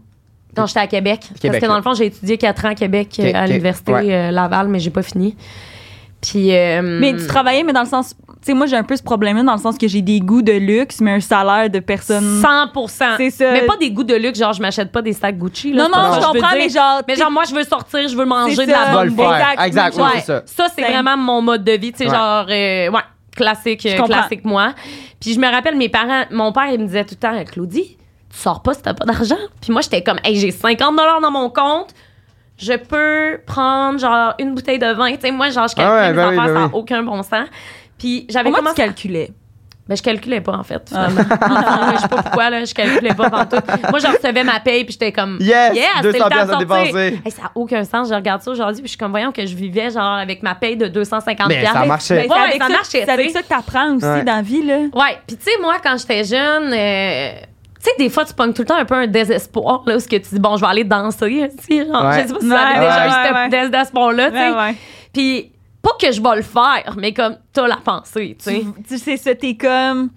[SPEAKER 3] Non, j'étais à Québec. parce
[SPEAKER 2] Québec,
[SPEAKER 3] que dans
[SPEAKER 2] là.
[SPEAKER 3] le fond, j'ai étudié 4 ans à Québec
[SPEAKER 2] Ok,
[SPEAKER 3] euh, à
[SPEAKER 2] ok,
[SPEAKER 3] l'Université
[SPEAKER 2] ouais.
[SPEAKER 3] euh, Laval, mais j'ai pas fini. Puis... euh,
[SPEAKER 1] Mais tu travaillais, mais dans le sens. Tu sais, moi, j'ai un peu ce problème-là, dans le sens que j'ai des goûts de luxe, mais un salaire de personne.
[SPEAKER 3] 100
[SPEAKER 1] C'est ça.
[SPEAKER 3] Mais pas des goûts de luxe, genre je m'achète pas des sacs Gucci. Là,
[SPEAKER 1] Non,
[SPEAKER 3] c'est pas
[SPEAKER 1] non,
[SPEAKER 3] ça
[SPEAKER 1] je
[SPEAKER 3] que veux
[SPEAKER 1] comprends,
[SPEAKER 3] dire.
[SPEAKER 1] mais genre.
[SPEAKER 3] Mais genre, moi, je veux sortir, je veux manger
[SPEAKER 1] c'est
[SPEAKER 3] de
[SPEAKER 1] ça.
[SPEAKER 3] la
[SPEAKER 2] va
[SPEAKER 3] bonne
[SPEAKER 2] le
[SPEAKER 1] Exact,
[SPEAKER 2] faire.
[SPEAKER 1] oui,
[SPEAKER 2] Exact, oui,
[SPEAKER 1] genre-
[SPEAKER 2] c'est ça.
[SPEAKER 3] ça, c'est
[SPEAKER 1] Same.
[SPEAKER 3] vraiment mon mode de vie, tu sais,
[SPEAKER 2] Ouais.
[SPEAKER 3] genre, euh, ouais, classique, euh,
[SPEAKER 1] comprends.
[SPEAKER 3] classique moi. Puis je me rappelle, mes parents, mon père, il me disait tout le temps, Claudie, tu sors pas si t'as pas d'argent. Puis moi, j'étais comme, hey, j'ai 50 dans mon compte, je peux prendre, genre, une bouteille de vin. Tu sais, moi, genre, je
[SPEAKER 2] Ah ouais,
[SPEAKER 3] calcule mes
[SPEAKER 2] ben oui,
[SPEAKER 3] affaires,
[SPEAKER 2] ben
[SPEAKER 3] ça n'a
[SPEAKER 2] oui.
[SPEAKER 3] aucun bon sens. Puis j'avais
[SPEAKER 1] Comment tu
[SPEAKER 3] commencé.
[SPEAKER 1] calculais?
[SPEAKER 3] Mais je calculais pas, en fait. finalement. Enfin, je sais pas pourquoi, là, je calculais pas pantoute. Moi, je recevais ma paye, puis j'étais comme.
[SPEAKER 2] Yes!
[SPEAKER 3] Yeah, c'est
[SPEAKER 2] 200
[SPEAKER 3] le temps de
[SPEAKER 2] piastres à
[SPEAKER 3] sortir.
[SPEAKER 2] dépenser.
[SPEAKER 3] Hey, ça n'a aucun sens. Je regarde ça aujourd'hui, puis je suis comme, voyons que je vivais, genre, avec ma paye de 250
[SPEAKER 2] Mais ça
[SPEAKER 3] piastres.
[SPEAKER 2] marchait.
[SPEAKER 1] Ben,
[SPEAKER 3] Ouais,
[SPEAKER 1] c'est avec
[SPEAKER 3] ça
[SPEAKER 1] ça,
[SPEAKER 3] marche,
[SPEAKER 1] c'est
[SPEAKER 3] tu
[SPEAKER 1] avec
[SPEAKER 3] sais.
[SPEAKER 1] ça que t'apprends aussi
[SPEAKER 2] Ouais.
[SPEAKER 1] dans la vie, là.
[SPEAKER 3] Ouais, puis tu sais, moi, quand j'étais jeune, euh, tu sais, des fois, tu pognes tout le temps un peu un désespoir, là, où ce que tu dis, bon, je vais aller danser, tu sais, genre,
[SPEAKER 2] Ouais.
[SPEAKER 3] je sais pas si tu avais
[SPEAKER 1] Ouais,
[SPEAKER 3] déjà
[SPEAKER 1] ouais,
[SPEAKER 3] eu
[SPEAKER 1] ouais,
[SPEAKER 3] ce désespoir-là, tu sais.
[SPEAKER 1] ouais.
[SPEAKER 3] Puis, pas que je vais le faire, mais comme, t'as la pensée, tu sais.
[SPEAKER 1] Tu, tu sais ça, t'es comme...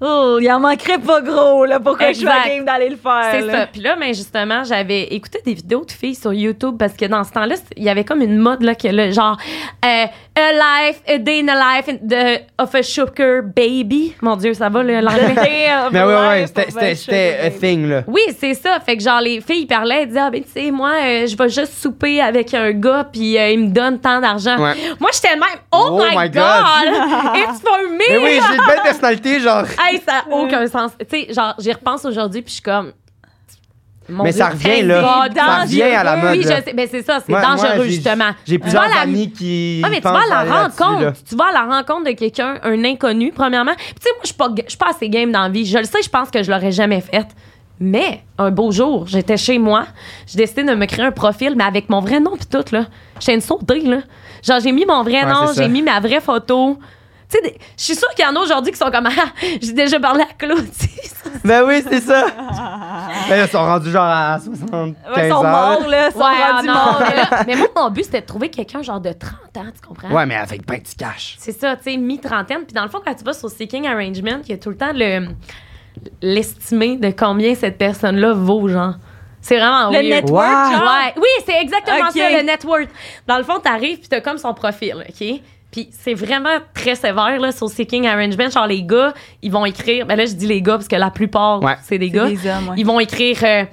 [SPEAKER 1] Oh, il en manquerait pas gros, là, pourquoi je suis
[SPEAKER 3] Exact.
[SPEAKER 1] à game d'aller le faire,
[SPEAKER 3] C'est
[SPEAKER 1] là.
[SPEAKER 3] ça. Puis là, ben justement, j'avais écouté des vidéos de filles sur YouTube parce que dans ce temps-là, c- il y avait comme une mode là que le genre euh, a life, a day in a life in- de- of a sugar baby. Mon Dieu, ça va le l'anglais.
[SPEAKER 2] Mais oui, oui, c'était-
[SPEAKER 3] ben,
[SPEAKER 2] c'était c'était a thing, là.
[SPEAKER 3] Oui, c'est ça. Fait que genre les filles parlaient, elles disaient ah ben tu sais moi euh, je vais juste souper avec un gars puis euh, il me donne tant d'argent.
[SPEAKER 2] Ouais.
[SPEAKER 3] Moi j'étais le même oh,
[SPEAKER 2] Oh
[SPEAKER 3] my,
[SPEAKER 2] my
[SPEAKER 3] god, it's for me.
[SPEAKER 2] Mais oui, j'ai une belle personnalité, genre.
[SPEAKER 3] Hey, ça n'a aucun sens. Tu sais, genre, j'y repense aujourd'hui, puis je suis comme. Mon
[SPEAKER 2] Mais ça revient, là.
[SPEAKER 3] c'est
[SPEAKER 1] Ça
[SPEAKER 2] revient à la
[SPEAKER 3] dangereux.
[SPEAKER 2] mode,
[SPEAKER 3] Oui, je
[SPEAKER 2] là.
[SPEAKER 3] sais. Mais c'est ça, c'est
[SPEAKER 2] Moi- moi,
[SPEAKER 3] dangereux,
[SPEAKER 2] j'ai-
[SPEAKER 3] justement.
[SPEAKER 2] J'ai
[SPEAKER 3] Tu
[SPEAKER 2] plusieurs
[SPEAKER 3] vas à la-
[SPEAKER 2] amis qui.
[SPEAKER 3] Ah, mais tu vas
[SPEAKER 2] pensent
[SPEAKER 3] à la
[SPEAKER 2] là-dessus, là.
[SPEAKER 3] rencontre. Tu vas à la rencontre de quelqu'un, un inconnu, premièrement. Puis, tu sais, moi, je suis pas ga- je suis pas assez game dans la vie. Je le sais, je pense que je l'aurais jamais faite. Mais un beau jour, j'étais chez moi, j'ai décidé de me créer un profil, mais avec mon vrai nom puis tout là. J'étais une sautée là. Genre j'ai mis mon vrai
[SPEAKER 2] Ouais,
[SPEAKER 3] nom,
[SPEAKER 2] c'est ça.
[SPEAKER 3] j'ai mis ma vraie photo. Tu sais, des- je suis sûre qu'il y en a aujourd'hui qui sont comme ah, j'ai déjà parlé à Claudie.
[SPEAKER 2] Ben oui, c'est ça. Ben, ils sont rendus genre à 75
[SPEAKER 1] Ouais, ils sont
[SPEAKER 2] heures.
[SPEAKER 1] morts, là, ils sont
[SPEAKER 3] ah
[SPEAKER 1] rendus
[SPEAKER 3] non,
[SPEAKER 1] morts,
[SPEAKER 3] mais,
[SPEAKER 1] là.
[SPEAKER 3] là- mais moi mon but c'était de trouver quelqu'un genre de 30 ans, tu comprends
[SPEAKER 2] Ouais, mais avec ben du cash.
[SPEAKER 3] C'est ça, tu sais, mi-trentaine. Puis dans le fond, quand tu vas sur Seeking Arrangement, il y a tout le temps le l'estimé de combien cette personne-là vaut, genre. C'est vraiment
[SPEAKER 1] Le
[SPEAKER 3] weird.
[SPEAKER 1] network,
[SPEAKER 2] Wow.
[SPEAKER 1] genre.
[SPEAKER 3] Ouais. Oui, c'est exactement
[SPEAKER 1] Ok.
[SPEAKER 3] ça, le net worth. Dans le fond, t'arrives puis t'as comme son profil, OK? Puis c'est vraiment très sévère, là, sur Seeking Arrangement. Genre, les gars, ils vont écrire... Ben là, je dis les gars parce que la plupart,
[SPEAKER 2] Ouais.
[SPEAKER 3] c'est des
[SPEAKER 1] C'est
[SPEAKER 3] gars.
[SPEAKER 1] des hommes, ouais.
[SPEAKER 3] Ils vont écrire... euh,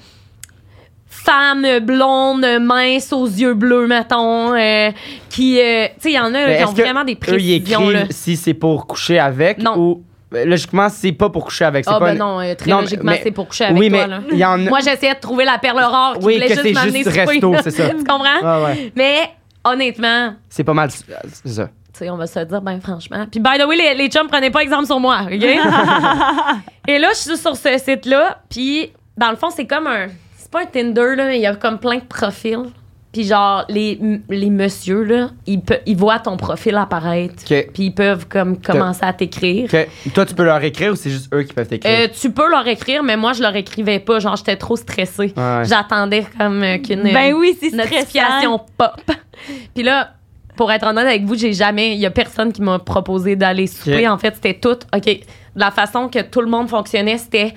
[SPEAKER 3] femme blonde mince aux yeux bleus mettons euh, qui euh, tu sais il y en a là,
[SPEAKER 2] Mais
[SPEAKER 3] qui
[SPEAKER 2] est-ce
[SPEAKER 3] ont
[SPEAKER 2] que
[SPEAKER 3] vraiment des
[SPEAKER 2] Eux, ils
[SPEAKER 3] précisions là.
[SPEAKER 2] écrivent si c'est pour coucher avec
[SPEAKER 3] Non.
[SPEAKER 2] ou. Ben, Logiquement, c'est pas pour coucher avec. c'est
[SPEAKER 3] Ah
[SPEAKER 2] pas
[SPEAKER 3] ben
[SPEAKER 2] une-
[SPEAKER 3] non, euh, très
[SPEAKER 2] Non, mais-
[SPEAKER 3] logiquement,
[SPEAKER 2] mais-
[SPEAKER 3] c'est pour coucher avec
[SPEAKER 2] oui,
[SPEAKER 3] toi.
[SPEAKER 2] mais
[SPEAKER 3] là.
[SPEAKER 2] il y en a-
[SPEAKER 3] Moi, j'essayais de trouver la perle rare qui
[SPEAKER 2] Oui,
[SPEAKER 3] voulait
[SPEAKER 2] que
[SPEAKER 3] juste
[SPEAKER 2] c'est
[SPEAKER 3] m'amener
[SPEAKER 2] juste
[SPEAKER 3] souper.
[SPEAKER 2] resto, c'est ça.
[SPEAKER 3] tu comprends?
[SPEAKER 2] Ouais, ouais.
[SPEAKER 3] Mais honnêtement,
[SPEAKER 2] C'est pas mal. c'est- c'est ça.
[SPEAKER 3] tu sais, on va se le dire, ben franchement. Puis, by the way, les, les chums, prenez pas exemple sur moi, OK? Et là, je suis sur ce site-là, puis dans le fond, c'est comme un... C'est pas un Tinder, là, mais il y a comme plein de profils. Puis genre, les, les messieurs, là, ils, pe- ils voient ton profil apparaître.
[SPEAKER 2] OK.
[SPEAKER 3] Puis ils peuvent comme commencer à t'écrire.
[SPEAKER 2] Ok. Toi, tu peux leur écrire ou c'est juste eux qui peuvent
[SPEAKER 3] Euh,
[SPEAKER 2] t'écrire?
[SPEAKER 3] tu peux leur écrire, mais moi, je leur écrivais pas. Genre, j'étais trop stressée.
[SPEAKER 2] Ouais.
[SPEAKER 3] J'attendais comme euh, qu'une
[SPEAKER 1] Ben
[SPEAKER 3] euh,
[SPEAKER 1] oui, c'est
[SPEAKER 3] notification
[SPEAKER 1] stressant.
[SPEAKER 3] pop. Puis là, pour être honnête avec vous, j'ai jamais. Il y a personne qui m'a proposé d'aller souper.
[SPEAKER 2] Ok.
[SPEAKER 3] En fait, c'était tout. OK. La façon que tout le monde fonctionnait, c'était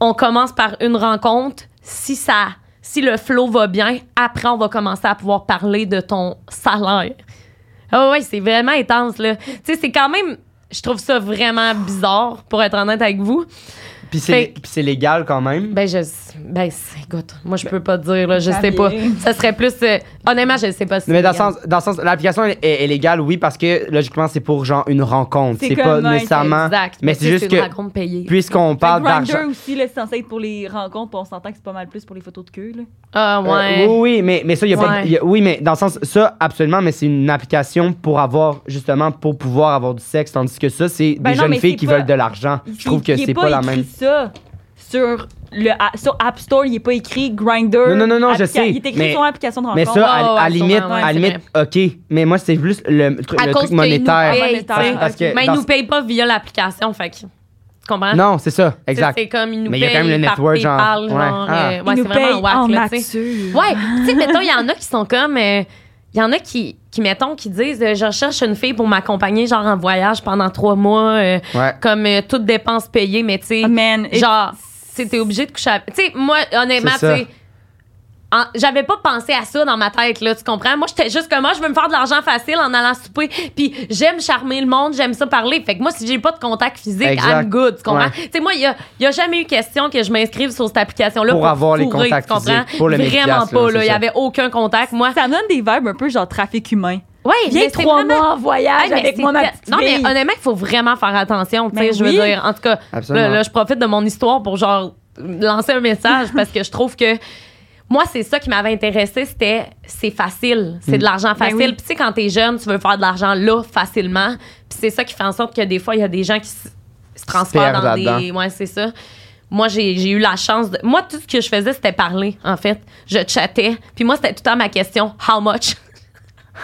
[SPEAKER 3] on commence par une rencontre. Si ça. Si le flow va bien, après, on va commencer à pouvoir parler de ton salaire. Ah ouais, c'est vraiment intense, là. Tu sais, c'est quand même. Je trouve ça vraiment bizarre, pour être honnête avec vous.
[SPEAKER 2] Puis c'est
[SPEAKER 3] fait-
[SPEAKER 2] puis c'est légal quand même.
[SPEAKER 3] Ben, je. Ben, c'est- écoute, moi, je peux pas te dire, là. Je
[SPEAKER 1] Ben, Ça
[SPEAKER 3] sais pas.
[SPEAKER 1] vient.
[SPEAKER 3] Ça serait plus. euh, honnêtement, je sais pas si.
[SPEAKER 2] Non, mais dans le
[SPEAKER 3] c'est légal.
[SPEAKER 2] sens, dans le sens l'application est, est légale, oui, parce que logiquement, c'est pour genre une rencontre.
[SPEAKER 1] C'est
[SPEAKER 2] C'est pas
[SPEAKER 1] comme, ouais,
[SPEAKER 2] nécessairement.
[SPEAKER 3] Exact.
[SPEAKER 2] Mais c'est juste que,
[SPEAKER 3] rencontre payée.
[SPEAKER 2] puisqu'on parle
[SPEAKER 1] Grinder
[SPEAKER 2] d'argent.
[SPEAKER 1] aussi, là, c'est censé être pour les rencontres, puis on s'entend que c'est pas mal plus pour les photos de queue, là.
[SPEAKER 3] Ah, ouais.
[SPEAKER 2] Euh, oui, oui, mais, mais ça, il y a pas.
[SPEAKER 3] Ouais.
[SPEAKER 2] il y a- oui, mais dans le sens, ça, absolument, mais c'est une application pour avoir, justement, pour pouvoir avoir du sexe, tandis que ça, c'est
[SPEAKER 1] Ben
[SPEAKER 2] des
[SPEAKER 1] non,
[SPEAKER 2] jeunes
[SPEAKER 1] mais
[SPEAKER 2] filles
[SPEAKER 1] c'est
[SPEAKER 2] qui
[SPEAKER 1] pas-
[SPEAKER 2] veulent de l'argent.
[SPEAKER 1] Il-
[SPEAKER 2] Je trouve que
[SPEAKER 1] il est
[SPEAKER 2] c'est pas, la
[SPEAKER 1] écrit
[SPEAKER 2] même.
[SPEAKER 1] ça sur, le, a- sur App Store, il n'est pas écrit Grinder.
[SPEAKER 2] Non, non, non, non, je sais,
[SPEAKER 1] Il est écrit
[SPEAKER 2] mais-
[SPEAKER 1] sur l'application de rencontre.
[SPEAKER 2] Mais ça, à,
[SPEAKER 3] ouais,
[SPEAKER 2] à
[SPEAKER 3] ouais,
[SPEAKER 2] limite,
[SPEAKER 3] sûrement, ouais,
[SPEAKER 2] à
[SPEAKER 3] c'est
[SPEAKER 2] limite, ok. Mais moi, c'est plus le, tru-
[SPEAKER 3] À
[SPEAKER 2] le
[SPEAKER 3] cause
[SPEAKER 2] truc
[SPEAKER 3] qu'ils nous
[SPEAKER 2] monétaire.
[SPEAKER 3] payent,
[SPEAKER 1] Monétaire,
[SPEAKER 3] tu sais.
[SPEAKER 2] parce que
[SPEAKER 3] Mais ils
[SPEAKER 2] dans-
[SPEAKER 3] nous payent pas via l'application, fait que. Tu comprends?
[SPEAKER 2] Non, c'est
[SPEAKER 3] hein.
[SPEAKER 2] ça, exact.
[SPEAKER 3] C'est comme ils nous
[SPEAKER 2] Mais il y
[SPEAKER 3] payent.
[SPEAKER 2] a quand même le
[SPEAKER 3] par
[SPEAKER 2] network, genre.
[SPEAKER 3] PayPal, genre.
[SPEAKER 2] Ouais.
[SPEAKER 3] euh,
[SPEAKER 2] Ah.
[SPEAKER 3] ouais,
[SPEAKER 1] Ils nous
[SPEAKER 3] c'est
[SPEAKER 1] payent
[SPEAKER 3] vraiment
[SPEAKER 1] en
[SPEAKER 3] whack, là, tu sais.
[SPEAKER 1] nature.
[SPEAKER 3] Ouais, tu sais, mettons, il y en a qui sont comme. euh, Il y en a qui, qui, mettons, qui disent euh, Je cherche une fille pour m'accompagner, genre en voyage pendant trois mois, euh,
[SPEAKER 2] Ouais.
[SPEAKER 3] comme euh, toute dépense payée, mais tu sais,
[SPEAKER 1] Ah, man, et-
[SPEAKER 3] genre, tu sais, t'es obligé de coucher avec. Tu sais, moi, honnêtement, tu
[SPEAKER 2] C'est ça.
[SPEAKER 3] sais, en- j'avais pas pensé à ça dans ma tête, là, tu comprends? Moi, j'étais juste comme moi, je veux me faire de l'argent facile en allant souper, puis j'aime charmer le monde, j'aime ça parler. Fait que moi, si j'ai pas de contact physique,
[SPEAKER 2] Exact.
[SPEAKER 3] I'm good, tu comprends?
[SPEAKER 2] Ouais.
[SPEAKER 3] Tu sais, moi, il y a, il y a jamais eu question que je m'inscrive sur cette application-là
[SPEAKER 2] Pour avoir les
[SPEAKER 3] fourrer,
[SPEAKER 2] contacts
[SPEAKER 3] tu comprends?
[SPEAKER 2] physiques, pour le
[SPEAKER 3] Vraiment
[SPEAKER 2] 1000 piastres, là,
[SPEAKER 3] pas,
[SPEAKER 2] c'est
[SPEAKER 3] là. Il y
[SPEAKER 2] ça.
[SPEAKER 3] avait aucun contact, moi.
[SPEAKER 1] Ça me donne des vibes un peu genre trafic humain.
[SPEAKER 3] Ouais, mais
[SPEAKER 1] Viens
[SPEAKER 3] c'est
[SPEAKER 1] trois
[SPEAKER 3] vraiment-
[SPEAKER 1] mois en voyage
[SPEAKER 3] Hey, mais
[SPEAKER 1] avec
[SPEAKER 3] c'est
[SPEAKER 1] moi, ma
[SPEAKER 3] tel-
[SPEAKER 1] petite
[SPEAKER 3] Non, mais
[SPEAKER 1] fille.
[SPEAKER 3] honnêtement, il faut vraiment faire attention, tu sais,
[SPEAKER 1] Ben
[SPEAKER 3] je veux
[SPEAKER 1] oui.
[SPEAKER 3] dire. En tout cas,
[SPEAKER 2] Absolument.
[SPEAKER 3] là, là, je profite de mon histoire pour, genre, lancer un message parce que je trouve que Moi, c'est ça qui m'avait intéressé, c'était c'est facile, c'est de l'argent
[SPEAKER 1] Ben
[SPEAKER 3] facile.
[SPEAKER 1] oui.
[SPEAKER 3] Puis tu sais quand t'es jeune, tu veux faire de l'argent là facilement. Puis c'est ça qui fait en sorte que des fois il y a des gens qui s- se transfèrent
[SPEAKER 2] perdent
[SPEAKER 3] dans des
[SPEAKER 2] là-dedans.
[SPEAKER 3] ouais, c'est ça. Moi, j'ai j'ai eu la chance de moi tout ce que je faisais c'était parler en fait. Je chattais. Puis moi c'était tout le temps ma question how much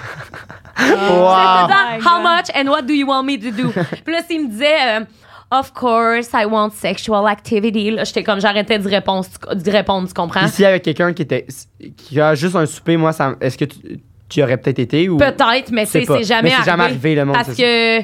[SPEAKER 2] Wow.
[SPEAKER 3] tout le temps,
[SPEAKER 1] Oh my
[SPEAKER 3] how
[SPEAKER 1] God.
[SPEAKER 3] much and what do you want me to do? Puis là, s'il me disait, euh, of course, I want sexual activity, là, j'étais comme, j'arrêtais de répondre, de répondre, tu comprends?
[SPEAKER 2] Puis s'il y avait quelqu'un qui était qui a juste un souper, moi, ça, m- est-ce que tu, tu y aurais peut-être été ou
[SPEAKER 3] Peut-être, mais tu sais,
[SPEAKER 2] C'est pas-
[SPEAKER 3] c'est jamais
[SPEAKER 2] mais c'est
[SPEAKER 3] arrivé.
[SPEAKER 2] jamais arrivé, le monde,
[SPEAKER 3] Parce que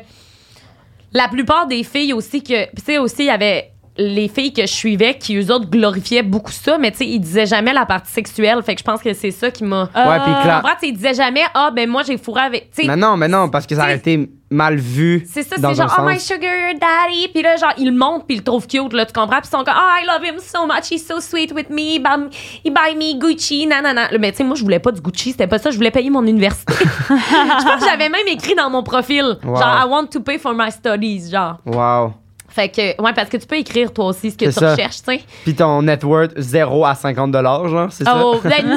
[SPEAKER 3] la plupart des filles aussi que. Puis tu sais, aussi, il y avait les filles que je suivais qui, eux autres, glorifiaient beaucoup ça, mais tu sais, ils disaient jamais la partie sexuelle. Fait que je pense que c'est ça qui m'a. Euh,
[SPEAKER 2] Ouais, puis
[SPEAKER 3] En
[SPEAKER 2] clair.
[SPEAKER 3] vrai, tu sais, ils disaient jamais, ah, ben moi, j'ai fourré avec. tu sais,
[SPEAKER 2] Mais non, mais non, parce que ça aurait été mal vu.
[SPEAKER 3] C'est ça,
[SPEAKER 2] dans
[SPEAKER 3] c'est
[SPEAKER 2] un
[SPEAKER 3] genre, oh my
[SPEAKER 2] sens.
[SPEAKER 3] sugar daddy. Puis là, genre, ils le montrent, puis ils le trouvent cute, là, tu comprends? Puis ils sont comme, oh, I love him so much, he's so sweet with me, he buy me, he buy me Gucci, nanana. Mais tu sais, moi, je voulais pas du Gucci, c'était pas ça, je voulais payer mon université. je pense que j'avais même écrit dans mon profil,
[SPEAKER 2] Wow.
[SPEAKER 3] genre, I want to pay for my studies, genre.
[SPEAKER 2] Wow.
[SPEAKER 3] Fait que, ouais, parce que tu peux écrire toi aussi ce que tu
[SPEAKER 2] C'est ça.
[SPEAKER 3] recherches, tu sais.
[SPEAKER 2] Puis ton net worth 0 à 50 genre, c'est
[SPEAKER 3] Oh,
[SPEAKER 2] ça?
[SPEAKER 3] ben, nous, les,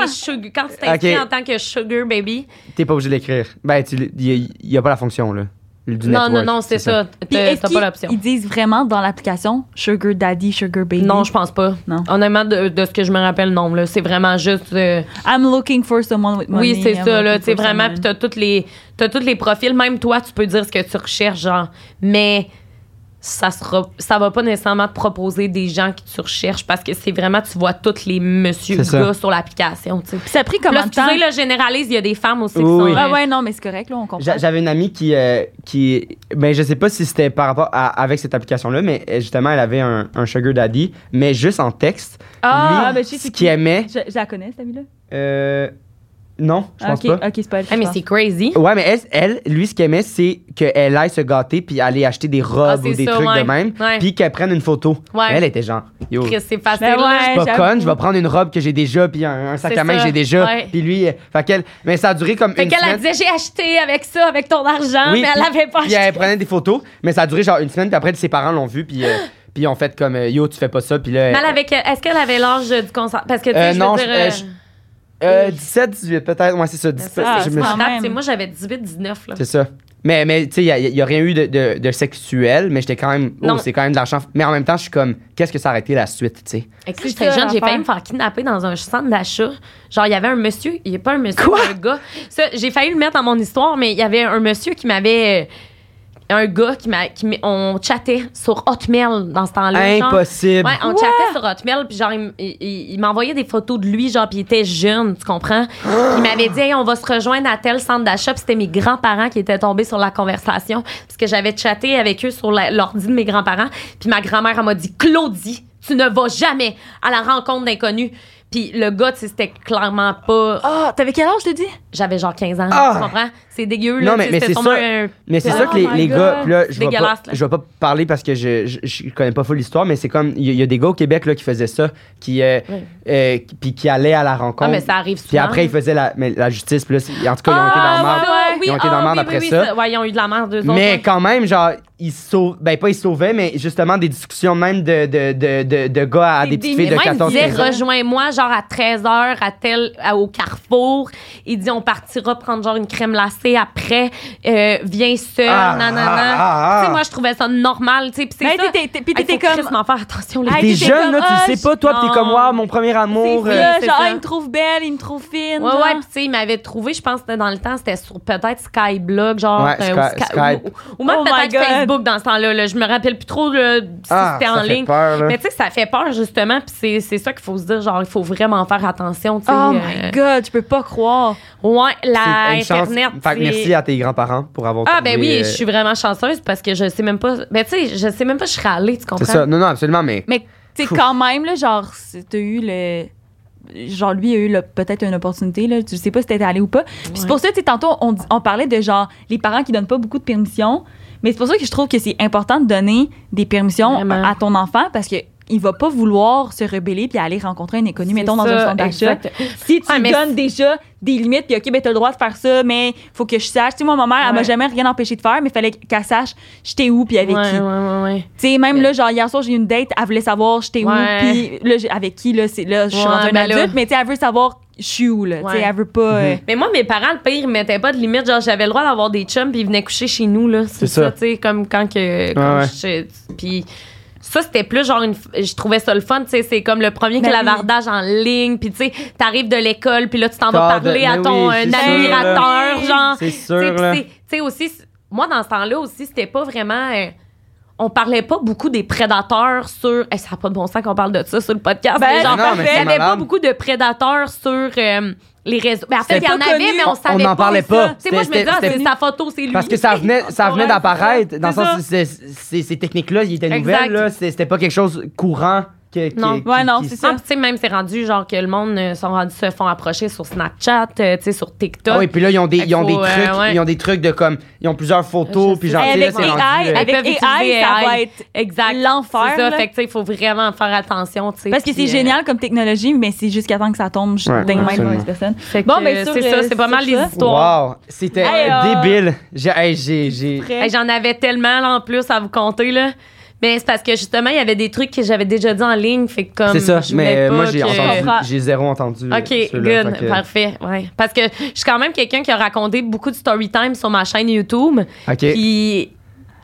[SPEAKER 3] les sugar, quand tu t'inscris
[SPEAKER 2] Ok.
[SPEAKER 3] en tant que sugar baby,
[SPEAKER 2] T'es pas obligé de l'écrire. Ben, tu l- y, a- y a pas la fonction, là. le- Du
[SPEAKER 3] non,
[SPEAKER 2] net
[SPEAKER 3] non,
[SPEAKER 2] worth,
[SPEAKER 3] non, c'est ça,
[SPEAKER 1] Puis
[SPEAKER 3] t'as
[SPEAKER 1] est-ce
[SPEAKER 3] Euh, t'as
[SPEAKER 1] qu'ils-
[SPEAKER 3] pas l'option.
[SPEAKER 1] Ils disent vraiment dans l'application Sugar Daddy, Sugar Baby.
[SPEAKER 3] Non, je pense pas.
[SPEAKER 1] Non.
[SPEAKER 3] Honnêtement, de, de ce que je me rappelle, non. là. C'est vraiment juste. euh,
[SPEAKER 1] I'm looking for someone with money.
[SPEAKER 3] oui, c'est
[SPEAKER 1] I'm
[SPEAKER 3] ça.
[SPEAKER 1] looking
[SPEAKER 3] Là,
[SPEAKER 1] for
[SPEAKER 3] tu sais, vraiment,
[SPEAKER 1] someone.
[SPEAKER 3] puis t'as tous les, t'as tous les profils. Même toi, tu peux dire ce que tu recherches, genre. Mais ça sera, ça va pas nécessairement te proposer des gens que tu recherches parce que c'est vraiment, tu vois tous les monsieur
[SPEAKER 2] C'est ça.
[SPEAKER 3] gars sur l'application. tu sais.
[SPEAKER 1] Puis ça a pris
[SPEAKER 3] Là,
[SPEAKER 1] combien de temps?
[SPEAKER 3] excusez, là, généralise, il y a des femmes aussi qui
[SPEAKER 2] Oui,
[SPEAKER 3] sont.
[SPEAKER 2] oui.
[SPEAKER 1] Ah ouais, non, mais c'est correct, là, on comprend.
[SPEAKER 2] J'a- J'avais une amie qui, euh, qui. Ben, je sais pas si c'était par rapport à, avec cette application-là, mais euh, justement, elle avait un, un Sugar Daddy, mais juste en texte.
[SPEAKER 1] Ah,
[SPEAKER 2] Lui,
[SPEAKER 1] ben, je sais
[SPEAKER 2] ce
[SPEAKER 1] c'est qui.
[SPEAKER 2] qu'il aimait.
[SPEAKER 1] Je, je la connais, cette amie-là?
[SPEAKER 2] euh, non, je pense
[SPEAKER 1] ok,
[SPEAKER 2] pas.
[SPEAKER 1] ok, c'est pas elle.
[SPEAKER 3] Ah, mais
[SPEAKER 1] je
[SPEAKER 3] c'est crazy.
[SPEAKER 2] Ouais, mais elle, elle, lui, ce qu'elle aimait, c'est qu'elle aille se gâter puis aller acheter des
[SPEAKER 3] Ah,
[SPEAKER 2] robes
[SPEAKER 3] c'est
[SPEAKER 2] ou des
[SPEAKER 3] ça,
[SPEAKER 2] trucs
[SPEAKER 3] ouais.
[SPEAKER 2] de même,
[SPEAKER 3] Ouais.
[SPEAKER 2] puis qu'elle prenne une photo.
[SPEAKER 3] Ouais.
[SPEAKER 2] Elle était genre, yo,
[SPEAKER 3] Chris,
[SPEAKER 2] je
[SPEAKER 3] C'est facile.
[SPEAKER 1] Ben
[SPEAKER 3] là.
[SPEAKER 1] ouais.
[SPEAKER 2] suis pas
[SPEAKER 1] j'avoue.
[SPEAKER 2] conne, je vais prendre une robe que j'ai déjà, puis un, un sac
[SPEAKER 3] C'est
[SPEAKER 2] à main que
[SPEAKER 3] ça,
[SPEAKER 2] j'ai déjà.
[SPEAKER 3] ouais.
[SPEAKER 2] Puis lui, euh, fait qu'elle, mais ça a duré comme
[SPEAKER 3] Fait
[SPEAKER 2] une
[SPEAKER 3] qu'elle oh,
[SPEAKER 2] semaine.
[SPEAKER 3] elle disait, j'ai acheté avec ça, avec ton argent,
[SPEAKER 2] Oui,
[SPEAKER 3] mais elle
[SPEAKER 2] puis-
[SPEAKER 3] avait pas
[SPEAKER 2] Puis
[SPEAKER 3] acheté.
[SPEAKER 2] elle prenait des photos, mais ça a duré genre une semaine, puis après, ses parents l'ont vu, puis euh, puis ils ont fait comme, euh, yo, tu fais pas ça, puis là.
[SPEAKER 3] Mais elle
[SPEAKER 2] euh,
[SPEAKER 3] avait que- Est-ce qu'elle avait l'âge euh, du consent? Parce que tu sais,
[SPEAKER 2] Euh,
[SPEAKER 3] je
[SPEAKER 2] non,
[SPEAKER 3] veux dire.
[SPEAKER 2] je- euh,
[SPEAKER 3] euh,
[SPEAKER 2] je- euh, 17, 18, peut-être, ouais, c'est ça, 10,
[SPEAKER 3] ça,
[SPEAKER 1] je
[SPEAKER 3] c'est
[SPEAKER 1] me-
[SPEAKER 3] pas grave,
[SPEAKER 1] Même.
[SPEAKER 3] tu sais, Moi, j'avais 18, 19. Là.
[SPEAKER 2] C'est ça. Mais, mais tu sais, il n'y a, rien eu de, de- de sexuel, mais j'étais quand même.
[SPEAKER 3] Non.
[SPEAKER 2] Oh, c'est quand même de l'argent. Mais en même temps, je suis comme, qu'est-ce que ça aurait été la suite, tu sais?
[SPEAKER 3] Et
[SPEAKER 1] C'est
[SPEAKER 3] quand j'étais
[SPEAKER 1] ça,
[SPEAKER 3] jeune, j'ai
[SPEAKER 1] l'affaire.
[SPEAKER 3] failli me faire kidnapper dans un centre d'achat. Genre, il y avait un monsieur, il n'est pas un monsieur, mais un gars. Ça, j'ai failli le mettre dans mon histoire, mais il y avait un monsieur qui m'avait. euh, Un gars qui m'a. qui m'a- on chattait sur Hotmail dans ce temps-là. genre.
[SPEAKER 2] Impossible.
[SPEAKER 3] Ouais, on chattait sur Hotmail, puis genre, il, m- il- il- il m'envoyait des photos de lui, genre, puis il était jeune, tu comprends? il m'avait dit, Hey, on va se rejoindre à tel centre d'achat, puis c'était mes grands-parents qui étaient tombés sur la conversation, parce que j'avais chatté avec eux sur la- l'ordi de mes grands-parents, puis ma grand-mère, elle m'a dit, Claudie, tu ne vas jamais à la rencontre d'inconnus. Puis le gars, tu sais, c'était clairement pas.
[SPEAKER 1] Ah, t'avais quel âge, t'as dit?
[SPEAKER 3] J'avais genre 15 ans,
[SPEAKER 2] Ah!
[SPEAKER 3] tu comprends? C'est dégueu, là.
[SPEAKER 2] Non, mais-
[SPEAKER 3] tu sais,
[SPEAKER 2] mais
[SPEAKER 3] c'était
[SPEAKER 2] c'est
[SPEAKER 3] sûrement
[SPEAKER 2] ça.
[SPEAKER 3] un-
[SPEAKER 2] Mais c'est
[SPEAKER 3] Oh
[SPEAKER 2] ça que les,
[SPEAKER 1] my
[SPEAKER 2] les
[SPEAKER 1] God.
[SPEAKER 2] gars, puis là,
[SPEAKER 3] C'est
[SPEAKER 2] je vais pas,
[SPEAKER 3] dégueulasse, là.
[SPEAKER 2] je vais pas parler parce que je, je, je connais pas full l'histoire, mais c'est comme, il y, a des gars au Québec là, qui faisaient ça, qui, euh,
[SPEAKER 3] Oui.
[SPEAKER 2] euh, puis qui allaient à la
[SPEAKER 3] Ah,
[SPEAKER 2] rencontre.
[SPEAKER 3] mais ça arrive souvent.
[SPEAKER 2] puis après, ils faisaient la, mais la justice, puis là, c'est- en tout cas, ils ont été dans
[SPEAKER 3] Ah,
[SPEAKER 2] le
[SPEAKER 3] ouais,
[SPEAKER 2] marbre.
[SPEAKER 3] ouais, oui,
[SPEAKER 2] Ils ont été
[SPEAKER 3] ah,
[SPEAKER 2] dans le marde
[SPEAKER 3] oui,
[SPEAKER 2] après
[SPEAKER 3] oui, oui,
[SPEAKER 2] ça.
[SPEAKER 3] Ouais, ils ont eu de la merde, d'eux autres.
[SPEAKER 2] Mais
[SPEAKER 3] ouais.
[SPEAKER 2] quand même, genre, ils se sauvent. Ben, pas ils se sauvaient, mais justement, des discussions même de, de, de, de, de gars à
[SPEAKER 1] Des-
[SPEAKER 2] des petites
[SPEAKER 1] des-
[SPEAKER 2] filles de
[SPEAKER 3] moi, il me
[SPEAKER 2] 14
[SPEAKER 3] disait,
[SPEAKER 2] 15 ans.
[SPEAKER 3] rejoins-moi, genre, à 13h, à tel, à- au Carrefour. Il dit, on partira prendre, genre, une crème glacée après. Euh, viens seul,
[SPEAKER 2] Ah,
[SPEAKER 3] nanana.
[SPEAKER 2] ah, ah, ah.
[SPEAKER 3] Tu sais, moi, je trouvais ça normal, tu sais. Puis c'est
[SPEAKER 1] Ben,
[SPEAKER 3] ça.
[SPEAKER 1] t'étais- t'étais- puis
[SPEAKER 3] Hey,
[SPEAKER 1] t'étais
[SPEAKER 3] faut
[SPEAKER 1] comme-
[SPEAKER 3] crissement faire attention, les
[SPEAKER 1] Hey,
[SPEAKER 3] filles.
[SPEAKER 2] T'es
[SPEAKER 1] t'étais
[SPEAKER 2] jeune,
[SPEAKER 1] comme,
[SPEAKER 2] là, tu
[SPEAKER 1] Ah,
[SPEAKER 2] le sais pas, toi, pis t'es
[SPEAKER 3] non.
[SPEAKER 2] comme, waouh, mon premier amour.
[SPEAKER 1] C'est
[SPEAKER 2] euh,
[SPEAKER 1] ça,
[SPEAKER 3] c'est
[SPEAKER 1] genre,
[SPEAKER 3] ça.
[SPEAKER 1] ah, il me trouve belle, il me trouve fine.
[SPEAKER 3] Ouais,
[SPEAKER 1] genre.
[SPEAKER 3] ouais, puis tu sais, il m'avait trouvé, je pense, que c'était dans le temps, c'était sur peut-être Skyblog, genre,
[SPEAKER 2] Ouais,
[SPEAKER 3] euh, ou
[SPEAKER 2] Sky- Skype.
[SPEAKER 3] ou, ou même
[SPEAKER 1] Oh my God.
[SPEAKER 3] peut-être Facebook dans ce temps-là. là. Je me rappelle plus trop là, si
[SPEAKER 2] Ah,
[SPEAKER 3] c'était en
[SPEAKER 2] ça fait
[SPEAKER 3] ligne.
[SPEAKER 2] peur, là.
[SPEAKER 3] Mais tu sais, ça fait peur, justement, puis c'est- c'est ça qu'il faut se dire, genre, il faut vraiment faire attention, tu sais.
[SPEAKER 1] Oh
[SPEAKER 3] euh,
[SPEAKER 1] my god, je peux pas croire.
[SPEAKER 3] Ouais, la
[SPEAKER 2] C'est une chance.
[SPEAKER 3] Internet.
[SPEAKER 2] Fait que
[SPEAKER 3] c'est-
[SPEAKER 2] merci à tes grands-parents pour avoir
[SPEAKER 3] Ah, ben
[SPEAKER 2] trouvé,
[SPEAKER 3] oui,
[SPEAKER 2] euh,
[SPEAKER 3] je suis vraiment chanceuse parce que je sais même pas. Ben, tu sais, je sais même pas, je serais allée, tu comprends?
[SPEAKER 2] C'est ça. Non, non, absolument, mais.
[SPEAKER 1] Mais tu sais,
[SPEAKER 2] Fou.
[SPEAKER 1] quand même, là, genre, c'est- t'as eu le. Genre, lui a eu le- peut-être une opportunité, là. Tu sais pas si t'étais allé ou pas. Puis c'est pour ça, tu sais, tantôt, on, dit- on parlait de genre les parents qui donnent pas beaucoup de permissions. Mais c'est pour ça que je trouve que c'est important de donner des permissions
[SPEAKER 3] Vraiment.
[SPEAKER 1] à ton enfant parce que il va pas vouloir se rebeller puis aller rencontrer un inconnu, mettons, dans
[SPEAKER 3] C'est ça,
[SPEAKER 1] un centre d'achat.
[SPEAKER 3] exact.
[SPEAKER 1] Si tu
[SPEAKER 3] Ouais, mais
[SPEAKER 1] donnes déjà des limites, puis OK, ben, t'as le droit de faire ça, mais faut que je sache. Tu sais, moi, ma mère, elle m'a
[SPEAKER 3] Ouais.
[SPEAKER 1] jamais rien empêché de faire, mais fallait qu'elle sache j'étais où puis avec
[SPEAKER 3] ouais,
[SPEAKER 1] qui.
[SPEAKER 3] ouais, ouais, ouais.
[SPEAKER 1] Tu sais, même
[SPEAKER 3] Mais-
[SPEAKER 1] là, genre, hier soir, j'ai eu une date, elle voulait savoir j'étais
[SPEAKER 3] Ouais.
[SPEAKER 1] où, puis là, j'ai- avec qui, là, c'est, là je suis
[SPEAKER 3] Ouais,
[SPEAKER 1] rendue un
[SPEAKER 3] ben là.
[SPEAKER 1] adulte, mais tu sais, elle veut savoir je suis où, là. Tu sais,
[SPEAKER 3] Ouais.
[SPEAKER 1] elle veut pas.
[SPEAKER 2] Mhm.
[SPEAKER 1] euh,
[SPEAKER 3] Mais moi, mes parents, le pire, ils mettaient pas de limite. Genre, j'avais le droit d'avoir des chums, puis ils venaient coucher chez nous, là.
[SPEAKER 2] C'est
[SPEAKER 3] C'est ça,
[SPEAKER 2] ça.
[SPEAKER 3] tu sais, comme quand que. Quand
[SPEAKER 2] Ouais,
[SPEAKER 3] je- Puis ça, c'était plus genre une. f- Je trouvais ça le fun, tu sais. C'est comme le premier
[SPEAKER 1] Ben
[SPEAKER 3] clavardage en ligne, puis tu sais, t'arrives de l'école, puis là, tu t'en vas
[SPEAKER 2] T'as de-
[SPEAKER 3] parler à
[SPEAKER 2] mais ben
[SPEAKER 3] ton
[SPEAKER 2] oui,
[SPEAKER 3] euh,
[SPEAKER 2] c'est sûr, là.
[SPEAKER 3] admirateur, genre.
[SPEAKER 2] C'est
[SPEAKER 3] Tu sais,
[SPEAKER 2] sûr,
[SPEAKER 3] puis
[SPEAKER 2] là.
[SPEAKER 3] c'est- Tu sais, aussi, c- moi, dans ce temps-là aussi, c'était pas vraiment. euh, on parlait pas beaucoup des prédateurs sur. Eh, ça n'a pas de bon sens qu'on parle de ça sur le podcast.
[SPEAKER 1] Ben,
[SPEAKER 3] mais genre,
[SPEAKER 1] non,
[SPEAKER 2] mais
[SPEAKER 3] il y
[SPEAKER 2] c'est
[SPEAKER 3] avait pas
[SPEAKER 2] malade.
[SPEAKER 3] beaucoup de prédateurs sur euh, les réseaux. Ben, en fait, il
[SPEAKER 2] C'était
[SPEAKER 3] y en
[SPEAKER 1] pas
[SPEAKER 3] avait,
[SPEAKER 1] connu.
[SPEAKER 3] mais on
[SPEAKER 1] On-
[SPEAKER 3] savait
[SPEAKER 2] on n'en parlait
[SPEAKER 3] ça.
[SPEAKER 2] pas.
[SPEAKER 3] Tu sais, moi, je me
[SPEAKER 2] C'était-
[SPEAKER 3] disais, ah, c'est
[SPEAKER 2] c'était-
[SPEAKER 3] sa photo, c'est lui.
[SPEAKER 2] Parce que ça venait, ça venait d'apparaître. Dans le
[SPEAKER 1] C'est
[SPEAKER 2] sens, c'est- c'est- ces techniques-là, ils étaient
[SPEAKER 3] Exact.
[SPEAKER 2] nouvelles. là. C'était c'était pas quelque chose courant. Que, qui-
[SPEAKER 3] Non.
[SPEAKER 2] qui-
[SPEAKER 1] Ouais, non,
[SPEAKER 2] qui-
[SPEAKER 1] c'est ça.
[SPEAKER 3] Ah, puis tu sais, même, c'est rendu genre que le monde euh, sont rendus, se font approcher sur Snapchat, euh, tu sais, sur TikTok.
[SPEAKER 2] Ah oui, puis là, ils ont des,
[SPEAKER 3] Fait
[SPEAKER 2] ils ont
[SPEAKER 3] qu'il
[SPEAKER 2] des
[SPEAKER 3] faut,
[SPEAKER 2] trucs,
[SPEAKER 3] euh, ouais.
[SPEAKER 2] ils ont des trucs de comme, ils ont plusieurs
[SPEAKER 3] Je
[SPEAKER 2] photos, puis
[SPEAKER 3] sais.
[SPEAKER 1] Et
[SPEAKER 2] genre, tu sais, là,
[SPEAKER 1] avec
[SPEAKER 2] c'est
[SPEAKER 1] AI,
[SPEAKER 2] rendu, euh,
[SPEAKER 1] avec
[SPEAKER 3] Ils peuvent utiliser
[SPEAKER 1] AI, ça va
[SPEAKER 3] AI.
[SPEAKER 1] être
[SPEAKER 3] Exact.
[SPEAKER 1] l'enfer,
[SPEAKER 3] C'est ça,
[SPEAKER 1] là.
[SPEAKER 3] fait que tu sais, il faut vraiment faire attention, tu sais.
[SPEAKER 1] Parce que c'est
[SPEAKER 3] puis, euh,
[SPEAKER 1] génial comme technologie, mais c'est jusqu'à temps que ça tombe je
[SPEAKER 2] Ouais,
[SPEAKER 1] dingue même
[SPEAKER 2] absolument.
[SPEAKER 1] mauvaise personne.
[SPEAKER 3] Fait que,
[SPEAKER 1] Bon, ben,
[SPEAKER 3] euh,
[SPEAKER 1] sur,
[SPEAKER 3] c'est
[SPEAKER 1] euh,
[SPEAKER 3] ça, c'est pas
[SPEAKER 1] sur
[SPEAKER 3] mal les
[SPEAKER 1] ça.
[SPEAKER 3] histoires.
[SPEAKER 2] Wow, c'était
[SPEAKER 1] Hey, euh,
[SPEAKER 2] débile. J'ai, hey, j'ai, j'ai-
[SPEAKER 1] Prêt?
[SPEAKER 3] Hey, J'en avais tellement là, en plus à vous compter là. Mais c'est parce que justement, il y avait des trucs que j'avais déjà dit en ligne, fait que comme
[SPEAKER 2] c'est ça.
[SPEAKER 3] je voulais
[SPEAKER 2] Mais euh,
[SPEAKER 3] pas
[SPEAKER 2] moi, j'ai
[SPEAKER 3] que-
[SPEAKER 2] entendu,
[SPEAKER 1] Comprends.
[SPEAKER 2] j'ai zéro entendu. euh,
[SPEAKER 3] OK,
[SPEAKER 2] ceux-là,
[SPEAKER 3] good,
[SPEAKER 2] fait que-
[SPEAKER 3] parfait. Ouais. Parce que je suis quand même quelqu'un qui a raconté beaucoup de story time sur ma chaîne YouTube.
[SPEAKER 2] Ok.
[SPEAKER 3] Puis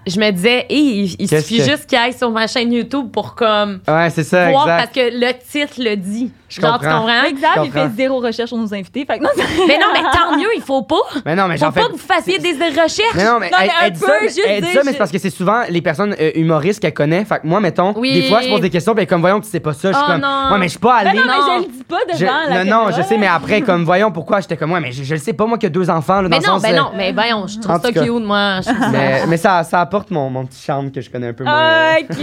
[SPEAKER 3] je me disais, Hey, il, il
[SPEAKER 2] Qu'est-ce
[SPEAKER 3] suffit
[SPEAKER 2] que-
[SPEAKER 3] juste qu'il aille sur ma chaîne YouTube pour comme
[SPEAKER 2] Ouais, c'est ça,
[SPEAKER 3] voir
[SPEAKER 2] exact.
[SPEAKER 3] parce que le titre le dit.
[SPEAKER 2] Je
[SPEAKER 3] Genre, tu
[SPEAKER 2] comprends.
[SPEAKER 3] comprends?
[SPEAKER 1] Exact, il
[SPEAKER 2] comprends.
[SPEAKER 1] fait zéro recherche sur nos invités. Fait que non, ça-
[SPEAKER 3] Mais non, mais tant mieux, il faut pas.
[SPEAKER 2] Mais non, mais
[SPEAKER 3] Faut
[SPEAKER 2] j'en fais.
[SPEAKER 3] pas que vous fassiez des recherches.
[SPEAKER 2] Mais non, mais
[SPEAKER 1] Non, mais
[SPEAKER 2] elle,
[SPEAKER 1] un
[SPEAKER 2] elle dit
[SPEAKER 1] peu,
[SPEAKER 2] ça, mais-
[SPEAKER 1] juste
[SPEAKER 2] elle dit
[SPEAKER 1] des-
[SPEAKER 2] ça, mais c'est parce que c'est souvent les personnes euh, humoristes qu'elle connaît. Fait que moi, mettons,
[SPEAKER 3] Oui.
[SPEAKER 2] des fois, je pose des questions, puis elle est comme, voyons, tu sais pas ça. Je suis
[SPEAKER 3] Oh
[SPEAKER 2] comme,
[SPEAKER 3] non.
[SPEAKER 2] ouais, mais je suis pas
[SPEAKER 1] Ben
[SPEAKER 2] allée.
[SPEAKER 1] non, mais
[SPEAKER 3] non.
[SPEAKER 1] je le dis pas devant
[SPEAKER 2] Je-
[SPEAKER 1] la
[SPEAKER 2] non, non,
[SPEAKER 1] caméra,
[SPEAKER 2] je sais,
[SPEAKER 1] là.
[SPEAKER 2] mais après, comme, voyons pourquoi, j'étais comme, ouais, mais je, je le sais pas, moi, qui a deux enfants, là, dans
[SPEAKER 3] Mais
[SPEAKER 2] le
[SPEAKER 3] non,
[SPEAKER 2] sens.
[SPEAKER 3] ben
[SPEAKER 2] euh,
[SPEAKER 3] non, mais voyons, je
[SPEAKER 2] En
[SPEAKER 3] trouve
[SPEAKER 2] tout
[SPEAKER 3] ça
[SPEAKER 2] cas.
[SPEAKER 3] cute, moi. Je trouve ça-
[SPEAKER 2] Mais, mais ça, ça apporte mon, mon petit charme que je connais un peu
[SPEAKER 3] Ah,
[SPEAKER 2] moins. euh.
[SPEAKER 1] OK,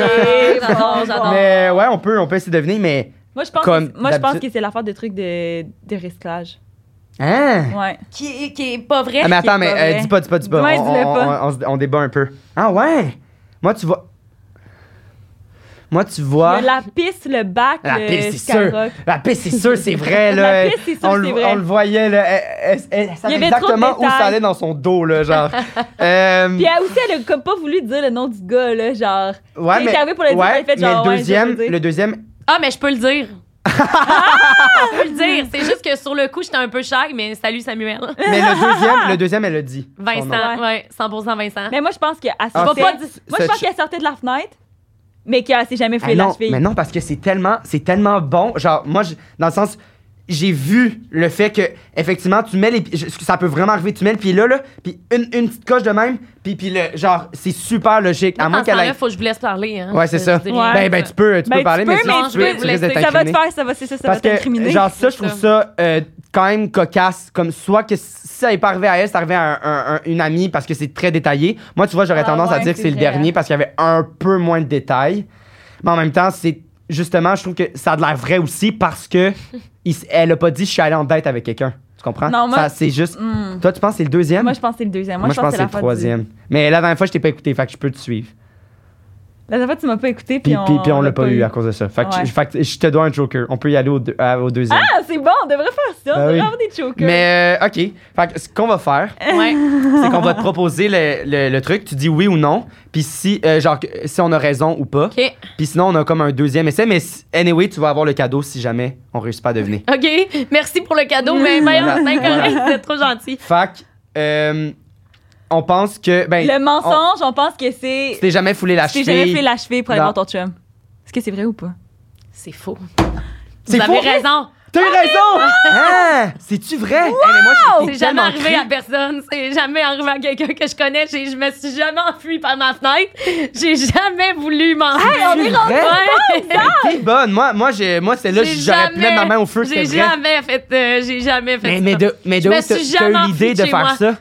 [SPEAKER 3] J'adore,
[SPEAKER 1] bon,
[SPEAKER 3] j'adore.
[SPEAKER 1] bon.
[SPEAKER 2] Mais ouais, on peut, on peut essayer de deviner, mais.
[SPEAKER 1] Moi, je pense,
[SPEAKER 2] Comme
[SPEAKER 1] que, moi, je pense
[SPEAKER 2] d'habitude.
[SPEAKER 1] que c'est l'affaire de trucs de, de recyclage.
[SPEAKER 2] Hein?
[SPEAKER 1] Ouais.
[SPEAKER 3] Qui, qui est pas vrai.
[SPEAKER 2] Ah, mais
[SPEAKER 1] qui est
[SPEAKER 2] attends, mais
[SPEAKER 1] pas
[SPEAKER 2] euh,
[SPEAKER 1] vrai.
[SPEAKER 2] dis pas, dis pas, dis pas.
[SPEAKER 1] Ouais,
[SPEAKER 2] on,
[SPEAKER 1] dis-le
[SPEAKER 2] on-
[SPEAKER 1] pas.
[SPEAKER 2] on- on se- on débat un peu. Ah ouais? Moi, tu vois. Moi, tu vois.
[SPEAKER 1] Le- La piste, le bac,
[SPEAKER 2] La
[SPEAKER 1] le
[SPEAKER 2] piste, c'est sûr.
[SPEAKER 1] Skyrock.
[SPEAKER 2] La piste, c'est sûr, c'est vrai.
[SPEAKER 1] La
[SPEAKER 2] Là.
[SPEAKER 1] piste, c'est sûr,
[SPEAKER 2] on,
[SPEAKER 1] c'est
[SPEAKER 2] le-
[SPEAKER 1] vrai.
[SPEAKER 2] on le voyait. Là. Elle, elle- elle savait
[SPEAKER 1] Il y avait trop de
[SPEAKER 2] exactement où
[SPEAKER 1] détails.
[SPEAKER 2] ça allait dans son dos. Là, genre. Euh,
[SPEAKER 1] Puis elle aussi, elle a comme pas voulu dire le nom du gars, là, genre.
[SPEAKER 2] ouais,
[SPEAKER 1] elle est arrivée pour le dire,
[SPEAKER 2] ouais,
[SPEAKER 1] elle a fait genre,
[SPEAKER 2] mais
[SPEAKER 1] ouais, je
[SPEAKER 2] le deuxième,
[SPEAKER 1] veux dire.
[SPEAKER 2] le deuxième,
[SPEAKER 3] Ah, mais je peux le dire. Ah, je peux le dire. C'est juste que sur le coup, j'étais un peu shy, mais salut Samuel.
[SPEAKER 2] mais le deuxième, le deuxième, elle le dit. son nom.
[SPEAKER 3] Vincent, ouais, 100% Vincent.
[SPEAKER 1] Mais moi, je pense qu'elle
[SPEAKER 2] Ah,
[SPEAKER 1] sortait.
[SPEAKER 2] c'est-
[SPEAKER 1] moi, je pense
[SPEAKER 2] c'est-
[SPEAKER 1] qu'elle sortait de la fenêtre, mais qu'elle s'est jamais
[SPEAKER 2] Ah
[SPEAKER 1] fait la
[SPEAKER 2] non,
[SPEAKER 1] cheville.
[SPEAKER 2] mais non, parce que c'est tellement, c'est tellement bon. Genre, moi, je- dans le sens, j'ai vu le fait que, effectivement, tu mets les. je- Ça peut vraiment arriver, tu mets le pied là, là, puis une, une petite coche de même, puis, puis le. Genre, c'est super logique. À
[SPEAKER 3] Dans
[SPEAKER 2] moins
[SPEAKER 3] ce
[SPEAKER 2] qu'elle
[SPEAKER 3] temps-là,
[SPEAKER 2] aille.
[SPEAKER 3] faut que je vous laisse parler. Hein.
[SPEAKER 2] Ouais, c'est
[SPEAKER 3] Je-
[SPEAKER 2] ça.
[SPEAKER 3] je dis rien.
[SPEAKER 2] Ben, ben, tu peux, tu
[SPEAKER 1] Ben,
[SPEAKER 2] peux parler, mais
[SPEAKER 3] mais
[SPEAKER 2] sinon,
[SPEAKER 3] tu
[SPEAKER 2] tu,
[SPEAKER 3] peux
[SPEAKER 2] risques- tu risques d'être
[SPEAKER 1] ça va te
[SPEAKER 2] incriminé.
[SPEAKER 1] faire, ça va, c'est ça, ça va
[SPEAKER 2] Parce que,
[SPEAKER 1] t'incriminer.
[SPEAKER 2] genre, ça, je
[SPEAKER 3] C'est
[SPEAKER 2] trouve
[SPEAKER 3] ça.
[SPEAKER 2] ça euh, quand même cocasse. Comme soit que si ça n'est pas arrivé à elle, c'est arrivé à un- un- un- une amie parce que c'est très détaillé. Moi, tu vois, j'aurais
[SPEAKER 1] Ah
[SPEAKER 2] tendance à
[SPEAKER 1] ouais,
[SPEAKER 2] dire que
[SPEAKER 1] c'est
[SPEAKER 2] c'est le
[SPEAKER 1] vrai.
[SPEAKER 2] dernier parce qu'il y avait un peu moins de détails. Mais en même temps, c'est justement, je trouve que ça a de l'air vrai aussi parce que il s- elle a pas dit je suis allée en date avec quelqu'un. Tu comprends?
[SPEAKER 1] Non, moi-
[SPEAKER 2] Ça, c'est juste.
[SPEAKER 1] Hmm.
[SPEAKER 2] Toi, tu penses que c'est le deuxième?
[SPEAKER 1] Moi, je pense que c'est le deuxième. Moi,
[SPEAKER 2] Moi, je pense que c'est
[SPEAKER 1] la
[SPEAKER 2] le
[SPEAKER 1] fois du-
[SPEAKER 2] troisième. Mais la dernière fois, je t'ai pas écouté, fait que je peux te suivre.
[SPEAKER 1] La dernière fois, tu m'as pas écouté, puis,
[SPEAKER 2] Puis, puis, puis on l'a pas eu à cause de ça. Fait que,
[SPEAKER 1] Ouais.
[SPEAKER 2] je, fait que je te dois un joker. On peut y aller au, deux- à- au deuxième.
[SPEAKER 1] Ah, c'est bon, on devrait faire ça.
[SPEAKER 2] Ben
[SPEAKER 1] on devrait
[SPEAKER 2] oui.
[SPEAKER 1] avoir des chokers.
[SPEAKER 2] Mais euh, OK. Fait que ce qu'on va faire,
[SPEAKER 3] Ouais.
[SPEAKER 2] c'est qu'on va te proposer le, le- le truc. Tu dis oui ou non. Puis si, euh, genre, que- si on a raison ou pas.
[SPEAKER 3] OK.
[SPEAKER 2] Puis sinon, on a comme un deuxième essai. Mais si- anyway, tu vas avoir le cadeau si jamais on réussit pas à deviner.
[SPEAKER 3] OK. Merci pour le cadeau, mais meilleur
[SPEAKER 2] Voilà.
[SPEAKER 3] c'est correct. Vous êtes trop gentil.
[SPEAKER 2] Fait que, euh, on pense que. Ben,
[SPEAKER 1] Le mensonge, on pense que c'est.
[SPEAKER 2] Tu t'es jamais foulé la
[SPEAKER 1] Tu t'es jamais fait
[SPEAKER 2] cheville.
[SPEAKER 1] la cheville pour aller
[SPEAKER 2] Non.
[SPEAKER 1] voir ton chum. Est-ce que c'est vrai ou pas?
[SPEAKER 3] C'est faux.
[SPEAKER 2] C'est
[SPEAKER 3] Vous avez
[SPEAKER 2] faux.
[SPEAKER 3] raison. Ah,
[SPEAKER 2] T'as eu raison! Hein? C'est-tu vrai? Eh, mais moi, j'ai-
[SPEAKER 3] C'est
[SPEAKER 2] j'ai
[SPEAKER 3] jamais
[SPEAKER 2] tellement
[SPEAKER 3] arrivé
[SPEAKER 2] cru.
[SPEAKER 3] à personne. C'est jamais arrivé à quelqu'un que je connais. J'ai- Je me suis jamais enfuie par ma fenêtre. J'ai jamais voulu m'enfuir.
[SPEAKER 1] Hey, on est
[SPEAKER 2] rendu
[SPEAKER 3] Ouais.
[SPEAKER 2] T'es bonne. Moi, moi, j'ai- moi c'est là
[SPEAKER 3] J'ai
[SPEAKER 2] j'aurais pu
[SPEAKER 3] jamais-
[SPEAKER 2] mettre ma main au feu.
[SPEAKER 3] J'ai
[SPEAKER 2] c'est vrai.
[SPEAKER 3] jamais fait. euh, j'ai jamais fait.
[SPEAKER 2] Mais,
[SPEAKER 3] ça.
[SPEAKER 2] mais de, mais
[SPEAKER 3] Je
[SPEAKER 2] de
[SPEAKER 3] me
[SPEAKER 2] où t'as
[SPEAKER 3] suis
[SPEAKER 2] t'as
[SPEAKER 3] jamais
[SPEAKER 2] eu l'idée
[SPEAKER 3] enfuie de
[SPEAKER 2] de
[SPEAKER 3] chez
[SPEAKER 2] faire
[SPEAKER 3] moi.
[SPEAKER 2] ça?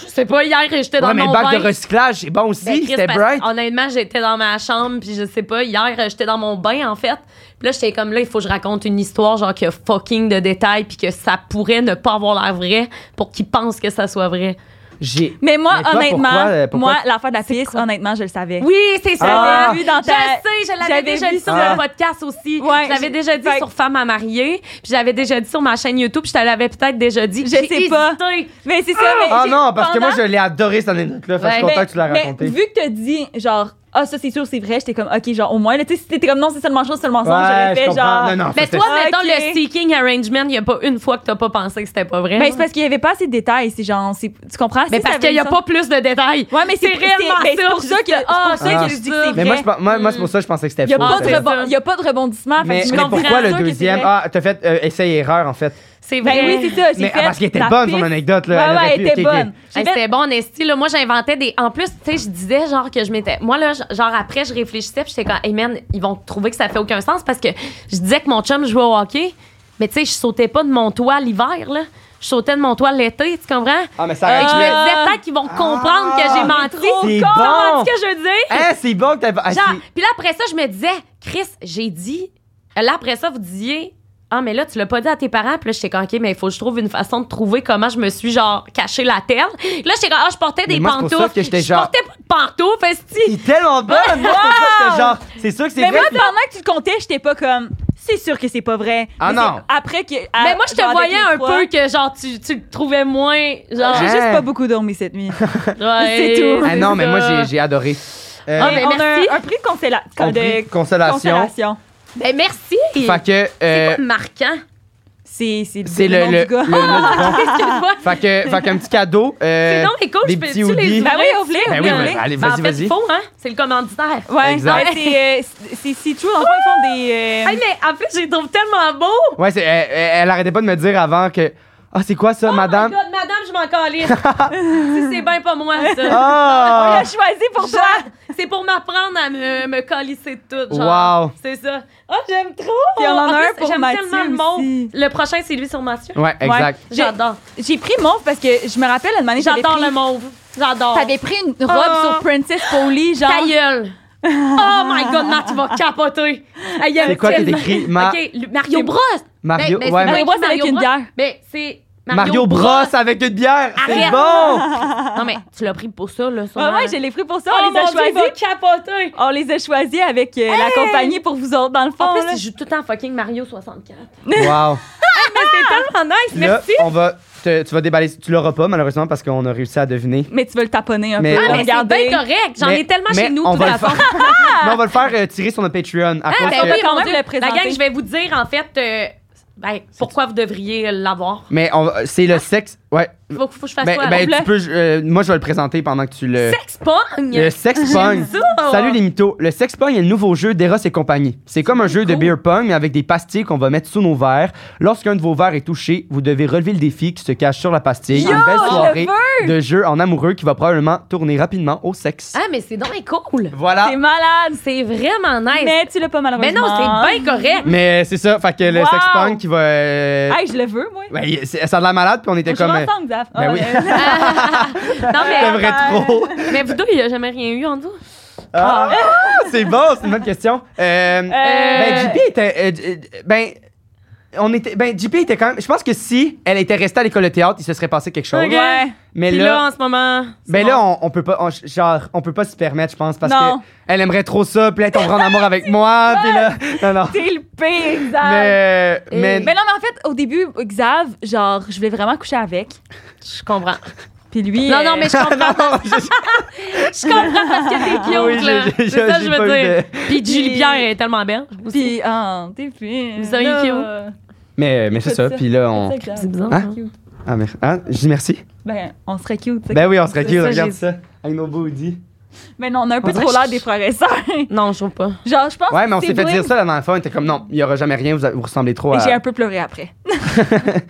[SPEAKER 3] Je sais pas, hier, j'étais dans
[SPEAKER 2] ouais, mais le
[SPEAKER 3] mon
[SPEAKER 2] bac
[SPEAKER 3] bain.
[SPEAKER 2] de recyclage, c'est bon aussi,
[SPEAKER 3] Ben, Chris,
[SPEAKER 2] c'était
[SPEAKER 3] parce-
[SPEAKER 2] bright.
[SPEAKER 3] Honnêtement, j'étais dans ma chambre, puis je sais pas, hier, euh, j'étais dans mon bain, en fait. Puis là, j'étais comme là, il faut que je raconte une histoire, genre, qui a fucking de détails, puis que ça pourrait ne pas avoir l'air vrai pour qu'ils pensent que ça soit vrai.
[SPEAKER 2] J'ai.
[SPEAKER 1] Mais moi,
[SPEAKER 2] Mais toi,
[SPEAKER 1] honnêtement,
[SPEAKER 2] pourquoi, euh, pourquoi-
[SPEAKER 1] moi, l'affaire de la
[SPEAKER 3] C'est
[SPEAKER 1] piste,
[SPEAKER 3] quoi?
[SPEAKER 1] honnêtement, je le savais.
[SPEAKER 3] Oui, c'est ça.
[SPEAKER 2] Ah!
[SPEAKER 1] Je l'avais vu dans ta-
[SPEAKER 3] Je sais, je l'avais
[SPEAKER 1] J'avais
[SPEAKER 3] déjà
[SPEAKER 1] vu
[SPEAKER 3] dit sur
[SPEAKER 2] ça.
[SPEAKER 3] le podcast aussi.
[SPEAKER 1] Ouais,
[SPEAKER 3] je l'avais
[SPEAKER 1] je-
[SPEAKER 3] déjà dit
[SPEAKER 1] fait-
[SPEAKER 3] sur Femme à marier. Puis j'avais déjà dit sur ma chaîne YouTube. puis Je te l'avais peut-être déjà dit.
[SPEAKER 1] Je
[SPEAKER 3] J'ai
[SPEAKER 1] sais pas.
[SPEAKER 3] hésité.
[SPEAKER 1] Mais c'est ça. mais
[SPEAKER 2] Ah
[SPEAKER 1] j'ai-
[SPEAKER 2] non, parce que moi,
[SPEAKER 1] pendant-
[SPEAKER 2] je l'ai adoré cette anecdote-là. Fait que je suis
[SPEAKER 3] Ouais.
[SPEAKER 2] content que tu l'as
[SPEAKER 1] Mais
[SPEAKER 2] raconté.
[SPEAKER 1] vu que t'as dit, genre, ah, ça, c'est sûr, c'est vrai, j'étais comme, OK, genre, au moins, là, tu sais, si t'étais comme, non, c'est seulement chose, seulement ça, j'aurais
[SPEAKER 2] je
[SPEAKER 1] fait,
[SPEAKER 2] comprends.
[SPEAKER 1] genre.
[SPEAKER 2] Non, non, ça,
[SPEAKER 3] Mais
[SPEAKER 2] c'était-
[SPEAKER 3] toi,
[SPEAKER 1] Ah,
[SPEAKER 3] mettons,
[SPEAKER 1] ok.
[SPEAKER 3] le seeking arrangement, il n'y a pas une fois que t'as pas pensé que c'était pas vrai.
[SPEAKER 1] Mais Ben, c'est parce qu'il y avait pas assez de détails, c'est genre, c'est- tu comprends?
[SPEAKER 3] Mais
[SPEAKER 1] Si
[SPEAKER 3] parce
[SPEAKER 1] ça avait
[SPEAKER 3] qu'il n'y a
[SPEAKER 1] ça-
[SPEAKER 3] pas plus de détails.
[SPEAKER 1] Ouais, mais c'est
[SPEAKER 3] C'est réellement
[SPEAKER 1] c'est- mais c'est
[SPEAKER 3] ça,
[SPEAKER 1] pour ça que,
[SPEAKER 3] juste
[SPEAKER 1] c'est
[SPEAKER 3] ah,
[SPEAKER 1] pour ça que je dis que c'est
[SPEAKER 2] Mais moi, je
[SPEAKER 1] vrai.
[SPEAKER 2] pense- moi, moi, c'est pour ça que je pensais que c'était
[SPEAKER 1] Il y a
[SPEAKER 2] faux.
[SPEAKER 1] pas de
[SPEAKER 2] c'est-
[SPEAKER 3] rebond-
[SPEAKER 1] rebond- il y a pas de rebondissement.
[SPEAKER 2] Mais,
[SPEAKER 1] fait que je
[SPEAKER 2] mais
[SPEAKER 1] comprends
[SPEAKER 2] pourquoi le
[SPEAKER 1] sûr que c'est
[SPEAKER 2] deuxième
[SPEAKER 1] vrai.
[SPEAKER 2] Ah, t'as fait euh, essai-erreur, en fait.
[SPEAKER 3] C'est vrai.
[SPEAKER 1] Ben oui, c'est ça, j'ai
[SPEAKER 2] Mais
[SPEAKER 1] fait
[SPEAKER 2] ah, parce qu'elle était
[SPEAKER 1] la
[SPEAKER 2] bonne, son
[SPEAKER 1] piste.
[SPEAKER 2] anecdote.
[SPEAKER 1] Ouais,
[SPEAKER 2] Là,
[SPEAKER 1] ouais,
[SPEAKER 2] aurait
[SPEAKER 1] elle
[SPEAKER 2] pu-
[SPEAKER 1] était
[SPEAKER 2] ok, Ah, ok.
[SPEAKER 1] bonne. J'ai
[SPEAKER 3] Hey,
[SPEAKER 1] fait-
[SPEAKER 3] c'était bon, Nestie. Là, moi, j'inventais des. En plus, tu sais, je disais genre que je m'étais. Moi, là, genre après, je réfléchissais, puis j'étais comme, hey man, ils vont trouver que ça fait aucun sens parce que je disais que mon chum jouait au hockey, mais tu sais, je sautais pas de mon toit l'hiver, là. Je sautais de mon toit l'été, tu comprends?
[SPEAKER 2] Ah, mais ça
[SPEAKER 3] Fait
[SPEAKER 2] aurait
[SPEAKER 3] que je me
[SPEAKER 2] pu-
[SPEAKER 3] disais peut-être qu'ils vont comprendre que j'ai menti.
[SPEAKER 2] Ah! c'est
[SPEAKER 3] Comprends
[SPEAKER 2] bon.
[SPEAKER 3] ce que je veux dire?
[SPEAKER 2] Hein, c'est bon que t'as. ah,
[SPEAKER 3] Genre,
[SPEAKER 2] c'est-
[SPEAKER 3] puis là, après ça, je me disais, Chris, j'ai dit. Là, après ça, vous disiez, ah, mais là, tu l'as pas dit à tes parents. Puis là, j'étais comme, OK, mais il faut que je trouve une façon de trouver comment je me suis, genre, caché la tête. Là, j'étais comme, ah, je portais
[SPEAKER 2] Mais
[SPEAKER 3] des
[SPEAKER 2] moi, c'est pour
[SPEAKER 3] pantoufles.
[SPEAKER 2] ça que j'étais
[SPEAKER 3] je
[SPEAKER 2] genre-
[SPEAKER 3] portais pas de pantoufles,
[SPEAKER 2] Il
[SPEAKER 3] esti.
[SPEAKER 2] est tellement bonne! Moi, c'est pour ça que j'étais genre, c'est sûr que c'est
[SPEAKER 1] Mais
[SPEAKER 2] vrai.
[SPEAKER 1] moi, pendant que tu le comptais, j'étais pas comme, c'est sûr que c'est pas vrai.
[SPEAKER 2] Ah
[SPEAKER 1] Mais
[SPEAKER 2] non.
[SPEAKER 1] c'est Après que.
[SPEAKER 3] Mais moi, je te voyais un peu que, genre, tu, tu le trouvais moins, genre,
[SPEAKER 1] J'ai
[SPEAKER 2] Hein?
[SPEAKER 1] juste pas beaucoup dormi cette nuit.
[SPEAKER 3] ouais,
[SPEAKER 1] c'est tout.
[SPEAKER 2] Ah non, mais moi,
[SPEAKER 3] ça.
[SPEAKER 2] j'ai- j'ai adoré. Euh,
[SPEAKER 3] Ah,
[SPEAKER 1] Mais
[SPEAKER 3] ben,
[SPEAKER 1] on a
[SPEAKER 3] merci.
[SPEAKER 1] un- un prix de consola- euh,
[SPEAKER 2] on
[SPEAKER 1] de
[SPEAKER 2] prie consolation.
[SPEAKER 1] consolation.
[SPEAKER 3] Ben, merci.
[SPEAKER 2] Fait que. euh,
[SPEAKER 3] C'est pas marquant.
[SPEAKER 1] C'est c'est
[SPEAKER 2] C'est le,
[SPEAKER 1] le nom
[SPEAKER 2] le,
[SPEAKER 1] du gars.
[SPEAKER 2] le nom du gars.
[SPEAKER 3] Excuse-moi.
[SPEAKER 2] Fait que, fait qu'un petit cadeau.
[SPEAKER 3] C'est
[SPEAKER 2] Euh,
[SPEAKER 3] donc mais cool,
[SPEAKER 2] des
[SPEAKER 3] je
[SPEAKER 2] petits
[SPEAKER 3] peux-tu
[SPEAKER 2] hoodies.
[SPEAKER 3] les
[SPEAKER 1] Ben oui,
[SPEAKER 3] ouvrir?
[SPEAKER 1] on voulait,
[SPEAKER 2] Ben
[SPEAKER 1] on
[SPEAKER 2] oui,
[SPEAKER 1] voulait.
[SPEAKER 2] ben, allez,
[SPEAKER 3] Ben, en
[SPEAKER 2] vas-y,
[SPEAKER 3] fait, il
[SPEAKER 2] vas-y.
[SPEAKER 3] faut, hein? C'est le commanditaire.
[SPEAKER 1] Ouais,
[SPEAKER 2] Exact.
[SPEAKER 1] ouais, c'est euh, c'est- c'est si true. Dans le fond, ils font des. euh,
[SPEAKER 3] Hey, mais en fait, je les trouve tellement beaux.
[SPEAKER 2] Ouais, c'est, elle, elle- elle arrêtait pas de me dire avant que. Ah, c'est quoi ça, madame?
[SPEAKER 3] Oh my God, madame, je m'en calisse. Si c'est bien pas moi, ça.
[SPEAKER 1] On
[SPEAKER 2] Ah!
[SPEAKER 1] l'a choisi pour toi.
[SPEAKER 3] Genre, C'est pour m'apprendre à me, me calisser de tout. Genre.
[SPEAKER 2] Wow!
[SPEAKER 3] C'est ça. Oh, j'aime trop.
[SPEAKER 1] Puis on en a
[SPEAKER 3] plus,
[SPEAKER 1] un pour
[SPEAKER 3] J'aime
[SPEAKER 1] Mathieu
[SPEAKER 3] tellement le monde.
[SPEAKER 1] aussi.
[SPEAKER 3] Le prochain, c'est lui sur Mathieu.
[SPEAKER 2] Ouais, exact.
[SPEAKER 1] J'ai-
[SPEAKER 3] J'adore.
[SPEAKER 1] J'ai pris mauve parce que je me rappelle, une année, j'avais
[SPEAKER 3] J'adore
[SPEAKER 1] pris...
[SPEAKER 3] le mauve. J'adore.
[SPEAKER 1] T'avais pris une robe
[SPEAKER 3] Ah.
[SPEAKER 1] sur Princess Polly, genre.
[SPEAKER 3] Ta gueule. Oh my God, Matt, tu vas capoter. Hey, il y avait
[SPEAKER 2] C'est quoi qui est
[SPEAKER 3] tellement-
[SPEAKER 2] écrit? Ma-
[SPEAKER 3] OK, le- Mario Bros.
[SPEAKER 2] Mario,
[SPEAKER 3] Ben, ben,
[SPEAKER 2] ouais,
[SPEAKER 3] c'est
[SPEAKER 1] Mario
[SPEAKER 2] mais-
[SPEAKER 1] Bros avec une
[SPEAKER 3] Bros.
[SPEAKER 1] bière.
[SPEAKER 3] Mais c'est
[SPEAKER 2] Mario Bros avec une bière! C'est
[SPEAKER 3] Arrête.
[SPEAKER 2] bon!
[SPEAKER 3] Non, mais tu l'as pris pour ça, là.
[SPEAKER 1] Ouais,
[SPEAKER 3] sûrement.
[SPEAKER 1] ouais, je l'ai pris pour ça.
[SPEAKER 3] Oh
[SPEAKER 1] on les a
[SPEAKER 3] mon Dieu, il va
[SPEAKER 1] choisis.
[SPEAKER 3] capoter.
[SPEAKER 1] On les a choisis avec euh, la compagnie pour vous autres, dans le fond.
[SPEAKER 3] En
[SPEAKER 1] là.
[SPEAKER 3] plus, il joue tout le temps fucking Mario 64.
[SPEAKER 2] Wow!
[SPEAKER 3] C'est
[SPEAKER 1] Ah,
[SPEAKER 3] tellement nice,
[SPEAKER 2] Là, on va. te- tu vas déballer. Tu l'auras pas, malheureusement, parce qu'on a réussi à deviner.
[SPEAKER 1] Mais tu veux le taponner un
[SPEAKER 2] Mais-
[SPEAKER 1] peu. là,
[SPEAKER 2] Ah,
[SPEAKER 3] Mais c'est
[SPEAKER 1] regardez.
[SPEAKER 3] bien correct. J'en
[SPEAKER 2] Mais-
[SPEAKER 3] ai tellement
[SPEAKER 2] mais
[SPEAKER 3] chez nous,
[SPEAKER 2] on
[SPEAKER 3] tout
[SPEAKER 2] va
[SPEAKER 3] la
[SPEAKER 2] le
[SPEAKER 3] façon.
[SPEAKER 2] faire. Mais on va le faire euh, tirer sur notre Patreon. À cause
[SPEAKER 3] Ben
[SPEAKER 1] on
[SPEAKER 2] que-
[SPEAKER 1] va
[SPEAKER 3] oui,
[SPEAKER 1] quand
[SPEAKER 3] mon
[SPEAKER 1] même
[SPEAKER 3] Dieu.
[SPEAKER 1] le
[SPEAKER 3] La
[SPEAKER 1] présenter.
[SPEAKER 3] gang, je vais vous dire, en fait, euh, ben, pourquoi vous devriez l'avoir.
[SPEAKER 2] Mais on va- c'est le sexe. Ouais.
[SPEAKER 3] Faut, faut que je fasse
[SPEAKER 2] Ben,
[SPEAKER 3] quoi?
[SPEAKER 2] ben,
[SPEAKER 1] on
[SPEAKER 2] tu
[SPEAKER 1] le-
[SPEAKER 2] peux. euh, moi, je vais le présenter pendant que tu le.
[SPEAKER 3] Sex pogne!
[SPEAKER 2] Le sex pong.
[SPEAKER 3] ça.
[SPEAKER 2] Salut les mythos. Le sex pong est le nouveau jeu d'Eros et compagnie. C'est comme un jeu de
[SPEAKER 3] cool.
[SPEAKER 2] beer pong, mais avec des pastilles qu'on va mettre sous nos verres. Lorsqu'un de vos verres est touché, vous devez relever le défi qui se cache sur la pastille.
[SPEAKER 1] Yo,
[SPEAKER 2] Une belle
[SPEAKER 1] je le
[SPEAKER 2] soirée de jeu en amoureux qui va probablement tourner rapidement au sexe.
[SPEAKER 3] Ah, mais c'est donc bien cool.
[SPEAKER 2] Voilà.
[SPEAKER 1] T'es malade.
[SPEAKER 3] C'est vraiment nice. Mais,
[SPEAKER 1] Mais tu l'as pas malheureusement.
[SPEAKER 3] non, c'est bien correct.
[SPEAKER 2] Mais c'est ça, fait que le
[SPEAKER 1] Wow.
[SPEAKER 2] sex pong qui va. euh,
[SPEAKER 1] Hey, je le veux, moi.
[SPEAKER 2] ouais, c'est- ça a de la malade, puis on était
[SPEAKER 1] On
[SPEAKER 2] comme.
[SPEAKER 1] joue
[SPEAKER 2] euh,
[SPEAKER 1] ensemble, Zaf.
[SPEAKER 2] Ben
[SPEAKER 1] Ah,
[SPEAKER 2] oui.
[SPEAKER 1] ouais.
[SPEAKER 3] Non, mais,
[SPEAKER 2] T'aimerais trop.
[SPEAKER 3] mais vous deux, il n'y a jamais rien eu en dessous.
[SPEAKER 2] Ah, c'est bon, c'est une bonne question. Euh, Ben, JP était. euh, j- euh, ben. On était, ben, JP était quand même. Je pense que si elle était restée à l'école de théâtre, il se serait passé quelque chose.
[SPEAKER 3] Ok.
[SPEAKER 1] Ouais.
[SPEAKER 2] Mais
[SPEAKER 3] Puis
[SPEAKER 2] là,
[SPEAKER 3] là, en ce moment.
[SPEAKER 2] ben là on, on peut pas. on- genre, on peut pas se permettre, je pense, parce
[SPEAKER 1] Non.
[SPEAKER 2] que elle aimerait trop ça, puis là, elle tomberait en amour avec moi, puis là. Non, non.
[SPEAKER 1] T'es le pire, Xav.
[SPEAKER 2] Mais.
[SPEAKER 3] Et-
[SPEAKER 2] Mais.
[SPEAKER 1] Mais non, mais en fait, au début, Xav, genre, je voulais vraiment coucher avec.
[SPEAKER 3] Je comprends.
[SPEAKER 1] Puis lui.
[SPEAKER 3] Non,
[SPEAKER 1] euh,
[SPEAKER 3] non, mais je
[SPEAKER 2] Non,
[SPEAKER 3] comprends.
[SPEAKER 2] non, je-
[SPEAKER 3] Je comprends parce que t'es cute,
[SPEAKER 2] Oui,
[SPEAKER 3] là.
[SPEAKER 2] j'ai- j'ai-
[SPEAKER 3] C'est ça que
[SPEAKER 2] j'ai
[SPEAKER 3] je
[SPEAKER 2] pas
[SPEAKER 3] veux
[SPEAKER 2] eu
[SPEAKER 3] dire.
[SPEAKER 2] de-
[SPEAKER 3] Puis Julie Pierre est tellement belle. aussi.
[SPEAKER 1] Puis, ah, t'es plus.
[SPEAKER 3] Vous avez
[SPEAKER 1] là.
[SPEAKER 3] eu qui, vous?
[SPEAKER 2] mais, mais c'est ça, puis là, on.
[SPEAKER 1] C'est ça, Xav.
[SPEAKER 3] C'est bizarre.
[SPEAKER 2] Hein?
[SPEAKER 3] hein.
[SPEAKER 2] Ah, merci. Ah, je dis merci.
[SPEAKER 1] Ben, on serait cute, tu sais.
[SPEAKER 2] Ben oui, on serait
[SPEAKER 3] C'est
[SPEAKER 2] cute,
[SPEAKER 3] ça,
[SPEAKER 2] regarde
[SPEAKER 3] j'ai-
[SPEAKER 2] ça. Avec nos body.
[SPEAKER 1] Mais non, on a un peu
[SPEAKER 2] On dirait
[SPEAKER 1] trop
[SPEAKER 2] que
[SPEAKER 1] l'air
[SPEAKER 2] je-
[SPEAKER 1] des frères et sœurs.
[SPEAKER 3] Non, je trouve pas.
[SPEAKER 1] Genre, je
[SPEAKER 3] Oh,
[SPEAKER 1] pense
[SPEAKER 2] Ouais, mais on
[SPEAKER 1] que
[SPEAKER 2] s'est fait
[SPEAKER 1] siblings-
[SPEAKER 2] dire ça là, dans le fond. On était comme, non, il y aura jamais rien, vous, vous ressemblez trop
[SPEAKER 1] Et
[SPEAKER 2] à.
[SPEAKER 1] j'ai un peu pleuré après.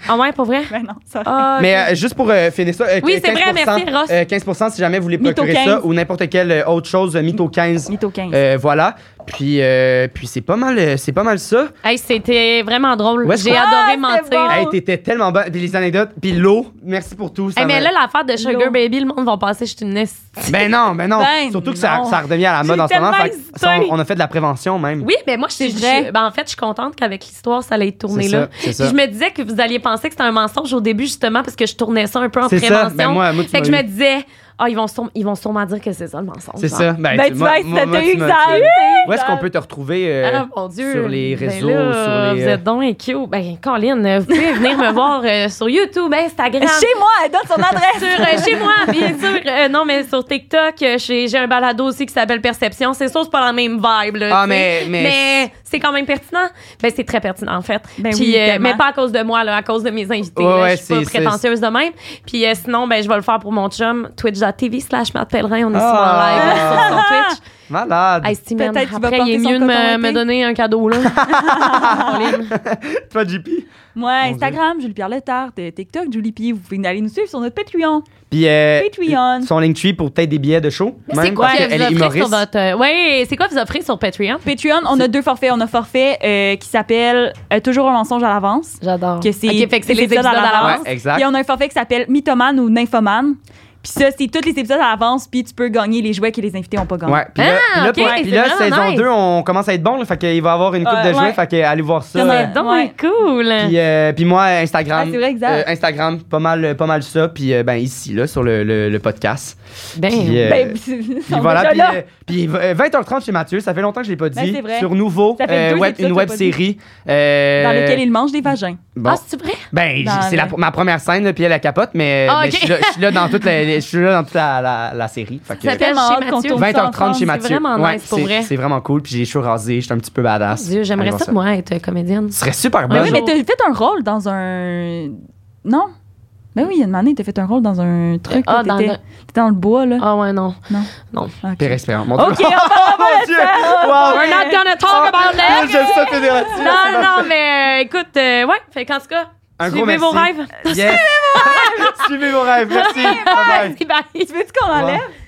[SPEAKER 3] Ah ouais, pas vrai?
[SPEAKER 1] Ben non, ça.
[SPEAKER 3] Ah,
[SPEAKER 2] Mais euh, juste pour euh, finir ça, euh,
[SPEAKER 3] Oui,
[SPEAKER 2] que-
[SPEAKER 3] c'est vrai,
[SPEAKER 2] 15%,
[SPEAKER 3] merci, Ross.
[SPEAKER 2] euh, 15 si jamais vous voulez
[SPEAKER 1] Mytho
[SPEAKER 2] procurer
[SPEAKER 1] 15.
[SPEAKER 2] ça ou n'importe quelle euh, autre chose, euh, Mytho 15.
[SPEAKER 1] Ah, Mytho 15.
[SPEAKER 2] euh, voilà. Puis, euh, puis c'est pas mal, euh, c'est pas mal ça.
[SPEAKER 3] Hey, c'était vraiment drôle.
[SPEAKER 2] Où est-ce
[SPEAKER 3] J'ai
[SPEAKER 2] qu'on-
[SPEAKER 1] Ah,
[SPEAKER 3] adoré
[SPEAKER 1] c'est
[SPEAKER 3] mentir.
[SPEAKER 1] bon.
[SPEAKER 2] Hey, t'étais tellement bonne. Puis les anecdotes, puis l'eau. Merci pour tout. ça
[SPEAKER 3] Hey, mais
[SPEAKER 2] m'a-
[SPEAKER 3] là, l'affaire de Sugar
[SPEAKER 1] L'eau.
[SPEAKER 3] Baby, le monde va passer, je suis une esti.
[SPEAKER 2] Ben non, ben non.
[SPEAKER 1] Ben
[SPEAKER 2] Surtout que ça,
[SPEAKER 1] non.
[SPEAKER 2] ça redevient à la mode
[SPEAKER 1] J'ai
[SPEAKER 2] en ce moment.
[SPEAKER 1] tellement
[SPEAKER 2] fait que
[SPEAKER 1] hésité.
[SPEAKER 2] ça, on on a fait de la prévention même.
[SPEAKER 3] Oui, mais moi, je
[SPEAKER 1] C'est
[SPEAKER 3] je-
[SPEAKER 1] vrai.
[SPEAKER 3] je- ben, en fait, je suis contente qu'avec l'histoire, ça allait tourner
[SPEAKER 2] C'est
[SPEAKER 3] là.
[SPEAKER 2] ça, c'est ça.
[SPEAKER 3] Puis je me disais que vous alliez penser que c'était un mensonge au début, justement, parce que je tournais ça un peu en
[SPEAKER 2] C'est
[SPEAKER 3] prévention.
[SPEAKER 2] ça. Ben moi, moi tu
[SPEAKER 3] fait que je
[SPEAKER 2] m'as
[SPEAKER 3] me
[SPEAKER 2] eu.
[SPEAKER 3] disais, ah, ils, vont sûrement, ils vont sûrement dire que c'est ça le mensonge.
[SPEAKER 2] C'est
[SPEAKER 3] genre.
[SPEAKER 2] ça. Ben,
[SPEAKER 1] Ben,
[SPEAKER 2] tu
[SPEAKER 1] tu
[SPEAKER 2] moi-
[SPEAKER 1] vois,
[SPEAKER 2] moi- moi,
[SPEAKER 1] c'était
[SPEAKER 2] tu m'as- tu m'as-
[SPEAKER 1] exact.
[SPEAKER 2] Où est-ce qu'on peut te retrouver euh,
[SPEAKER 3] ben. Ah, mon Dieu.
[SPEAKER 2] sur les
[SPEAKER 3] Ben
[SPEAKER 2] réseaux,
[SPEAKER 3] là,
[SPEAKER 2] sur les. euh,
[SPEAKER 3] Vous êtes donc cute. Ben, Colin, euh, vous pouvez venir me voir euh, sur YouTube, Instagram.
[SPEAKER 1] Euh, Chez moi, elle donne son adresse.
[SPEAKER 3] Sur, euh, chez moi, bien sûr. Euh, non, mais sur TikTok, euh, j'ai j'ai un balado aussi qui s'appelle Perception. C'est sûr, c'est pas la même vibe. là,
[SPEAKER 2] Ah,
[SPEAKER 3] ben, tu
[SPEAKER 2] mais-
[SPEAKER 3] sais.
[SPEAKER 2] mais-
[SPEAKER 3] Mais c'est quand même pertinent. Ben, c'est très pertinent, en fait.
[SPEAKER 1] Ben
[SPEAKER 3] Puis,
[SPEAKER 1] oui,
[SPEAKER 3] euh,
[SPEAKER 1] tellement.
[SPEAKER 3] mais pas à cause de moi, là, à cause de mes invités.
[SPEAKER 2] Ouais,
[SPEAKER 3] là.
[SPEAKER 2] ouais,
[SPEAKER 3] je suis pas
[SPEAKER 2] c'est- c'est-
[SPEAKER 3] prétentieuse de même. Puis euh, sinon, ben, je vais le faire pour mon chum, twitch.tv slash Matt Pellerin. On est
[SPEAKER 2] Ah.
[SPEAKER 3] souvent en live euh, sur son Twitch.
[SPEAKER 2] Malade.
[SPEAKER 3] Hey, Steven,
[SPEAKER 1] Peut-être qu'il va
[SPEAKER 3] après, il
[SPEAKER 1] porter
[SPEAKER 3] est
[SPEAKER 1] son
[SPEAKER 3] mieux de me,
[SPEAKER 1] coton
[SPEAKER 3] me
[SPEAKER 1] été.
[SPEAKER 3] donner un cadeau, là.
[SPEAKER 2] Toi, JP.
[SPEAKER 1] Moi,
[SPEAKER 2] Dieu.
[SPEAKER 1] Instagram, Julie Pierre Letarte, TikTok, Julie P. Vous pouvez aller nous suivre sur notre Patreon.
[SPEAKER 2] Puis. euh,
[SPEAKER 1] Patreon.
[SPEAKER 2] Son Linktree pour peut-être des billets de show.
[SPEAKER 3] Mais C'est
[SPEAKER 2] même,
[SPEAKER 3] quoi
[SPEAKER 2] parce
[SPEAKER 3] que
[SPEAKER 2] qu'elle
[SPEAKER 3] vous
[SPEAKER 2] est
[SPEAKER 3] offrez sur
[SPEAKER 2] humoriste.
[SPEAKER 3] votre... euh, ouais, c'est quoi vous offrez sur Patreon?
[SPEAKER 1] Patreon, on a deux forfaits. On a un forfait euh, qui s'appelle euh, Toujours un mensonge à l'avance.
[SPEAKER 3] J'adore.
[SPEAKER 1] Que c'est
[SPEAKER 3] Ok, fait que c'est
[SPEAKER 1] des
[SPEAKER 3] les épisodes à l'avance.
[SPEAKER 2] Ouais, exact.
[SPEAKER 1] Puis on a un forfait qui s'appelle Mythomane ou Nymphomane. Puis ça, c'est tous les épisodes à l'avance. Puis tu peux gagner les jouets que les invités n'ont pas gagné.
[SPEAKER 2] Ouais, puis là,
[SPEAKER 3] Ah,
[SPEAKER 2] puis là,
[SPEAKER 3] ok,
[SPEAKER 2] pour-
[SPEAKER 3] c'est
[SPEAKER 2] puis là,
[SPEAKER 3] vraiment
[SPEAKER 2] saison
[SPEAKER 3] nice.
[SPEAKER 2] 2, on commence à être bon. Là, fait qu'il va y avoir une coupe
[SPEAKER 1] Ouais,
[SPEAKER 2] de jouets.
[SPEAKER 1] ouais.
[SPEAKER 2] Fait que allez voir ça.
[SPEAKER 1] Il y en a
[SPEAKER 2] euh,
[SPEAKER 3] C'est donc
[SPEAKER 1] Ouais.
[SPEAKER 3] cool.
[SPEAKER 2] Puis, euh, puis moi, Instagram.
[SPEAKER 1] Ah, c'est vrai, exact.
[SPEAKER 2] euh, Instagram, pas mal, pas mal ça. Puis euh, ben, ici, là, sur le, le- le podcast.
[SPEAKER 3] ben,
[SPEAKER 2] Puis, euh,
[SPEAKER 1] Ben,
[SPEAKER 2] Puis voilà,
[SPEAKER 1] voilà,
[SPEAKER 2] puis, euh, puis euh, 20h30 chez Mathieu, ça fait longtemps que je l'ai pas
[SPEAKER 1] Ben,
[SPEAKER 2] dit.
[SPEAKER 1] c'est vrai.
[SPEAKER 2] Sur Nouveau,
[SPEAKER 1] Ça fait
[SPEAKER 2] euh,
[SPEAKER 1] deux
[SPEAKER 2] web-
[SPEAKER 1] épisodes
[SPEAKER 2] une
[SPEAKER 1] qu'on l'a
[SPEAKER 2] web
[SPEAKER 1] pas
[SPEAKER 2] série. euh,
[SPEAKER 1] dans lequel il mange des vagins.
[SPEAKER 2] bon.
[SPEAKER 3] Ah, c'est vrai?
[SPEAKER 2] ben, j-
[SPEAKER 1] dans
[SPEAKER 2] c'est la-
[SPEAKER 1] le-
[SPEAKER 2] ma première scène, là, puis elle la capote, mais,
[SPEAKER 3] Ah,
[SPEAKER 2] mais
[SPEAKER 3] ok.
[SPEAKER 2] je, suis là, je suis là dans toute la, je suis là dans toute la, la- la série. Fait que-
[SPEAKER 3] Ça s'appelle
[SPEAKER 1] Tellement
[SPEAKER 3] chez
[SPEAKER 1] hâte qu'on
[SPEAKER 3] Mathieu.
[SPEAKER 1] tourne ça
[SPEAKER 2] 20h30 chez
[SPEAKER 1] ensemble,
[SPEAKER 2] Mathieu.
[SPEAKER 3] c'est vraiment
[SPEAKER 2] Ouais,
[SPEAKER 3] nice, pour
[SPEAKER 2] c'est-
[SPEAKER 3] vrai.
[SPEAKER 2] C'est vraiment cool. Puis j'ai les cheveux rasés, j'étais un petit peu badass.
[SPEAKER 3] Dieu, j'aimerais
[SPEAKER 2] Allez voir
[SPEAKER 3] ça, moi, être euh, comédienne.
[SPEAKER 2] Ce serait super
[SPEAKER 1] Mais
[SPEAKER 2] bon.
[SPEAKER 1] oui,
[SPEAKER 3] Bonjour.
[SPEAKER 1] mais t'as fait un rôle dans un. Non? Ben oui, il y a une année, t'as fait un rôle dans un truc.
[SPEAKER 3] Ah,
[SPEAKER 1] là,
[SPEAKER 3] dans
[SPEAKER 1] T'étais
[SPEAKER 3] le-
[SPEAKER 1] t'étais dans le bois, là.
[SPEAKER 3] Ah ouais, non.
[SPEAKER 1] Ok.
[SPEAKER 2] Père Espérant. Mon
[SPEAKER 1] Ok, on
[SPEAKER 2] Oh, mon Dieu! Wow!
[SPEAKER 3] We're not gonna talk about
[SPEAKER 2] Ah,
[SPEAKER 3] that!
[SPEAKER 2] J'aime ça, fédératif.
[SPEAKER 3] Non, non, mais euh, écoute, euh, ouais, fait qu'en tout cas,
[SPEAKER 2] Un gros
[SPEAKER 3] suivez vos
[SPEAKER 2] merci.
[SPEAKER 3] rêves.
[SPEAKER 2] Yes. Suivez vos rêves. Merci. Bye bye.
[SPEAKER 3] Bye.
[SPEAKER 1] Tu veux-tu qu'on enlève?